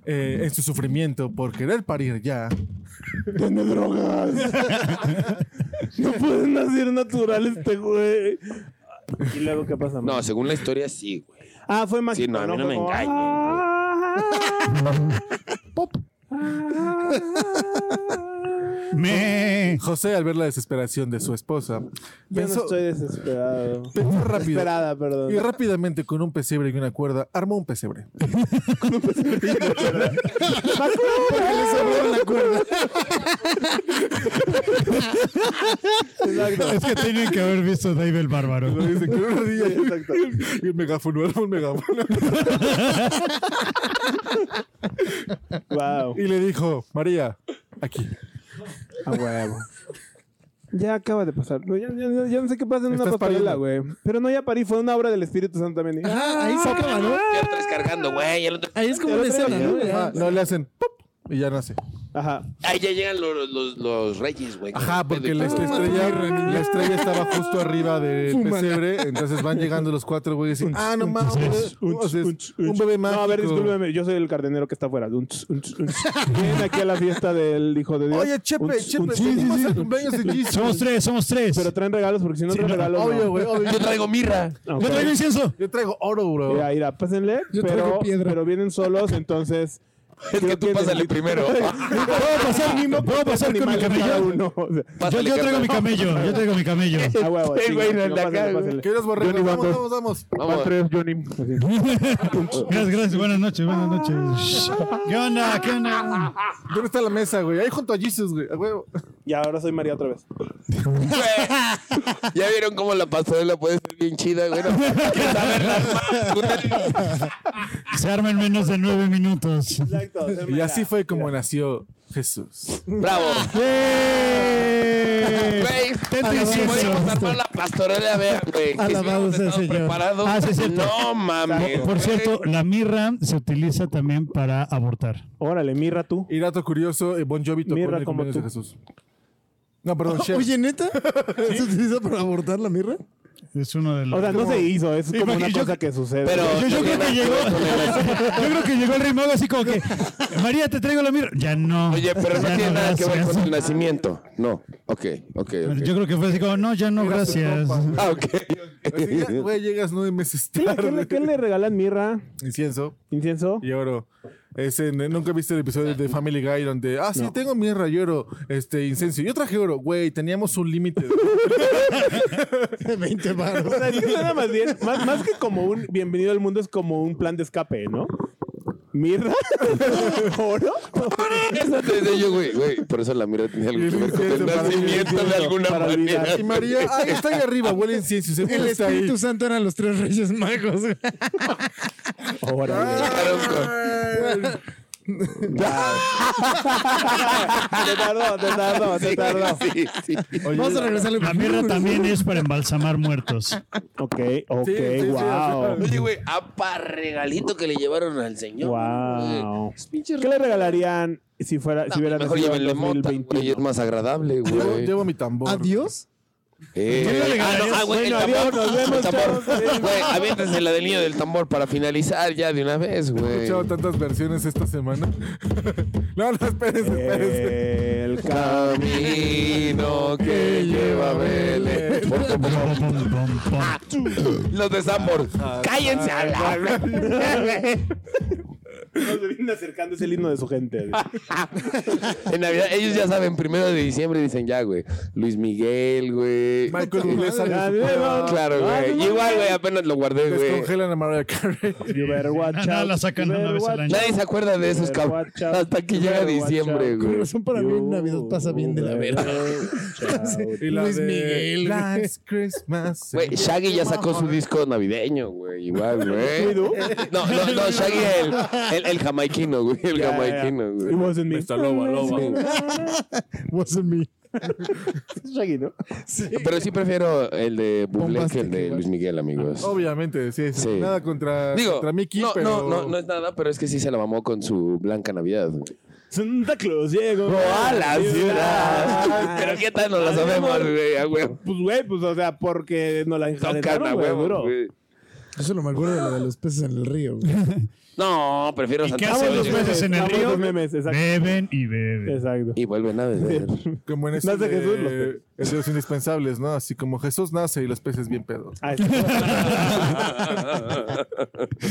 Speaker 1: eh, en su sufrimiento por querer parir ya,
Speaker 4: Tiene drogas.
Speaker 5: No pueden nacer natural este güey. ¿Y luego qué pasa?
Speaker 4: No, según la historia, sí, güey.
Speaker 5: Ah, fue mágico.
Speaker 4: Sí, no, a mí no
Speaker 5: Fue
Speaker 4: me
Speaker 5: como,
Speaker 4: engañen,
Speaker 5: "Ah".
Speaker 2: Me.
Speaker 1: José al ver la desesperación de su esposa,
Speaker 5: Yo no
Speaker 1: pensó,
Speaker 5: estoy desesperado.
Speaker 1: pensó rápido
Speaker 5: Desesperada, perdón.
Speaker 1: y rápidamente con un pesebre y una cuerda armó un pesebre.
Speaker 5: Exacto.
Speaker 2: Es que tienen que haber visto Dave el Bárbaro.
Speaker 1: Lo dice con una rodilla y un-
Speaker 5: Exacto.
Speaker 1: y un megáfono, armó un megáfono.
Speaker 5: Wow.
Speaker 1: Y le dijo, María, aquí.
Speaker 5: A huevo. Ya acaba de pasar. No, Ya, ya- ya- ya no sé qué pasa en una
Speaker 1: Estás
Speaker 5: pastorela,
Speaker 1: pariendo.
Speaker 5: güey. Pero no, ya parí. Fue una obra del Espíritu Santo también. ¿eh?
Speaker 6: Ah, ahí se acaba, ¿no?
Speaker 4: Ya lo traes cargando, güey. ya lo traes-
Speaker 6: Ahí es como
Speaker 5: Pero
Speaker 6: una escena,
Speaker 5: traigo,
Speaker 6: ¿no?
Speaker 1: Ajá,
Speaker 6: Ya.
Speaker 1: no le hacen pop y ya nace.
Speaker 5: Ajá.
Speaker 4: Ahí ya llegan los, los, los reyes, güey.
Speaker 1: Ajá, porque la,
Speaker 4: Pedo
Speaker 1: la
Speaker 4: y todo.
Speaker 1: estrella, la estrella estaba justo arriba del
Speaker 6: Fumana.
Speaker 1: pesebre, entonces van llegando los cuatro güeyes y ah, no mames, un bebé- o sea, es un bebé
Speaker 5: más.
Speaker 1: mágico.
Speaker 5: No, a ver, discúlpeme. Yo soy el cardenero que está afuera. Unch, unch, unch. Vienen aquí a la fiesta del Hijo de Dios.
Speaker 1: Oye, Chepe,
Speaker 5: Unch,
Speaker 1: Chepe,
Speaker 5: unch.
Speaker 1: venimos al cumpleaños de
Speaker 2: Somos
Speaker 1: Jesus.
Speaker 2: tres, somos tres.
Speaker 5: Pero traen regalos porque si no
Speaker 2: Sí,
Speaker 5: traen
Speaker 2: no,
Speaker 5: regalos.
Speaker 1: Obvio,
Speaker 5: no.
Speaker 1: güey, obvio.
Speaker 4: Yo traigo mirra.
Speaker 5: Ok.
Speaker 2: Yo traigo incienso.
Speaker 1: Yo traigo oro, bro.
Speaker 5: Mira, mira, pásenle,
Speaker 6: Yo traigo
Speaker 5: pero,
Speaker 6: piedra.
Speaker 5: pero vienen solos, entonces.
Speaker 4: Es que
Speaker 5: creo
Speaker 4: tú pásale
Speaker 5: necesito-
Speaker 4: primero.
Speaker 2: ¿Puedo pasar, ¿puedo pasar con mi
Speaker 5: Animales cada
Speaker 2: camello?
Speaker 5: uno. O sea,
Speaker 2: Yo,
Speaker 4: Pásale,
Speaker 2: yo traigo
Speaker 4: carnal.
Speaker 2: mi camello, yo traigo mi camello.
Speaker 5: a huevo,
Speaker 4: El
Speaker 5: sí,
Speaker 4: güey
Speaker 5: no,
Speaker 4: de acá,
Speaker 5: pásenle,
Speaker 4: güey.
Speaker 5: pásenle.
Speaker 1: ¿Quieres borrar?
Speaker 5: Johnny
Speaker 1: Vamos,
Speaker 5: Wonder.
Speaker 1: vamos, vamos.
Speaker 4: Vamos.
Speaker 2: Gracias, gracias, buenas noches, buenas noches. ¿Qué onda? ¿Qué onda?
Speaker 1: ¿Dónde está la mesa, güey? Ahí junto a Jesus, güey. A huevo.
Speaker 5: Y ahora soy María otra vez.
Speaker 4: Güey, Ya vieron cómo la pastorela puede ser bien chida, güey. No, ¿Quieres saberla más? Pregúntale.
Speaker 2: Se arma en menos de nueve minutos.
Speaker 5: Exacto.
Speaker 1: Y así fue como nació Jesús.
Speaker 4: Bravo.
Speaker 2: ¡Yay!
Speaker 4: Güey,
Speaker 2: Tente
Speaker 4: si
Speaker 2: incienso.
Speaker 4: podemos armar la pastorela, vean, güey. que si
Speaker 6: Alabado
Speaker 4: hubiéramos
Speaker 6: sea el
Speaker 4: estado
Speaker 6: Señor.
Speaker 4: preparados,
Speaker 2: Ah, sí, es cierto.
Speaker 4: No mames.
Speaker 2: Por cierto, la mirra se utiliza también para abortar.
Speaker 5: Órale, mirra tú.
Speaker 1: Y dato curioso, eh, Bon Jovi tocó en
Speaker 5: Mirra
Speaker 1: el
Speaker 5: como
Speaker 1: cumpleaños de
Speaker 5: tú.
Speaker 1: Jesús. No, perdón, Cher.
Speaker 6: Oye, ¿neta? ¿Se utiliza para abortar la mirra?
Speaker 2: Es uno de los.
Speaker 5: O sea, no se hizo, es como
Speaker 2: Imagínate,
Speaker 5: una
Speaker 2: yo-
Speaker 5: cosa que sucede.
Speaker 4: Pero
Speaker 2: yo, yo creo que llegó. Yo creo que llegó el rey mago así como que María, te traigo la mirra. Ya no.
Speaker 4: Oye, pero no
Speaker 2: ya
Speaker 4: tiene nada que ver
Speaker 2: gracias.
Speaker 4: con el nacimiento. No. Ok, ok,
Speaker 2: Yo
Speaker 4: ok.
Speaker 2: creo que fue así como, no, ya no,
Speaker 1: Era su
Speaker 2: gracias.
Speaker 1: ropa, güey.
Speaker 4: Ah, ok.
Speaker 5: Pues
Speaker 1: Así ya, güey, llegas nueve meses
Speaker 5: ¿Qué le- ¿Qué
Speaker 1: tarde.
Speaker 5: le, qué le regalan mirra?
Speaker 1: Incienso.
Speaker 5: ¿Incienso?
Speaker 1: y oro. Ese, n- nunca viste el episodio de Family Guy donde, ah, sí, tengo mirra y oro, este, incenso. Yo traje oro, güey, teníamos un límite.
Speaker 6: 20
Speaker 5: O
Speaker 6: baros.
Speaker 5: sea, es que suena más bien, más, más que como un bienvenido al mundo, es como un plan de escape, ¿no? ¿Mirra? ¿Oro?
Speaker 4: Eso te decía yo, güey, güey. Por eso la mira tiene algo que ver
Speaker 1: Para
Speaker 4: con el
Speaker 1: el
Speaker 4: nacimiento de
Speaker 5: incienso,
Speaker 4: alguna
Speaker 5: para
Speaker 4: manera.
Speaker 5: olvidar.
Speaker 1: Y María, ay, está ahí arriba, huele a incienso, seguro
Speaker 6: El
Speaker 1: está ahí.
Speaker 6: Espíritu Santo eran los tres reyes magos. güey.
Speaker 5: Órale.
Speaker 4: Llegaron con-
Speaker 5: Te tardó, te tardó, te tardó.
Speaker 4: Sí, sí.
Speaker 1: Oye,
Speaker 6: Vamos a regresar al
Speaker 2: La mirra también es para embalsamar muertos.
Speaker 5: Ok, ok,
Speaker 1: Sí, sí, sí,
Speaker 5: wow.
Speaker 4: Oye, güey, apa regalito que le llevaron al señor.
Speaker 5: Wow.
Speaker 4: Es pinche
Speaker 5: ¿Qué le regalarían si fuera, si hubieran
Speaker 4: Mejor
Speaker 5: nacido en
Speaker 4: llévenle mota, güey.
Speaker 5: 2021?
Speaker 4: Es más agradable,
Speaker 1: llevo,
Speaker 4: güey.
Speaker 1: llevo mi tambor.
Speaker 6: Adiós.
Speaker 2: ¿Qué le
Speaker 4: Eh, ah,
Speaker 2: regalarías?
Speaker 4: no, ah, güey, el
Speaker 5: Bueno, adiós,
Speaker 4: tambor.
Speaker 5: nos vemos,
Speaker 4: El tambor.
Speaker 5: chavos.
Speaker 4: Güey, aviéntase la del niño del tambor para finalizar ya de una vez,
Speaker 1: He
Speaker 4: güey.
Speaker 1: escuchado tantas versiones esta semana. no, no, espérense,
Speaker 5: Eh,
Speaker 1: espérense.
Speaker 5: El ca-
Speaker 4: Camino que lleva a Belén.
Speaker 2: Pom, pom, pom, pom.
Speaker 4: Los de Sambor. Cállense a la.
Speaker 5: Nos vienen acercando es el himno de su gente.
Speaker 4: En Navidad, ellos ya saben, primero de diciembre dicen ya, güey. Luis Miguel, güey.
Speaker 1: Michael Bublé sale.
Speaker 5: Ya,
Speaker 1: de su
Speaker 5: luego.
Speaker 1: cueva,
Speaker 4: Claro,
Speaker 5: Ah,
Speaker 4: güey. Igual, güey, apenas lo guardé, güey.
Speaker 1: Descongelan a Mariah Carey.
Speaker 5: You better watch
Speaker 2: Nada,
Speaker 5: out,
Speaker 2: la sacan
Speaker 5: you
Speaker 2: una
Speaker 5: better
Speaker 2: vez al
Speaker 5: watch
Speaker 2: año.
Speaker 5: out.
Speaker 4: Nadie se acuerda de esos
Speaker 5: You
Speaker 4: cabrones.
Speaker 5: better watch out,
Speaker 4: Hasta que
Speaker 5: you
Speaker 4: llega
Speaker 5: better watch
Speaker 4: diciembre,
Speaker 5: out.
Speaker 4: güey.
Speaker 6: razón para mí en Navidad pasa bien de la verga.
Speaker 1: Y la
Speaker 6: Luis
Speaker 1: de
Speaker 6: Miguel, güey.
Speaker 1: Last Christmas.
Speaker 4: Güey, Shaggy ya sacó su disco navideño, güey. Igual, güey. No, no, no, Shaggy el, el, el jamaiquino, güey. El
Speaker 5: Ya, ya, ya.
Speaker 4: jamaiquino,
Speaker 5: It
Speaker 4: güey.
Speaker 5: wasn't me.
Speaker 1: Mr. Loba, Loba.
Speaker 6: Wasn't me.
Speaker 5: Shaggy, ¿no?
Speaker 4: Pero sí prefiero el de Bublé que
Speaker 6: Bombastic,
Speaker 4: el de
Speaker 6: igual.
Speaker 4: Luis Miguel, amigos.
Speaker 1: Obviamente, sí, sí.
Speaker 4: Sí.
Speaker 1: Nada contra,
Speaker 4: Digo,
Speaker 1: contra Mickey,
Speaker 4: no,
Speaker 1: pero.
Speaker 4: no, no, no es nada, pero es que sí se la mamó con su Blanca Navidad, güey.
Speaker 5: Santa Claus llegó
Speaker 4: a la ciudad. Pero qué tal no lo
Speaker 5: Ay,
Speaker 4: sabemos,
Speaker 5: amor.
Speaker 4: güey, a huevo.
Speaker 5: Pues, güey, pues, o sea, porque no la
Speaker 4: Tocan
Speaker 5: enjadearon,
Speaker 4: a
Speaker 5: güey,
Speaker 4: huevo,
Speaker 5: bro.
Speaker 4: güey.
Speaker 6: Yo solo me acuerdo de la de los peces en el río. güey.
Speaker 4: No, prefiero
Speaker 2: qué
Speaker 4: Santa
Speaker 2: hacen
Speaker 4: Claus.
Speaker 2: los
Speaker 4: güey.
Speaker 2: peces en el
Speaker 5: Vamos a
Speaker 2: río?
Speaker 5: los memes, exacto.
Speaker 2: Beben y beben.
Speaker 5: Exacto.
Speaker 4: Y vuelven a beber.
Speaker 1: Como en ese
Speaker 5: Nace
Speaker 1: de-
Speaker 5: Jesús, los peces.
Speaker 1: el de los indispensables, ¿no? Así como Jesús nace y los peces bien pedos.
Speaker 5: Ah, exacto.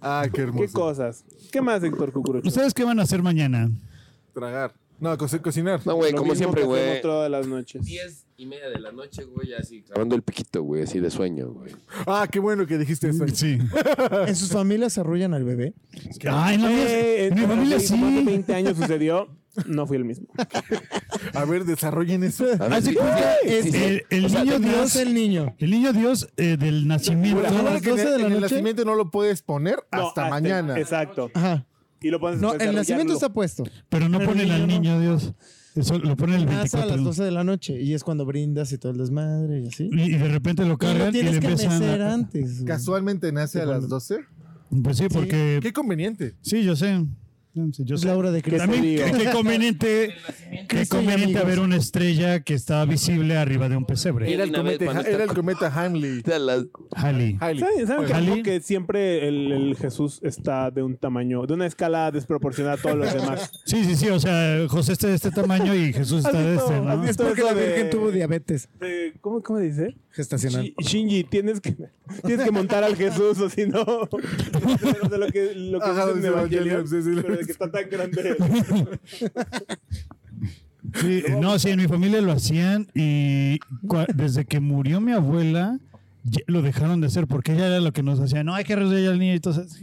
Speaker 1: Ah, qué hermoso.
Speaker 5: ¿Qué cosas? ¿Qué más, Héctor Cucurucho?
Speaker 4: Pues,
Speaker 2: ¿Ustedes qué van a hacer mañana?
Speaker 1: Tragar. No, co- cocinar.
Speaker 4: No, güey,
Speaker 5: Lo
Speaker 4: como
Speaker 5: mismo
Speaker 4: siempre,
Speaker 5: que
Speaker 4: güey.
Speaker 5: hacemos Todas las noches. Eh,
Speaker 4: Diez y media de la noche, güey, así. Clavando el piquito, güey, así de sueño, güey.
Speaker 1: Ah, qué bueno que dijiste eso.
Speaker 2: Sí.
Speaker 6: ¿En sus familias arrullan al bebé?
Speaker 2: Ay, no,
Speaker 5: Eh,
Speaker 2: mi
Speaker 5: eh,
Speaker 2: familia
Speaker 5: hace como hace
Speaker 2: sí.
Speaker 5: 20 años sucedió, no fui el mismo.
Speaker 1: A ver, desarrollen eso.
Speaker 4: A ver,
Speaker 2: Haz de
Speaker 4: sí,
Speaker 2: cuenta,
Speaker 4: sí, sí, sí.
Speaker 2: el, el
Speaker 4: O sea,
Speaker 2: niño Dios,
Speaker 6: Este, Nace el niño.
Speaker 2: el niño Dios eh, del nacimiento.
Speaker 1: Ahora
Speaker 6: las
Speaker 1: que
Speaker 6: 12 de
Speaker 1: en
Speaker 6: la
Speaker 1: el
Speaker 6: noche.
Speaker 1: nacimiento no lo puedes poner
Speaker 5: No,
Speaker 1: hasta mañana.
Speaker 5: Exacto.
Speaker 6: Ajá.
Speaker 5: Y lo pones
Speaker 6: No,
Speaker 5: Pues después de
Speaker 6: el nacimiento
Speaker 5: arrullarlo.
Speaker 6: está puesto.
Speaker 2: Pero no
Speaker 6: Pero el
Speaker 2: ponen al
Speaker 6: niño
Speaker 2: niño Dios. Eso lo ponen el
Speaker 6: Nace a las
Speaker 2: 24.
Speaker 6: 12 de la noche y es cuando brindas y todo el desmadre y así.
Speaker 2: Y, y de repente lo
Speaker 6: Pero
Speaker 2: cargan y le
Speaker 6: tienes que
Speaker 2: empiezan.
Speaker 6: mecer
Speaker 2: a-
Speaker 6: antes. güey.
Speaker 1: Casualmente nace a las 12.
Speaker 2: Pues sí, porque.
Speaker 1: Qué conveniente.
Speaker 2: Sí, yo sé. Yo
Speaker 6: Es
Speaker 2: sé.
Speaker 6: la hora de Cristo.
Speaker 2: También
Speaker 5: digo.
Speaker 2: qué, qué conveniente, qué
Speaker 6: Cristo y
Speaker 2: conveniente
Speaker 6: amigos.
Speaker 2: haber una estrella que está visible arriba de un pesebre.
Speaker 1: Era el
Speaker 4: Una vez
Speaker 1: cometa,
Speaker 4: cuando está-
Speaker 1: era el cometa Heimlich.
Speaker 4: A las-
Speaker 2: Halley.
Speaker 1: Hailey.
Speaker 5: ¿Saben,
Speaker 6: Pues,
Speaker 5: saben que,
Speaker 2: Ojalá.
Speaker 5: algo que siempre el, el Jesús está de un tamaño, de una escala desproporcionada a todos los demás?
Speaker 2: Sí, sí, sí. O sea, José está de este tamaño y Jesús está de este, ¿no?
Speaker 6: Es porque la
Speaker 5: Todo eso de-
Speaker 6: Virgen tuvo diabetes
Speaker 5: Eh, ¿Cómo, cómo dice?
Speaker 6: gestacional.
Speaker 5: Shi- Shinji, tienes que, tienes que montar al Jesús o si no. O sea, lo que, lo que
Speaker 1: Ajá,
Speaker 5: dice en
Speaker 1: dice
Speaker 5: Evangelion,
Speaker 1: Evangelion, sí, sí, lo
Speaker 5: pero de
Speaker 1: dice.
Speaker 5: que está tan grande.
Speaker 2: Sí, no, sí, en mi familia lo hacían y cua- desde que murió mi abuela ya lo dejaron de hacer porque ella era lo que nos hacía. No, hay que arreglar al niño. Entonces,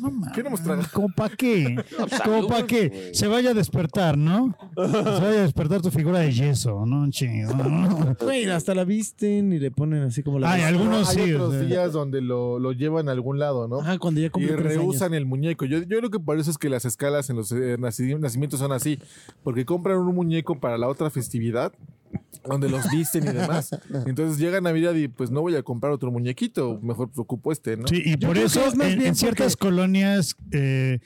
Speaker 2: no mames.
Speaker 1: Queremos tragar.
Speaker 2: ¿Cómo para qué? ¿Cómo para qué? Se vaya a despertar, ¿no? Se vaya a despertar tu figura de yeso, ¿no? Chingo.
Speaker 6: Güey, hasta la visten y le ponen así como la.
Speaker 2: Ay, algunos
Speaker 1: Hay
Speaker 2: sí. o
Speaker 1: otros
Speaker 2: sea.
Speaker 1: días donde lo, lo llevan a algún lado, ¿no?
Speaker 6: Ajá, cuando ya
Speaker 1: Y
Speaker 6: cumple tres
Speaker 1: rehusan
Speaker 6: años.
Speaker 1: el muñeco. Yo, yo creo que por eso es que las escalas en los eh, naci- nacimientos son así. Porque compran un muñeco para la otra festividad, donde los visten y demás. Entonces llega Navidad y pues no voy a comprar otro muñequito, mejor ocupo este, ¿no?
Speaker 2: Sí, y por
Speaker 6: creo
Speaker 2: eso
Speaker 6: que es más
Speaker 2: en,
Speaker 6: bien
Speaker 2: en ciertas colonias eh,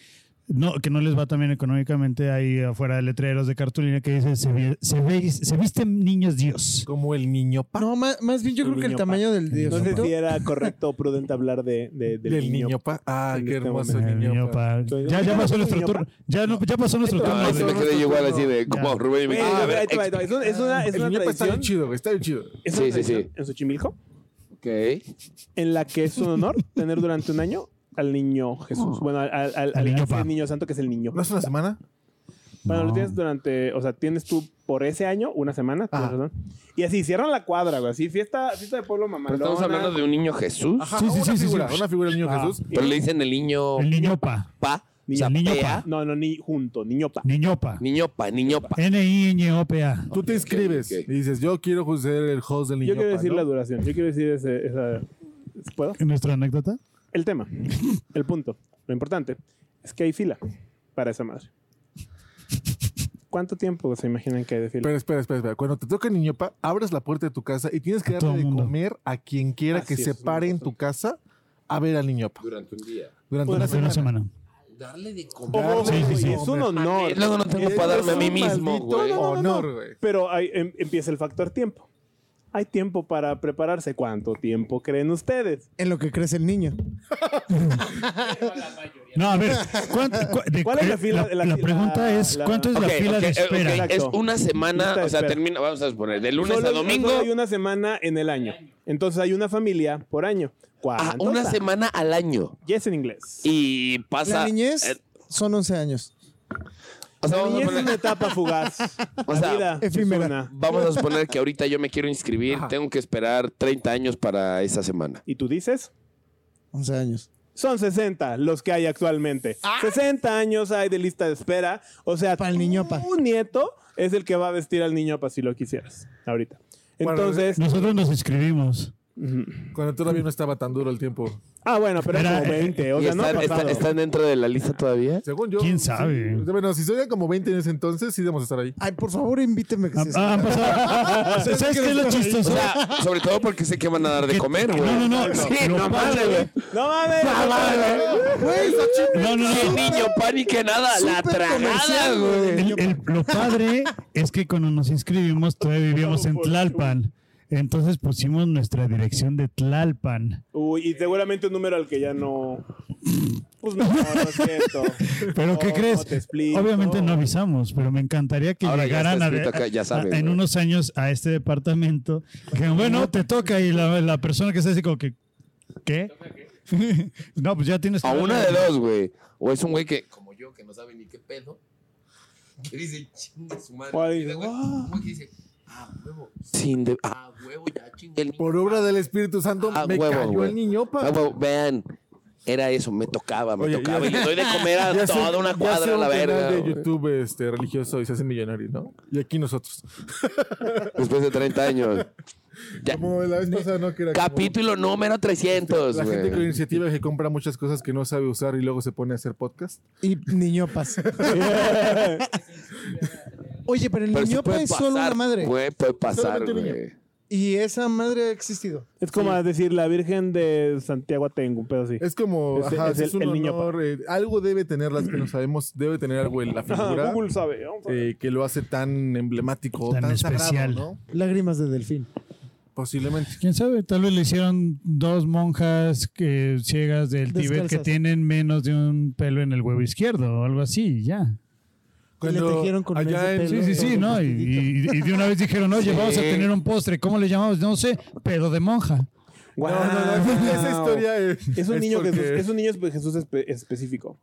Speaker 2: no, que no les va tan bien económicamente, hay afuera letreros de cartulina que dicen se, vi- se, ve- se visten niños Dios.
Speaker 1: Como el niño pa.
Speaker 6: No, más, más bien yo
Speaker 5: El
Speaker 6: creo que el
Speaker 5: niño
Speaker 6: tamaño del dios.
Speaker 5: No sé si era correcto o prudente hablar de, de- del,
Speaker 1: del niño, pa. Ah,
Speaker 5: en
Speaker 1: qué
Speaker 5: este
Speaker 1: hermoso
Speaker 2: Ay,
Speaker 1: el niño
Speaker 2: niño,
Speaker 1: pa.
Speaker 2: pa. Ya, ya pasó nuestro turno. Ya, no- ya pasó nuestro
Speaker 5: Ahí te va,
Speaker 4: Ay,
Speaker 2: turno.
Speaker 4: se
Speaker 1: no,
Speaker 4: me
Speaker 1: no,
Speaker 4: quedé
Speaker 1: no,
Speaker 4: igual
Speaker 1: no.
Speaker 4: así de como
Speaker 2: Ya.
Speaker 4: Rubén y me
Speaker 5: Güey,
Speaker 4: a
Speaker 5: ahí
Speaker 4: ver,
Speaker 5: te va, ahí te va. Es un- es una, es
Speaker 1: El
Speaker 5: una
Speaker 1: niño pa está
Speaker 5: tradición.
Speaker 1: bien chido, güey, está bien chido.
Speaker 5: Es una
Speaker 4: Sí, sí, sí.
Speaker 5: tradición En Xochimilco,
Speaker 4: Ok.
Speaker 5: en la que es un honor tener durante un año al niño
Speaker 1: Oh.
Speaker 5: Jesús. Bueno, al, al, al-
Speaker 2: Al niño
Speaker 5: a ese
Speaker 2: pa.
Speaker 5: niño santo que es el niño.
Speaker 1: ¿No es una semana?
Speaker 5: Bueno, lo
Speaker 2: No.
Speaker 5: tienes durante, o sea, tienes tú por ese año, una semana, tienes
Speaker 1: Ajá.
Speaker 5: razón. Y así, cierran la cuadra, güey. Así, fiesta, fiesta de pueblo mamalona.
Speaker 4: Pero estamos hablando de un niño Jesús.
Speaker 1: Ajá,
Speaker 2: Sí, sí,
Speaker 1: una
Speaker 2: sí, sí,
Speaker 1: figura,
Speaker 2: sí.
Speaker 1: una figura del niño
Speaker 5: Ah.
Speaker 1: Jesús.
Speaker 4: Pero le dicen el niño
Speaker 2: El niño pa.
Speaker 4: pa.
Speaker 5: Niño-
Speaker 4: o sea,
Speaker 2: el niño
Speaker 4: pea,
Speaker 5: No, no, ni junto, niño pa.
Speaker 2: Niño pa.
Speaker 4: Niño pa, niño pa.
Speaker 2: N-I-Ñ-O-P-A.
Speaker 1: Tú te inscribes
Speaker 4: ok.
Speaker 1: y dices, yo quiero ser el host del niño
Speaker 5: Yo quiero
Speaker 1: pa,
Speaker 5: decir
Speaker 1: ¿no?
Speaker 5: la duración, yo quiero decir ese, esa... ¿Puedo?
Speaker 2: ¿Nuestra anécdota?
Speaker 5: El tema, el punto, lo importante es que hay fila para esa madre. ¿Cuánto tiempo se imaginan que hay de fila?
Speaker 1: Pero espera, espera, espera. Cuando te toca niño pa, abres la puerta de tu casa y tienes que
Speaker 2: A todo
Speaker 1: darle de
Speaker 2: mundo.
Speaker 1: comer a quien quiera que
Speaker 5: Así
Speaker 1: se
Speaker 5: es,
Speaker 1: pare
Speaker 5: muy
Speaker 1: en tu casa a ver al niño pa.
Speaker 4: Durante un día.
Speaker 1: Durante una
Speaker 2: Hace una
Speaker 1: semana.
Speaker 2: semana.
Speaker 4: Darle de
Speaker 5: Ojo,
Speaker 1: Sí, sí, sí.
Speaker 5: Oh, es un honor.
Speaker 4: Luego no tengo
Speaker 5: Es
Speaker 4: para darme a
Speaker 5: un
Speaker 4: mí mismo,
Speaker 5: maldito
Speaker 4: güey.
Speaker 1: Honor, güey.
Speaker 5: Pero ahí em- empieza el factor tiempo. Hay tiempo para prepararse. ¿Cuánto tiempo creen ustedes?
Speaker 6: En lo que crece el niño.
Speaker 2: No, a ver, ¿cuánto- cu- de-
Speaker 5: ¿Cuál es la fila- la fila-
Speaker 2: pregunta es,
Speaker 5: la-
Speaker 2: ¿cuánto es
Speaker 4: Ok,
Speaker 2: la fila
Speaker 4: ok,
Speaker 2: de
Speaker 4: eh, ok,
Speaker 2: espera?
Speaker 5: Exacto.
Speaker 4: Es una semana,
Speaker 5: Lista de
Speaker 4: o sea,
Speaker 5: espera.
Speaker 4: termina, vamos a suponer, de lunes
Speaker 5: Solo-
Speaker 4: a domingo.
Speaker 5: solo hay una semana en el año. Entonces hay una familia por año.
Speaker 4: Ah,
Speaker 5: ¿Cuánto?
Speaker 4: una
Speaker 5: está?
Speaker 4: semana al año.
Speaker 5: Yes en inglés.
Speaker 4: Y pasa.
Speaker 6: La niñez
Speaker 4: eh,
Speaker 6: son 11 años.
Speaker 4: o sea,
Speaker 5: La
Speaker 4: vamos a
Speaker 5: niñez es una
Speaker 4: poner,
Speaker 5: etapa fugaz.
Speaker 4: O
Speaker 5: La
Speaker 4: sea,
Speaker 5: vida es
Speaker 6: efímera.
Speaker 5: una.
Speaker 4: vamos a suponer que ahorita yo me quiero inscribir, tengo que esperar 30 años para esa semana.
Speaker 5: ¿Y tú dices?
Speaker 6: 11 años.
Speaker 5: Son 60 los que hay actualmente.
Speaker 4: Ah.
Speaker 5: 60 años hay de lista de espera. O sea,
Speaker 6: Pa'l niñopa.
Speaker 5: tu nieto es el que va a vestir al niñopa si lo quisieras ahorita.
Speaker 1: Bueno,
Speaker 5: Entonces,
Speaker 2: Nosotros nos inscribimos.
Speaker 1: Cuando todavía no estaba tan duro el tiempo.
Speaker 5: ah, bueno, pero
Speaker 2: Era,
Speaker 5: es como
Speaker 2: eh,
Speaker 5: 20. O
Speaker 4: ¿Y
Speaker 5: sea, no ha
Speaker 4: están, está-
Speaker 5: pasado.
Speaker 4: están dentro de la lista todavía?
Speaker 1: Según yo.
Speaker 2: ¿Quién
Speaker 1: sí.
Speaker 2: sabe?
Speaker 1: bueno, si sería como 20 en ese entonces, sí debemos estar ahí.
Speaker 6: Ay, por favor, invíteme. Que
Speaker 2: Ah,
Speaker 6: se-
Speaker 2: ah, han pasado- ¿Sabes qué es lo
Speaker 4: O
Speaker 2: chistoso?
Speaker 4: sea, sobre todo porque sé que van a dar de
Speaker 2: Que-
Speaker 4: comer, güey.
Speaker 2: No, no, no.
Speaker 4: Sí,
Speaker 2: Lo
Speaker 4: no mames, güey.
Speaker 5: No mames. no mames.
Speaker 2: No, no,
Speaker 4: Sí,
Speaker 2: no.
Speaker 4: niño, pan y que nada, la
Speaker 6: Súper
Speaker 4: tragada,
Speaker 6: comercial,
Speaker 4: güey.
Speaker 2: El- el- lo padre es que cuando nos inscribimos todavía vivíamos en Tlalpan. Entonces pusimos nuestra dirección de Tlalpan.
Speaker 5: Uy, y seguramente un número al que ya no. Pues no, no es cierto.
Speaker 2: Pero
Speaker 5: No,
Speaker 2: ¿qué
Speaker 5: no
Speaker 2: crees?
Speaker 5: te explico.
Speaker 2: Obviamente no avisamos, pero me encantaría que
Speaker 4: Ahora ya
Speaker 2: llegaran
Speaker 4: está
Speaker 2: a de-
Speaker 4: escrito acá, ya
Speaker 2: a-
Speaker 4: sabes,
Speaker 2: en
Speaker 4: ¿no?
Speaker 2: unos años a este departamento. Que bueno, te toca y la, la persona que está así como que... ¿Qué? no, pues ya tienes que...
Speaker 4: A una de
Speaker 2: darle-
Speaker 4: dos, güey. O es un güey que, como yo, que no sabe ni qué pedo, que dice, chinga su madre.
Speaker 5: O alguien,
Speaker 4: Y güey,
Speaker 5: "Ah".
Speaker 4: un güey que dice, ah, huevo. Sin de... Ah, huevo, ya chingue el niño.
Speaker 1: Por obra del Espíritu Santo
Speaker 4: Ah,
Speaker 1: me
Speaker 4: huevo,
Speaker 1: cayó
Speaker 4: güey.
Speaker 1: el niño, pa.
Speaker 4: Ah, huevo, vean. Era eso, me tocaba, me
Speaker 1: Oye,
Speaker 4: tocaba.
Speaker 1: ya-
Speaker 4: Y le doy de comer a
Speaker 1: Ya sé-
Speaker 4: toda una
Speaker 1: ya
Speaker 4: cuadra
Speaker 1: sé
Speaker 4: a
Speaker 1: un
Speaker 4: la
Speaker 1: canal
Speaker 4: verga.
Speaker 1: de
Speaker 4: güey.
Speaker 1: YouTube este, religioso y se hace millonario, ¿no? Y aquí nosotros.
Speaker 4: Después de 30 años. Ya.
Speaker 1: Como la vez pasada, ¿no? Que era como
Speaker 4: Capítulo número 300,
Speaker 1: La gente con
Speaker 4: güey.
Speaker 1: iniciativa que compra muchas cosas que no sabe usar y luego se pone a hacer podcast.
Speaker 6: Y niñopas. Oye, pero el
Speaker 4: Pero sí
Speaker 6: niñopa
Speaker 1: pues,
Speaker 4: puede
Speaker 6: es solo
Speaker 4: pasar,
Speaker 6: una madre.
Speaker 4: Güey, puede pasar,
Speaker 1: Solamente un niño.
Speaker 4: güey.
Speaker 6: Y esa madre ha existido.
Speaker 5: Es como decir la Virgen de Santiago tengo un pedo así.
Speaker 1: Es como,
Speaker 5: Es-
Speaker 1: ajá,
Speaker 5: es
Speaker 1: si
Speaker 5: el-
Speaker 1: es un
Speaker 5: el niño,
Speaker 1: honor, eh, algo debe tener las que no sabemos, debe tener algo en la
Speaker 5: Ah,
Speaker 1: figura
Speaker 5: Google sabe. vamos a ver.
Speaker 1: eh, que lo hace tan emblemático,
Speaker 2: Tan
Speaker 1: tan, especial,
Speaker 2: especial.
Speaker 1: ¿no?
Speaker 6: Lágrimas de delfín.
Speaker 1: Posiblemente.
Speaker 2: ¿Quién sabe? Tal vez le hicieron dos monjas que, ciegas del Tíbet que
Speaker 6: Descalzas.
Speaker 2: tienen menos de un pelo en el huevo izquierdo o algo así, ya.
Speaker 1: Cuando
Speaker 6: tejieron con
Speaker 1: allá
Speaker 6: mes de
Speaker 1: en-
Speaker 2: Sí, sí, sí, ¿no? Y, y- y de una vez dijeron, oye,
Speaker 4: Sí.
Speaker 2: vamos a tener un postre. ¿Cómo le llamamos? No sé, pedo de monja.
Speaker 1: No, no, no, esa- esa historia es,
Speaker 5: Es un
Speaker 1: es
Speaker 5: niño
Speaker 1: porque-
Speaker 5: Jesús, es un niño Jesús espe- específico.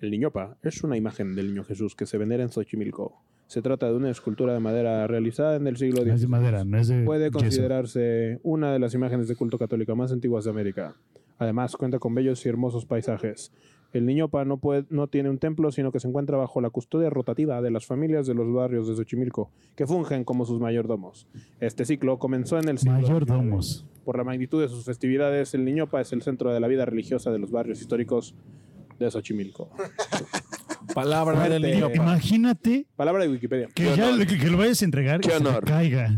Speaker 5: El niñopa es una imagen del niño Jesús que se venera en Xochimilco. Se trata de una escultura de madera realizada en el siglo
Speaker 2: No es de
Speaker 5: XVI.
Speaker 2: madera, no es de
Speaker 5: Puede
Speaker 2: yeso.
Speaker 5: considerarse una de las imágenes de culto católico más antiguas de América. Además, cuenta con bellos y hermosos paisajes. El niñopa no, puede- no tiene un templo, sino que se encuentra bajo la custodia rotativa de las familias de los barrios de Xochimilco, que fungen como sus mayordomos. Este ciclo comenzó en el siglo XIX.
Speaker 2: Mayordomos.
Speaker 5: Por la magnitud de sus festividades, el Niñopa es el centro de la vida religiosa de los barrios históricos de Xochimilco.
Speaker 1: palabra del
Speaker 5: Fuerte.
Speaker 1: niño. pa.
Speaker 2: Imagínate
Speaker 5: Palabra de Wikipedia.
Speaker 2: que
Speaker 4: Qué
Speaker 2: ya
Speaker 4: honor.
Speaker 2: que, que lo vayas a entregar y
Speaker 4: Qué
Speaker 2: se te
Speaker 4: honor.
Speaker 2: caiga.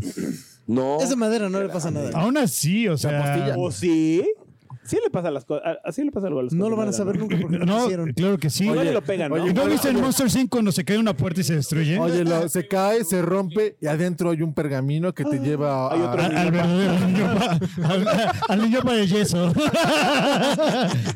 Speaker 4: No.
Speaker 6: Esa madera no le pasa nada.
Speaker 2: Aún así, o sea...
Speaker 5: ¿O sí? Sí le pasa las cosas. Así le pasa algo a las
Speaker 6: No
Speaker 5: cosas,
Speaker 6: lo van a
Speaker 5: ¿verdad?
Speaker 6: saber nunca porque no, lo
Speaker 2: No,
Speaker 6: hicieron.
Speaker 2: claro que sí.
Speaker 5: O nadie lo pega, ¿no?
Speaker 2: ¿Y ¿No viste en Monster 5 cuando se cae una puerta y se destruye?
Speaker 1: Oye, lo- se cae, se rompe y adentro hay un pergamino que te lleva a...
Speaker 5: Hay otro
Speaker 2: A- al verdadero niño pa- al, al niño pa de yeso.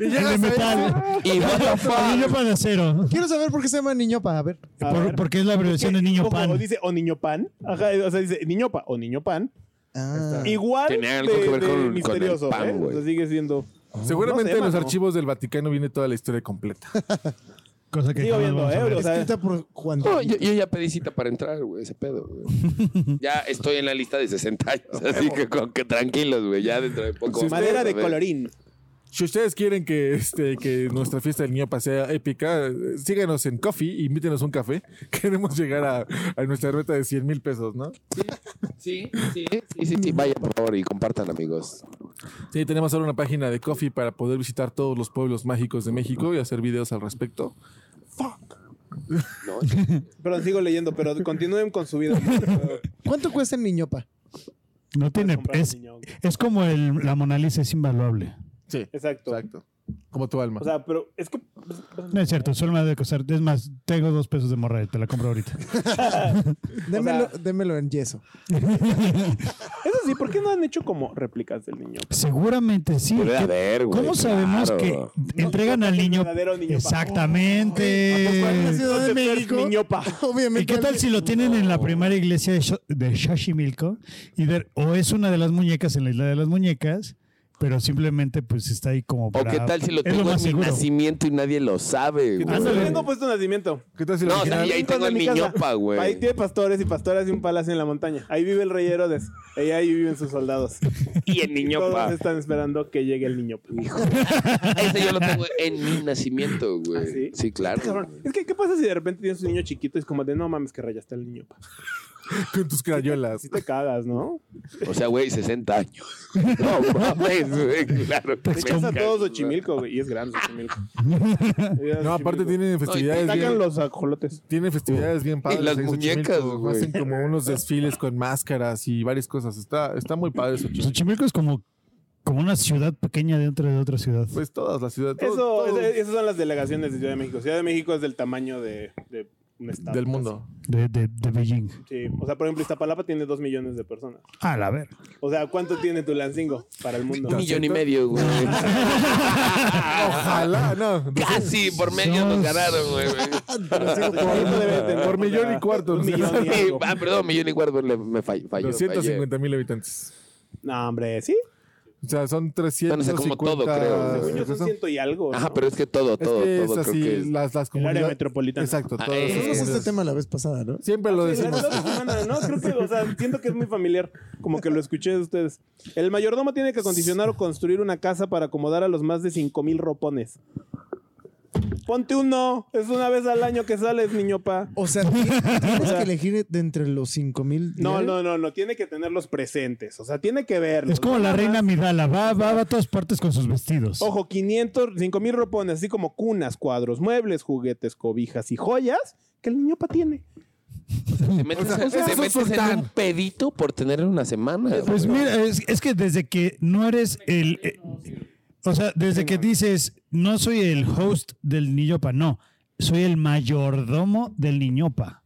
Speaker 2: El
Speaker 1: llegas
Speaker 2: de
Speaker 1: ahí,
Speaker 2: metal.
Speaker 4: Y what the
Speaker 2: El niño
Speaker 4: fuck.
Speaker 2: pa de acero.
Speaker 6: Quiero saber por qué se llama niñopa. A ver.
Speaker 5: A
Speaker 2: Por-
Speaker 5: ver.
Speaker 2: porque es la abreviación de niño
Speaker 5: Ojo,
Speaker 2: pan.
Speaker 5: O dice o niño pan. Ajá, o sea, dice niñopa o niño pan.
Speaker 6: Ah.
Speaker 5: Igual
Speaker 4: Tenía algo
Speaker 5: de-
Speaker 4: que ver
Speaker 5: de
Speaker 4: con- con el
Speaker 5: misterioso,
Speaker 4: pan,
Speaker 5: ¿eh?
Speaker 4: güey.
Speaker 5: O sea, sigue siendo...
Speaker 1: Ah. Seguramente
Speaker 5: No sé,
Speaker 1: en los
Speaker 5: mano.
Speaker 1: archivos del Vaticano viene toda la historia completa.
Speaker 2: Cosa que
Speaker 5: Sigo
Speaker 2: jamás
Speaker 5: viendo,
Speaker 2: vamos a
Speaker 5: eh,
Speaker 2: ver.
Speaker 5: o sea,
Speaker 6: Escrita por Juan.
Speaker 4: No, yo, yo ya pedí cita para entrar, güey, ese pedo, güey. Ya estoy en la lista de 60 años, así que, con que tranquilos, güey, ya dentro de poco. vamos
Speaker 5: Madera
Speaker 4: a
Speaker 5: de
Speaker 4: ver.
Speaker 5: colorín.
Speaker 1: Si ustedes quieren que, este, que nuestra fiesta del niño sea épica, eh, síganos en Coffee, invítenos un café. Queremos llegar a, a nuestra meta de 100 mil pesos, ¿no?
Speaker 4: Sí, sí, sí, sí, sí, vayan por favor y compartan, amigos.
Speaker 1: Sí, tenemos ahora una página de Coffee para poder visitar todos los pueblos mágicos de México y hacer videos al respecto.
Speaker 4: No,
Speaker 5: Perdón, sigo leyendo, pero continúen con su vida.
Speaker 6: ¿Cuánto cuesta el niñopa?
Speaker 2: No tiene.
Speaker 5: Comprar un
Speaker 2: Es,
Speaker 5: niño.
Speaker 2: es como el, la Mona Lisa, es invaluable.
Speaker 1: Sí,
Speaker 5: Exacto.
Speaker 1: exacto. Como tu alma.
Speaker 5: O sea, pero es que.
Speaker 2: No es cierto, solo me debe costar. Es más, tengo dos pesos de morra, te la compro ahorita.
Speaker 6: Démelo,
Speaker 5: O sea-
Speaker 6: démelo en yeso.
Speaker 5: Eso sí, ¿por qué no han hecho como réplicas del niño?
Speaker 2: Seguramente sí.
Speaker 4: Debe
Speaker 2: ¿Qué-
Speaker 4: haber, güey,
Speaker 2: ¿Cómo sabemos
Speaker 4: claro.
Speaker 2: que entregan al
Speaker 5: el
Speaker 2: niño?
Speaker 5: verdadero niño, pa.
Speaker 2: Exactamente.
Speaker 6: Ciudad de
Speaker 5: Entonces, tú eres
Speaker 6: México.
Speaker 5: Niño pa.
Speaker 6: Obviamente.
Speaker 2: ¿Y qué tal
Speaker 6: alguien-
Speaker 2: si lo tienen en la primera iglesia de, Sho- de Xochimilco? Y de- o es una de las muñecas en la isla de las muñecas, pero simplemente pues está ahí como
Speaker 4: ¿O
Speaker 2: para...
Speaker 4: qué tal si lo
Speaker 2: es
Speaker 4: tengo
Speaker 2: lo
Speaker 4: en mi
Speaker 2: más seguro.
Speaker 4: nacimiento y nadie lo sabe, güey?
Speaker 5: Yo tengo puesto nacimiento.
Speaker 1: ¿Qué tal si el
Speaker 4: No,
Speaker 1: original-
Speaker 4: sí, y ahí
Speaker 5: Tengo
Speaker 4: tengo
Speaker 5: en
Speaker 4: el
Speaker 5: mi casa.
Speaker 4: miñopa,
Speaker 5: Ahí
Speaker 4: güey.
Speaker 5: tiene pastores y pastoras y un palacio en la montaña. Ahí vive el rey Herodes. Y ahí viven sus soldados.
Speaker 4: Y el
Speaker 5: Todos
Speaker 4: niñopa.
Speaker 5: están esperando que llegue el niño pa.
Speaker 4: Ese yo lo tengo en mi nacimiento, güey.
Speaker 5: ¿Ah, sí?
Speaker 4: Sí, claro.
Speaker 5: Cabrón, Es que, ¿qué pasa si de repente tienes un niño chiquito y es como de no mames que rayaste al niño? Pa.
Speaker 1: Con tus
Speaker 5: Si
Speaker 1: crayolas.
Speaker 5: te cagas, ¿no?
Speaker 4: O sea, güey, 60 años. No, mames, güey, claro.
Speaker 2: Pues
Speaker 5: Te echas a todos Xochimilco, güey. Y es grande Xochimilco.
Speaker 1: No, aparte tienen festividades bien...
Speaker 5: Sacan los ajolotes.
Speaker 1: Tienen festividades bien padres.
Speaker 4: Y las
Speaker 1: en
Speaker 4: muñecas,
Speaker 1: Xochimilco.
Speaker 4: güey.
Speaker 1: Hacen como unos desfiles con máscaras y varias cosas. Está, está muy padre Xochimilco.
Speaker 2: Xochimilco es como, como una ciudad pequeña dentro de otra ciudad.
Speaker 1: Pues todas las ciudades. todo-
Speaker 5: Eso,
Speaker 1: todo
Speaker 5: es- esas son las delegaciones de Ciudad de México. Ciudad de México es del tamaño de, de un estado.
Speaker 1: del mundo.
Speaker 2: De, de, de Beijing.
Speaker 5: Sí. O sea, por ejemplo, Iztapalapa tiene dos millones de personas.
Speaker 2: A la ver.
Speaker 5: O sea, ¿cuánto tiene Tulancingo para el mundo?
Speaker 4: Un millón y medio, güey. Ah.
Speaker 1: Ojalá, no.
Speaker 4: Casi Ah, por medio nos
Speaker 2: Somos-
Speaker 4: ganaron, güey.
Speaker 5: Xochimilco debe tener
Speaker 1: Por
Speaker 5: como
Speaker 1: millón
Speaker 5: sea,
Speaker 1: y cuarto.
Speaker 5: un
Speaker 1: nos
Speaker 5: millón y
Speaker 1: ganaron.
Speaker 5: algo.
Speaker 4: Ah, perdón, millón y cuarto le- me fall- falló.
Speaker 1: 250 mil habitantes.
Speaker 5: No, hombre, sí.
Speaker 1: O sea, son
Speaker 4: Bueno, o
Speaker 1: 350.
Speaker 4: sea, como todo, creo.
Speaker 5: Según yo
Speaker 1: ¿qué
Speaker 5: son
Speaker 1: son?
Speaker 5: ciento y algo.
Speaker 4: fallé. Ajá,
Speaker 5: ¿no?
Speaker 4: pero es que todo,
Speaker 1: Es
Speaker 4: todo,
Speaker 1: que es
Speaker 4: todo.
Speaker 1: así,
Speaker 4: creo que es-
Speaker 1: las, las
Speaker 5: El
Speaker 1: comunidades.
Speaker 5: área metropolitana.
Speaker 1: Exacto,
Speaker 4: Ah,
Speaker 1: todas las
Speaker 4: eh, eh,
Speaker 6: Tuvimos este
Speaker 1: comunidades.
Speaker 6: tema la vez pasada, ¿no?
Speaker 1: Siempre lo
Speaker 5: Sí, la
Speaker 1: decimos.
Speaker 5: otra semana, no, creo que, o sea, siento que es muy familiar, como que lo escuché de ustedes. El mayordomo tiene que acondicionar o construir una casa para acomodar a los más de 5000 ropones. Ponte uno, es una vez al año que sales, niño pa.
Speaker 6: O sea, ti- tienes que elegir de entre los 5000.
Speaker 5: No,
Speaker 6: diarios.
Speaker 5: no, no, no, tiene que tenerlos presentes, o sea, tiene que verlos.
Speaker 2: Es como la
Speaker 5: Nada
Speaker 2: reina
Speaker 5: más.
Speaker 2: Midala, va, va, va a todas partes con sus vestidos.
Speaker 5: Ojo, 500, 5000 ropones, así como cunas, cuadros, muebles, juguetes, cobijas y joyas que el niño pa tiene.
Speaker 4: Te metes, te
Speaker 1: sos
Speaker 4: metes en
Speaker 1: sultán.
Speaker 4: un pedito por tener una semana.
Speaker 2: Pues
Speaker 4: güey.
Speaker 2: mira, es, es que desde que no eres el... eh, o sea, desde que dices, no soy el host del Niñopa, no, soy el mayordomo del Niñopa.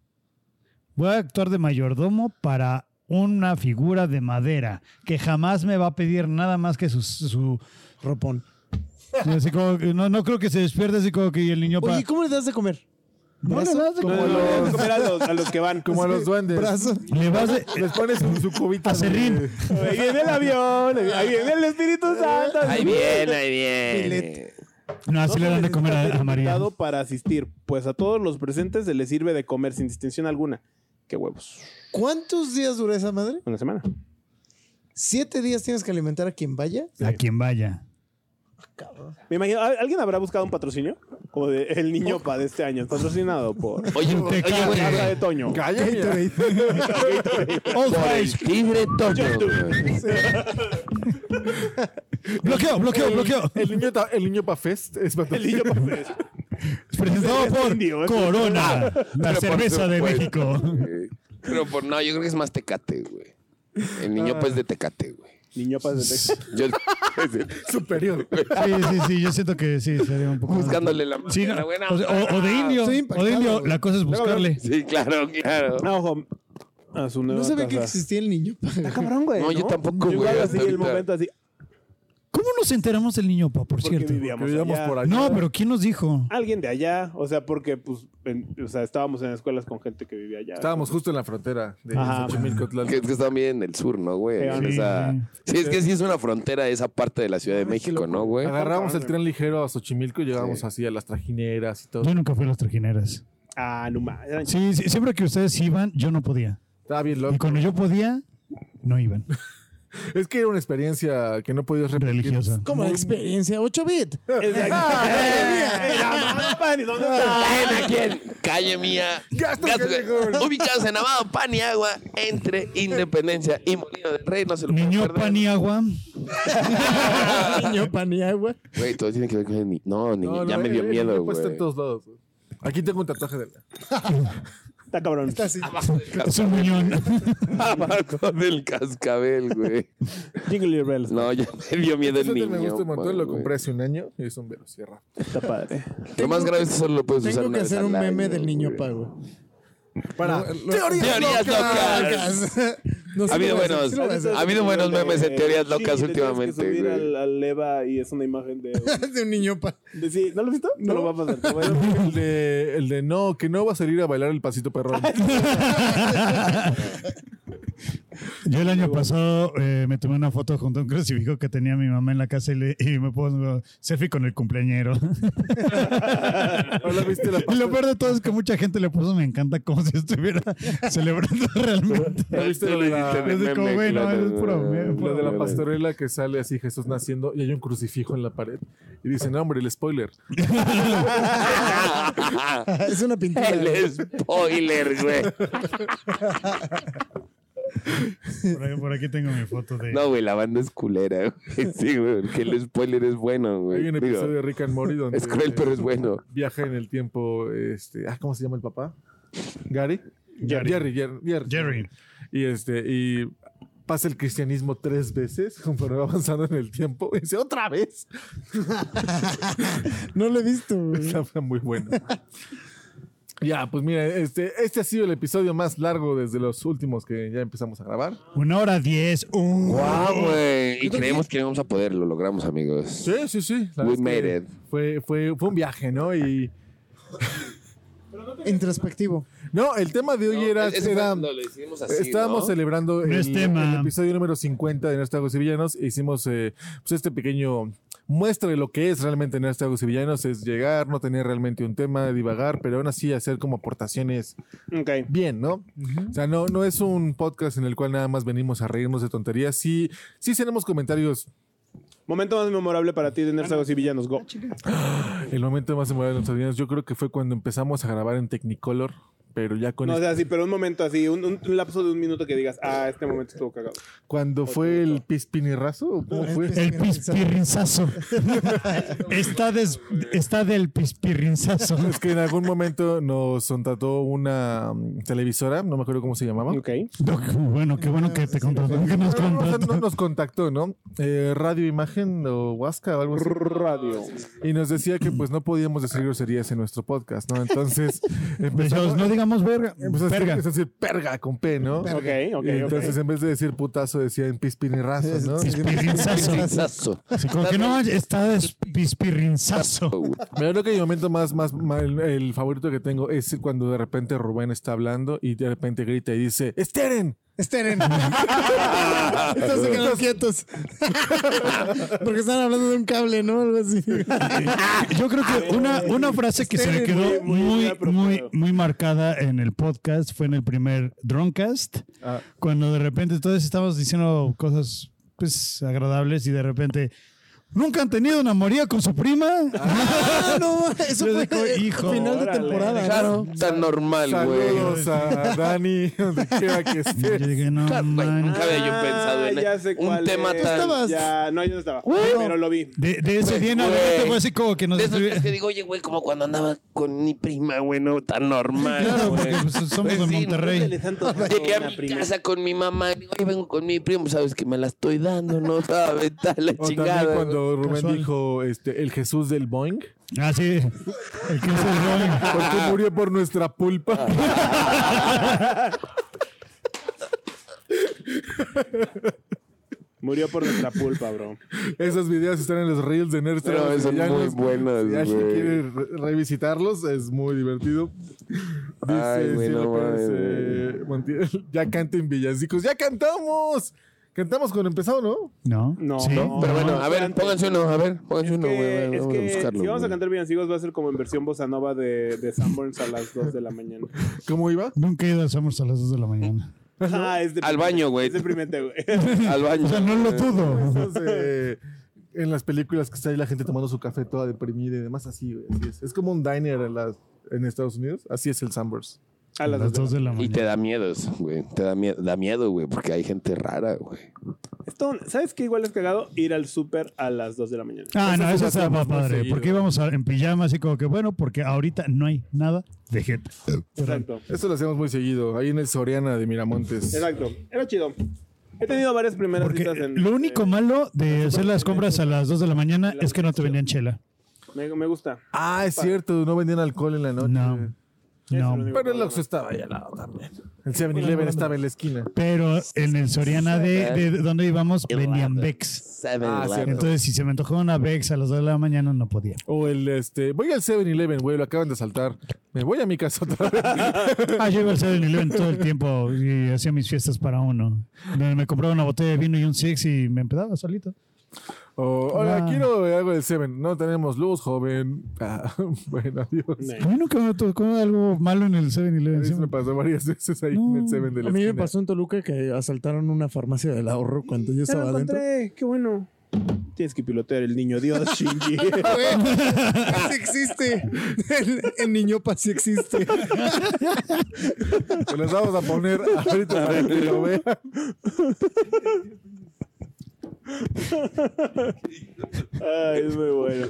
Speaker 2: Voy a actuar de mayordomo para una figura de madera que jamás me va a pedir nada más que su... su-
Speaker 6: Ropón.
Speaker 2: así como que no, no creo que se despierte así como que el Niñopa...
Speaker 6: Oye, ¿y ¿cómo le das de comer?
Speaker 2: No le
Speaker 6: ¿brazo?
Speaker 2: das de
Speaker 5: No,
Speaker 2: comer.
Speaker 5: no, no, es comer a los, a los que van.
Speaker 1: Como a los duendes.
Speaker 6: Brazo.
Speaker 2: Le vas de...
Speaker 1: Les pones en su cubita. de-
Speaker 2: Acerrín.
Speaker 5: Ahí viene el avión, ahí viene el Espíritu Santo.
Speaker 4: Ahí viene, ahí viene.
Speaker 6: Filete.
Speaker 2: No, así
Speaker 5: No
Speaker 2: le
Speaker 5: se
Speaker 2: dan de
Speaker 5: necesita
Speaker 2: comer
Speaker 5: ser
Speaker 2: a, a María.
Speaker 5: invitado para asistir, pues a todos los presentes se les sirve de comer sin distinción alguna. Qué huevos.
Speaker 6: ¿Cuántos días dura esa madre?
Speaker 5: Una semana.
Speaker 6: ¿Siete días tienes que alimentar a quien vaya?
Speaker 2: A quien vaya.
Speaker 5: Me imagino, ¿al- ¿alguien habrá buscado un patrocinio? Como de el niño pa de este año, patrocinado por
Speaker 4: Oye, güey, oye, güey.
Speaker 5: Casa de Toño.
Speaker 1: Cállate.
Speaker 2: Old
Speaker 4: Por el
Speaker 2: Spice.
Speaker 4: tigre Toño, güey.
Speaker 2: Bloqueo, bloqueo, bloqueo.
Speaker 1: El niño, ta- el niño pa' fest es para
Speaker 5: El niño pa
Speaker 2: Presentado
Speaker 5: Es indio,
Speaker 2: por
Speaker 5: es
Speaker 2: Corona, la
Speaker 4: Pero por
Speaker 2: cerveza de
Speaker 4: supuesto,
Speaker 2: México.
Speaker 4: güey. Pero por no, yo creo que es más tecate, güey. El niño
Speaker 2: Ah.
Speaker 4: pues de tecate, güey.
Speaker 5: Niño pa de este Texas.
Speaker 4: Yo
Speaker 1: superior.
Speaker 2: Sí, sí, sí, yo siento que sí, sería un poco...
Speaker 4: buscándole la
Speaker 2: Sí, no,
Speaker 4: manera buena.
Speaker 2: o, sea, o- o de indio,
Speaker 6: Estoy
Speaker 2: o
Speaker 6: impactado,
Speaker 2: de indio,
Speaker 6: güey.
Speaker 2: la cosa es buscarle.
Speaker 4: Sí, claro, claro.
Speaker 5: No, ojo. A su nueva
Speaker 6: No sabía que
Speaker 5: casa.
Speaker 6: existía el niño.
Speaker 5: Está cabrón, güey.
Speaker 4: No, yo tampoco,
Speaker 5: Yo
Speaker 4: güey,
Speaker 5: igual
Speaker 4: hasta
Speaker 5: así, el
Speaker 4: ahorita.
Speaker 5: momento así.
Speaker 2: ¿Cómo nos enteramos del niño, pa, por
Speaker 5: Porque
Speaker 2: cierto?
Speaker 5: vivíamos,
Speaker 1: vivíamos
Speaker 5: allá.
Speaker 1: por allá.
Speaker 2: No, pero ¿quién nos dijo?
Speaker 5: Alguien de allá, o sea, porque pues, en- o sea, estábamos en escuelas con gente que vivía allá.
Speaker 1: Estábamos justo en la frontera de
Speaker 5: Ajá.
Speaker 1: Xochimilco, Tlalpan.
Speaker 4: Que es que están bien en el sur, ¿no, güey?
Speaker 5: Sí,
Speaker 4: Es esa- Sí, es que sí es una frontera esa parte de la Ciudad de México, ¿no, güey?
Speaker 1: Agarramos el
Speaker 5: cabrón,
Speaker 1: tren ligero a Xochimilco y llegábamos
Speaker 4: Sí.
Speaker 1: así a las trajineras y todo.
Speaker 2: Yo nunca fui a las trajineras.
Speaker 5: Ah, no ma- eran
Speaker 2: Sí, sí, siempre que ustedes iban, yo no podía.
Speaker 1: Estaba bien
Speaker 2: Y
Speaker 1: loco.
Speaker 2: cuando yo podía, no iban.
Speaker 1: Es que era una experiencia que no podías repetir.
Speaker 2: Religiosa.
Speaker 6: Como la experiencia 8 bit.
Speaker 5: Exacto. Eh, la mamá, ¿y dónde está?
Speaker 4: ¿Saben a quién? Calle mía.
Speaker 1: Gasto
Speaker 4: Gasto- Ubicados en Amado, Pan y Agua, entre Independencia y Molino del Rey. No se lo pueden
Speaker 2: Niño
Speaker 4: perder.
Speaker 2: Paniagua.
Speaker 6: niño pan y agua.
Speaker 4: Güey, todo tiene que ver con... ni- No, ni-
Speaker 1: No, no,
Speaker 4: ya me
Speaker 1: eh,
Speaker 4: dio
Speaker 1: eh,
Speaker 4: miedo,
Speaker 1: puesto
Speaker 4: güey.
Speaker 1: en todos lados. güey. Aquí tengo un tatuaje de la.
Speaker 5: Está cabrón.
Speaker 3: Está así.
Speaker 2: Es un muñón.
Speaker 4: Abajo del cascabel, güey.
Speaker 5: Jingle Bells.
Speaker 4: No, ya me dio miedo el
Speaker 1: Ese
Speaker 4: niño.
Speaker 1: Este me gusta un montón, lo
Speaker 4: güey.
Speaker 1: compré hace un año y es un velocierra.
Speaker 5: Está padre.
Speaker 4: Lo más grave es que solo lo puedes usar
Speaker 3: Tengo
Speaker 4: una
Speaker 3: que
Speaker 4: vez
Speaker 3: hacer
Speaker 4: al
Speaker 3: un meme
Speaker 4: año,
Speaker 3: del niño
Speaker 4: güey.
Speaker 3: pago.
Speaker 1: Para teorías,
Speaker 4: Teorías locas.
Speaker 3: No, sí
Speaker 4: Ha habido
Speaker 3: lo voy a hacer,
Speaker 4: buenos.
Speaker 3: sí lo voy a hacer.
Speaker 4: Ha habido buenos memes en teorías locas
Speaker 5: sí, le tienes que
Speaker 4: últimamente,
Speaker 5: subir
Speaker 4: güey.
Speaker 5: al, al Eva y es una imagen de.
Speaker 3: De un niño pago.
Speaker 5: de- sí, ¿No lo has visto? No, lo va a pasar. te voy a-
Speaker 1: El de, el de no, que no va a salir a bailar el pasito perrón.
Speaker 2: Yo el año pasado eh, me tomé una foto junto a un crucifijo que tenía mi mamá en la casa y, le- y me pongo selfie con el cumpleañero.
Speaker 1: Ahora viste la
Speaker 2: Y lo peor de todo es que mucha gente le puso me encanta como si estuviera celebrando realmente.
Speaker 1: ¿Ya viste
Speaker 4: Tú
Speaker 1: lo
Speaker 4: lo
Speaker 1: de la-
Speaker 4: hiciste de
Speaker 2: Es de
Speaker 4: meme,
Speaker 2: como, güey, no,
Speaker 4: claro.
Speaker 2: es puro meme,
Speaker 1: Lo
Speaker 2: puro
Speaker 1: de la
Speaker 4: meme.
Speaker 1: pastorela que sale así Jesús naciendo y hay un crucifijo en la pared. Y dicen, no, hombre, el spoiler.
Speaker 3: Es una pintura.
Speaker 4: El spoiler, güey.
Speaker 2: Por aquí, por aquí tengo mi foto de...
Speaker 4: No, güey, la banda es culera. güey. Sí, güey, porque el spoiler es bueno,
Speaker 1: Hay
Speaker 4: güey.
Speaker 1: un
Speaker 4: Digo,
Speaker 1: episodio de Rick and Morty donde
Speaker 4: es cruel, pero es bueno.
Speaker 1: viaja en el tiempo. Este, ah, ¿Cómo se llama el papá? ¿Gary?
Speaker 2: Jerry.
Speaker 1: Jerry, Jer- Jerry.
Speaker 2: Jerry.
Speaker 1: Y, este, y pasa el cristianismo tres veces conforme va avanzando en el tiempo. Y dice, ¿otra vez?
Speaker 3: No lo he visto. güey.
Speaker 1: Está muy bueno. Ya, pues mira, este, este ha sido el episodio más largo desde los últimos que ya empezamos a grabar.
Speaker 2: Una hora diez. Uh.
Speaker 4: ¡Guau, güey! Y creemos que vamos a poder, lo logramos, amigos.
Speaker 1: Sí, sí, sí. la
Speaker 4: We
Speaker 1: verdad es que
Speaker 4: made it.
Speaker 1: Fue, fue, fue un viaje, ¿no? Y.
Speaker 3: Introspectivo.
Speaker 1: No, el tema de hoy era.
Speaker 4: Ese fue
Speaker 1: era-
Speaker 4: cuando lo hicimos así,
Speaker 1: estábamos
Speaker 4: ¿no?
Speaker 1: celebrando el,
Speaker 2: No es tema.
Speaker 1: el episodio número 50 de Nuestros Agos y Villanos. e Hicimos eh, pues este pequeño muestra de lo que es realmente Nuestros Agos y Villanos: es llegar, no tener realmente un tema, divagar, pero aún así hacer como aportaciones
Speaker 5: Ok.
Speaker 1: bien, ¿no? O sea, no, no es un podcast en el cual nada más venimos a reírnos de tonterías. Sí, sí tenemos comentarios.
Speaker 5: Momento más memorable para ti de Nersagos y Villanos. Go.
Speaker 1: El momento más memorable de Nuestros Villanos, yo creo que fue cuando empezamos a grabar en Technicolor. Pero ya con
Speaker 5: No, o
Speaker 1: este-
Speaker 5: sea, sí, pero un momento así, un, un- un lapso de un minuto que digas, ah, este momento estuvo cagado.
Speaker 1: Cuando fue el pispinirrazo, ¿cómo fue?
Speaker 2: El pispirrinzazo. está, des- está del pispirrinzazo.
Speaker 1: Es que en algún momento nos contrató una mm, televisora, no me acuerdo cómo se llamaba.
Speaker 5: Ok.
Speaker 2: No, qué bueno, qué bueno que te contrató, que nos
Speaker 1: Pero no, o sea, no
Speaker 2: contrató.
Speaker 1: nos contactó, ¿no? Eh, Radio Imagen o Huasca o algo así.
Speaker 5: Radio.
Speaker 1: Y nos decía que pues no podíamos decir groserías en nuestro podcast, ¿no? Entonces empezamos,
Speaker 2: Dios, no digamos verga.
Speaker 1: empezó a decir,
Speaker 2: Verga.
Speaker 1: empezó a decir perga con P, ¿no?
Speaker 5: Ok, ok,
Speaker 1: Y
Speaker 5: ok.
Speaker 1: entonces en vez de decir putazo decían pispinirrazo,
Speaker 6: Pues
Speaker 1: ¿no?
Speaker 2: Pispirrinzazo.
Speaker 4: Sazo.
Speaker 2: Sí, como que no, está des- pispirrinzazo.
Speaker 1: Yo creo que el momento más, más, más- el, el favorito que tengo es cuando de repente Rubén está hablando y de repente grita y dice, ¡Esteren!
Speaker 3: Esteren. Estos se quedaron quietos. Porque están hablando de un cable, ¿no? Algo así.
Speaker 2: Yo creo que una, una frase que se me quedó
Speaker 5: muy, muy
Speaker 2: muy, muy,
Speaker 5: apropiado.
Speaker 2: muy marcada en el podcast fue en el primer Droncast,
Speaker 1: Ah.
Speaker 2: cuando de repente todos estábamos diciendo cosas pues agradables y de repente... ¿Nunca han tenido una moría con su prima?
Speaker 3: Ah, no, eso
Speaker 2: Yo
Speaker 3: fue
Speaker 2: digo, hijo,
Speaker 3: final de
Speaker 5: órale,
Speaker 3: temporada.
Speaker 4: Claro. Tan normal, güey.
Speaker 1: Saludos a Dani, donde quiera que
Speaker 2: Yo
Speaker 1: esté.
Speaker 2: dije, no,
Speaker 4: Claro, güey,
Speaker 2: man.
Speaker 4: nunca había yo pensado en
Speaker 5: ya sé
Speaker 4: un
Speaker 5: cuál
Speaker 4: tema
Speaker 5: es.
Speaker 4: tan-
Speaker 3: ¿Estabas?
Speaker 5: Ya, no, yo no estaba. Pero lo vi.
Speaker 2: De, de ese día en adelante
Speaker 4: Güey.
Speaker 2: fue así como que nos
Speaker 4: De esos
Speaker 2: escribía-
Speaker 4: días que digo, oye, güey, como cuando andaba con mi prima, güey, no tan normal.
Speaker 2: Claro,
Speaker 4: güey.
Speaker 2: porque pues, somos
Speaker 4: Pues
Speaker 2: de
Speaker 4: sí,
Speaker 2: Monterrey.
Speaker 4: Llegué a mi casa con mi mamá y digo, oye, vengo con mi primo, sabes que me la estoy dando, no sabes, está la
Speaker 1: O
Speaker 4: chingada.
Speaker 1: también cuando Rubén
Speaker 2: Casual.
Speaker 1: dijo este, el Jesús del Boeing,
Speaker 2: Ah, sí. El que hizo el rolling.
Speaker 1: porque murió por nuestra pulpa.
Speaker 5: Murió por nuestra pulpa, bro.
Speaker 1: Esos videos están en los reels de Nerds.
Speaker 4: Pero
Speaker 1: Tragos y
Speaker 4: son muy
Speaker 1: Villanos.
Speaker 4: buenos,
Speaker 1: Si alguien
Speaker 4: güey.
Speaker 1: quiere re- revisitarlos, es muy divertido. Dice
Speaker 4: Ay, güey,
Speaker 1: Cielo
Speaker 4: no
Speaker 1: Pérez,
Speaker 4: mames.
Speaker 1: eh, Montiel, ya canten villancicos. ¡Ya cantamos! Cantamos cuando empezó, ¿no?
Speaker 2: No,
Speaker 5: No,
Speaker 2: sí.
Speaker 5: no.
Speaker 4: Pero bueno,
Speaker 5: No,
Speaker 4: a ver,
Speaker 5: antes.
Speaker 4: pónganse uno, a ver, pónganse uno,
Speaker 5: Que-
Speaker 4: güey,
Speaker 5: es
Speaker 4: vamos a
Speaker 5: que
Speaker 4: buscarlo.
Speaker 5: si vamos a
Speaker 4: güey.
Speaker 5: cantar villancicos va a ser como en versión bossa nova de, de Sanborns a las 2 de la mañana.
Speaker 1: ¿Cómo iba?
Speaker 2: Nunca he ido a Summers a las 2 de la mañana.
Speaker 5: Ah, es deprimente.
Speaker 4: Al baño, güey.
Speaker 5: Es deprimente, güey.
Speaker 4: Al baño.
Speaker 2: O sea, no lo dudo.
Speaker 1: Esos, eh, en las películas que está ahí la gente tomando su café toda deprimida y demás, así, güey, así es. Es como un diner en, las- en Estados Unidos. Así es el Sunburst.
Speaker 5: A
Speaker 2: A
Speaker 5: las
Speaker 2: las 2 de la
Speaker 4: Y te
Speaker 2: mañana.
Speaker 4: da miedo eso, güey. Te da miedo, da miedo, güey, porque hay gente rara, güey.
Speaker 5: Es Stone. ¿Sabes qué igual es cagado? Ir al súper a las 2 de la mañana.
Speaker 2: Ah,
Speaker 1: Eso
Speaker 2: no,
Speaker 1: sí
Speaker 2: eso
Speaker 1: lo
Speaker 2: estaba
Speaker 1: hacemos
Speaker 2: más
Speaker 1: más
Speaker 2: padre.
Speaker 1: seguido.
Speaker 2: Porque íbamos a- en pijama así como que bueno, porque ahorita no hay nada de gente.
Speaker 5: Exacto.
Speaker 1: Esto lo hacemos muy seguido. Ahí en el Soriana de Miramontes.
Speaker 5: Exacto. Era chido. He tenido varias primeras
Speaker 2: Porque
Speaker 5: citas en.
Speaker 2: lo único
Speaker 5: eh,
Speaker 2: malo de hacer las compras a las 2 de la mañana es que no te vendían chela.
Speaker 5: me, me gusta.
Speaker 1: Ah, es cierto. No vendían alcohol en la noche.
Speaker 2: No.
Speaker 5: Es el
Speaker 2: No.
Speaker 5: único
Speaker 1: Pero el
Speaker 5: problema.
Speaker 1: Oxxo estaba ahí al lado también. El 7-Eleven estaba en la esquina.
Speaker 2: Pero en el Soriana de, de donde íbamos vendían Bex.
Speaker 4: Seven
Speaker 1: Ah,
Speaker 4: Eleven.
Speaker 1: cierto.
Speaker 2: Entonces, si se me antojó una Bex a las 2 de la mañana, no podía.
Speaker 1: O el este. Voy al 7-Eleven, güey. Lo acaban de asaltar. Me voy a mi casa otra vez.
Speaker 2: Ah, yo iba al 7-Eleven todo el tiempo y hacía mis fiestas para uno. Me me compraba una botella de vino y un six y me empedaba solito.
Speaker 1: O, hola,
Speaker 2: Ah.
Speaker 1: quiero algo del 7. No tenemos luz, joven. Ah, bueno, adiós.
Speaker 5: Sí.
Speaker 2: A mí nunca me tocó algo malo en el
Speaker 1: A mí
Speaker 2: 7-Eleven.
Speaker 1: se me
Speaker 2: siempre-
Speaker 1: pasó varias veces ahí en el 7 de la
Speaker 6: A mí me
Speaker 1: esquina.
Speaker 6: pasó en Toluca que asaltaron una farmacia del ahorro cuando yo
Speaker 5: Ya lo
Speaker 6: estaba adentro.
Speaker 5: encontré. Qué bueno. Tienes que pilotear el niño Dios, Shinji.
Speaker 6: Ah, Sí existe. El, el niñopa sí existe.
Speaker 1: Se los vamos a poner ahorita para que lo vean.
Speaker 5: Ay, es muy bueno.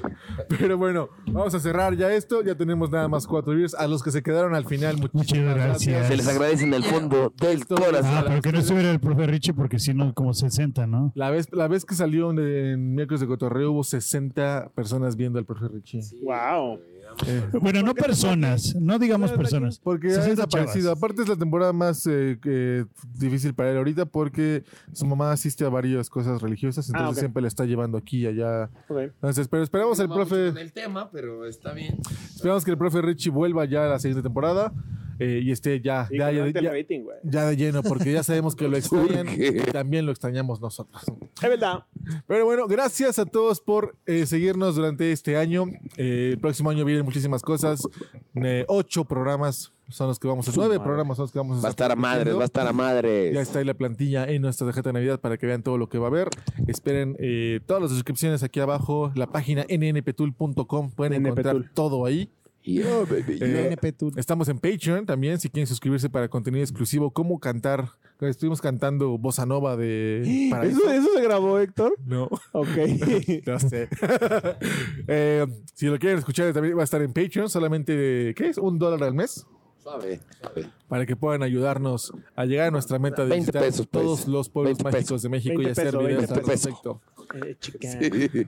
Speaker 1: Pero bueno, vamos a cerrar ya esto. Ya tenemos nada más cuatro views. A los que se quedaron al final,
Speaker 2: Muchas
Speaker 1: muchísimas gracias.
Speaker 2: gracias.
Speaker 4: Se les agradece en el fondo del
Speaker 2: Ah,
Speaker 4: corazón.
Speaker 2: pero que no estuviera el profe Richie porque si no, como 60, ¿no?
Speaker 1: La vez, la vez que salió en, en miércoles de Cotorreo hubo 60 personas viendo al profe Richie.
Speaker 5: Wow.
Speaker 1: Eh,
Speaker 2: Bueno, no personas, no digamos personas.
Speaker 1: porque ha
Speaker 2: 60
Speaker 1: desaparecido.
Speaker 2: chavas.
Speaker 1: Aparte es la temporada más eh, que- difícil para él ahorita porque su mamá asiste a varias cosas religiosas, entonces
Speaker 5: ok.
Speaker 1: siempre la está llevando aquí y allá.
Speaker 5: Ok.
Speaker 1: Entonces, pero esperamos el
Speaker 7: No va mucho
Speaker 1: profe.
Speaker 7: con el tema, pero está bien.
Speaker 1: Esperamos que el profe Richie vuelva ya a la siguiente temporada eh, y esté ya,
Speaker 5: Y
Speaker 1: ya, ya,
Speaker 5: que levante el
Speaker 1: ya-
Speaker 5: rating, güey.
Speaker 1: ya de lleno, porque ya sabemos que lo extrañan
Speaker 4: qué?
Speaker 1: y también lo extrañamos nosotros.
Speaker 5: Es verdad.
Speaker 1: Pero bueno, gracias a todos por eh, seguirnos durante este año. Eh, el próximo año vienen muchísimas cosas. Eh, ocho programas son los que vamos a hacer. Nueve programas son los que vamos a
Speaker 4: Va a estar a madres, va a estar a
Speaker 1: Ya
Speaker 4: madres.
Speaker 1: está ahí la plantilla en nuestra tarjeta de Navidad para que vean todo lo que va a haber. Esperen eh, todas las suscripciones aquí abajo. La página nnptool.com. Pueden encontrar
Speaker 5: NNPtool.
Speaker 1: todo ahí.
Speaker 4: Yeah, baby, yeah.
Speaker 1: Eh,
Speaker 6: NP Tool.
Speaker 1: Estamos en Patreon también, si quieren suscribirse para contenido exclusivo, cómo cantar. Estuvimos cantando Bossa Nova de Paraíso.
Speaker 5: ¿Eso, ¿Eso se grabó, Héctor?
Speaker 1: No,
Speaker 5: Ok.
Speaker 1: no sé. Eh, si lo quieren escuchar, también va a estar en Patreon, solamente, ¿qué es? Un dólar al mes.
Speaker 4: Suave, suave.
Speaker 1: Para que puedan ayudarnos a llegar a nuestra meta de
Speaker 4: 20
Speaker 1: visitar
Speaker 4: pesos, pues.
Speaker 1: todos los pueblos
Speaker 4: 20
Speaker 1: mágicos de México y
Speaker 5: 20
Speaker 1: hacer
Speaker 5: pesos,
Speaker 1: videos
Speaker 5: 20
Speaker 1: al
Speaker 4: pesos.
Speaker 1: respecto.
Speaker 5: Eh, chica.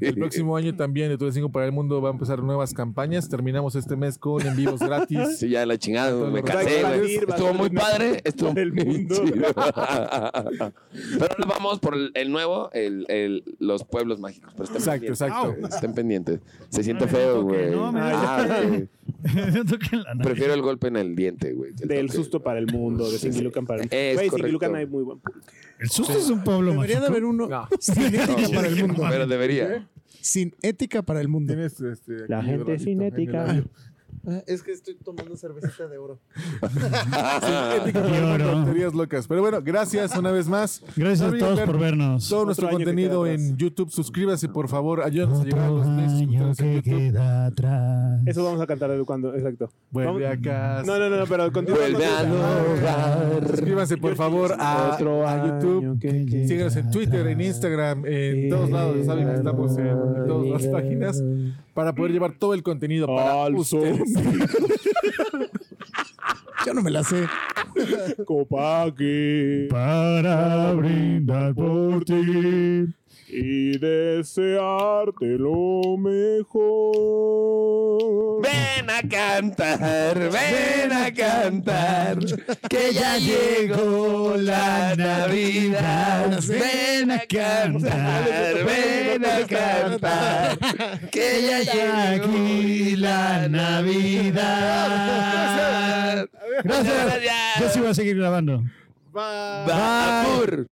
Speaker 1: El próximo año también de Todo 5 para el Mundo va a empezar nuevas campañas. Terminamos este mes con en vivos gratis.
Speaker 4: Sí, ya la chingada, güey, me
Speaker 1: Va a
Speaker 4: cansé, güey.
Speaker 5: expandir, va a
Speaker 4: Estuvo
Speaker 5: ser
Speaker 4: muy
Speaker 5: el-
Speaker 4: padre, estuvo
Speaker 5: el
Speaker 4: muy
Speaker 5: mundo.
Speaker 4: chido. Pero ahora vamos por el, el nuevo, el, el- los pueblos mágicos. Pero estén
Speaker 1: Exacto,
Speaker 4: pendientes. Eh,
Speaker 1: exacto.
Speaker 4: Estén pendientes. Se siente
Speaker 2: me
Speaker 4: feo,
Speaker 2: toque,
Speaker 4: güey.
Speaker 2: no me
Speaker 4: Ah, güey.
Speaker 2: Toquen la nariz.
Speaker 4: Prefiero el golpe en el diente, güey. que el
Speaker 5: Del
Speaker 4: toque.
Speaker 5: susto para el mundo, de Singilucan para el mundo.
Speaker 4: Es
Speaker 5: Güey,
Speaker 4: correcto.
Speaker 5: Singilucan hay muy buen público.
Speaker 2: El susto es un pueblo
Speaker 6: Debería de
Speaker 2: mágico.
Speaker 6: haber uno
Speaker 1: No.
Speaker 6: sin
Speaker 4: No,
Speaker 6: ética
Speaker 4: güey,
Speaker 6: para el mundo.
Speaker 4: Pero debería.
Speaker 6: Sin ética para el mundo.
Speaker 1: Tienes, este,
Speaker 5: La
Speaker 1: aquí
Speaker 5: gente
Speaker 1: el
Speaker 5: sin
Speaker 1: ratito en el
Speaker 5: ética.
Speaker 1: labio.
Speaker 6: Ah, Es que estoy tomando cervecita de oro.
Speaker 1: Ética, pero no
Speaker 2: Lloro.
Speaker 1: tonterías locas. Pero bueno, gracias una vez más.
Speaker 2: Gracias
Speaker 1: No
Speaker 2: a
Speaker 1: olviden
Speaker 2: todos
Speaker 1: ver
Speaker 2: por vernos.
Speaker 1: Todo nuestro
Speaker 5: año que
Speaker 1: contenido
Speaker 5: queda atrás.
Speaker 1: en YouTube. Suscríbanse, por favor. Ayúdanos a llegar a
Speaker 2: Otro
Speaker 1: los tres
Speaker 2: año
Speaker 1: suscriptores en
Speaker 2: que
Speaker 1: YouTube.
Speaker 2: queda atrás.
Speaker 5: Eso vamos a cantar cuando, exacto.
Speaker 1: Vuelve
Speaker 5: Vamos-
Speaker 1: a casa.
Speaker 5: No, no, no, no, pero continúa.
Speaker 4: Vuelve a lograr.
Speaker 1: Suscríbanse, por favor, a,
Speaker 5: Otro
Speaker 1: a
Speaker 5: año
Speaker 1: YouTube.
Speaker 5: que queda
Speaker 1: Síganos en Twitter, en
Speaker 2: atrás.
Speaker 1: Instagram, en todos lados. Saben que estamos en, todas las páginas para poder llevar todo el contenido para
Speaker 5: Al
Speaker 1: ustedes.
Speaker 6: Yo no me la sé.
Speaker 5: Copaqui
Speaker 2: Para brindar por ti.
Speaker 5: y desearte lo mejor.
Speaker 4: Ven a cantar, ven a cantar, que ya llegó la Navidad. Ven a cantar, ven a cantar, que ya llegó
Speaker 2: Aquí la Navidad. Gracias. Yo sí voy a seguir grabando.
Speaker 4: Vapor.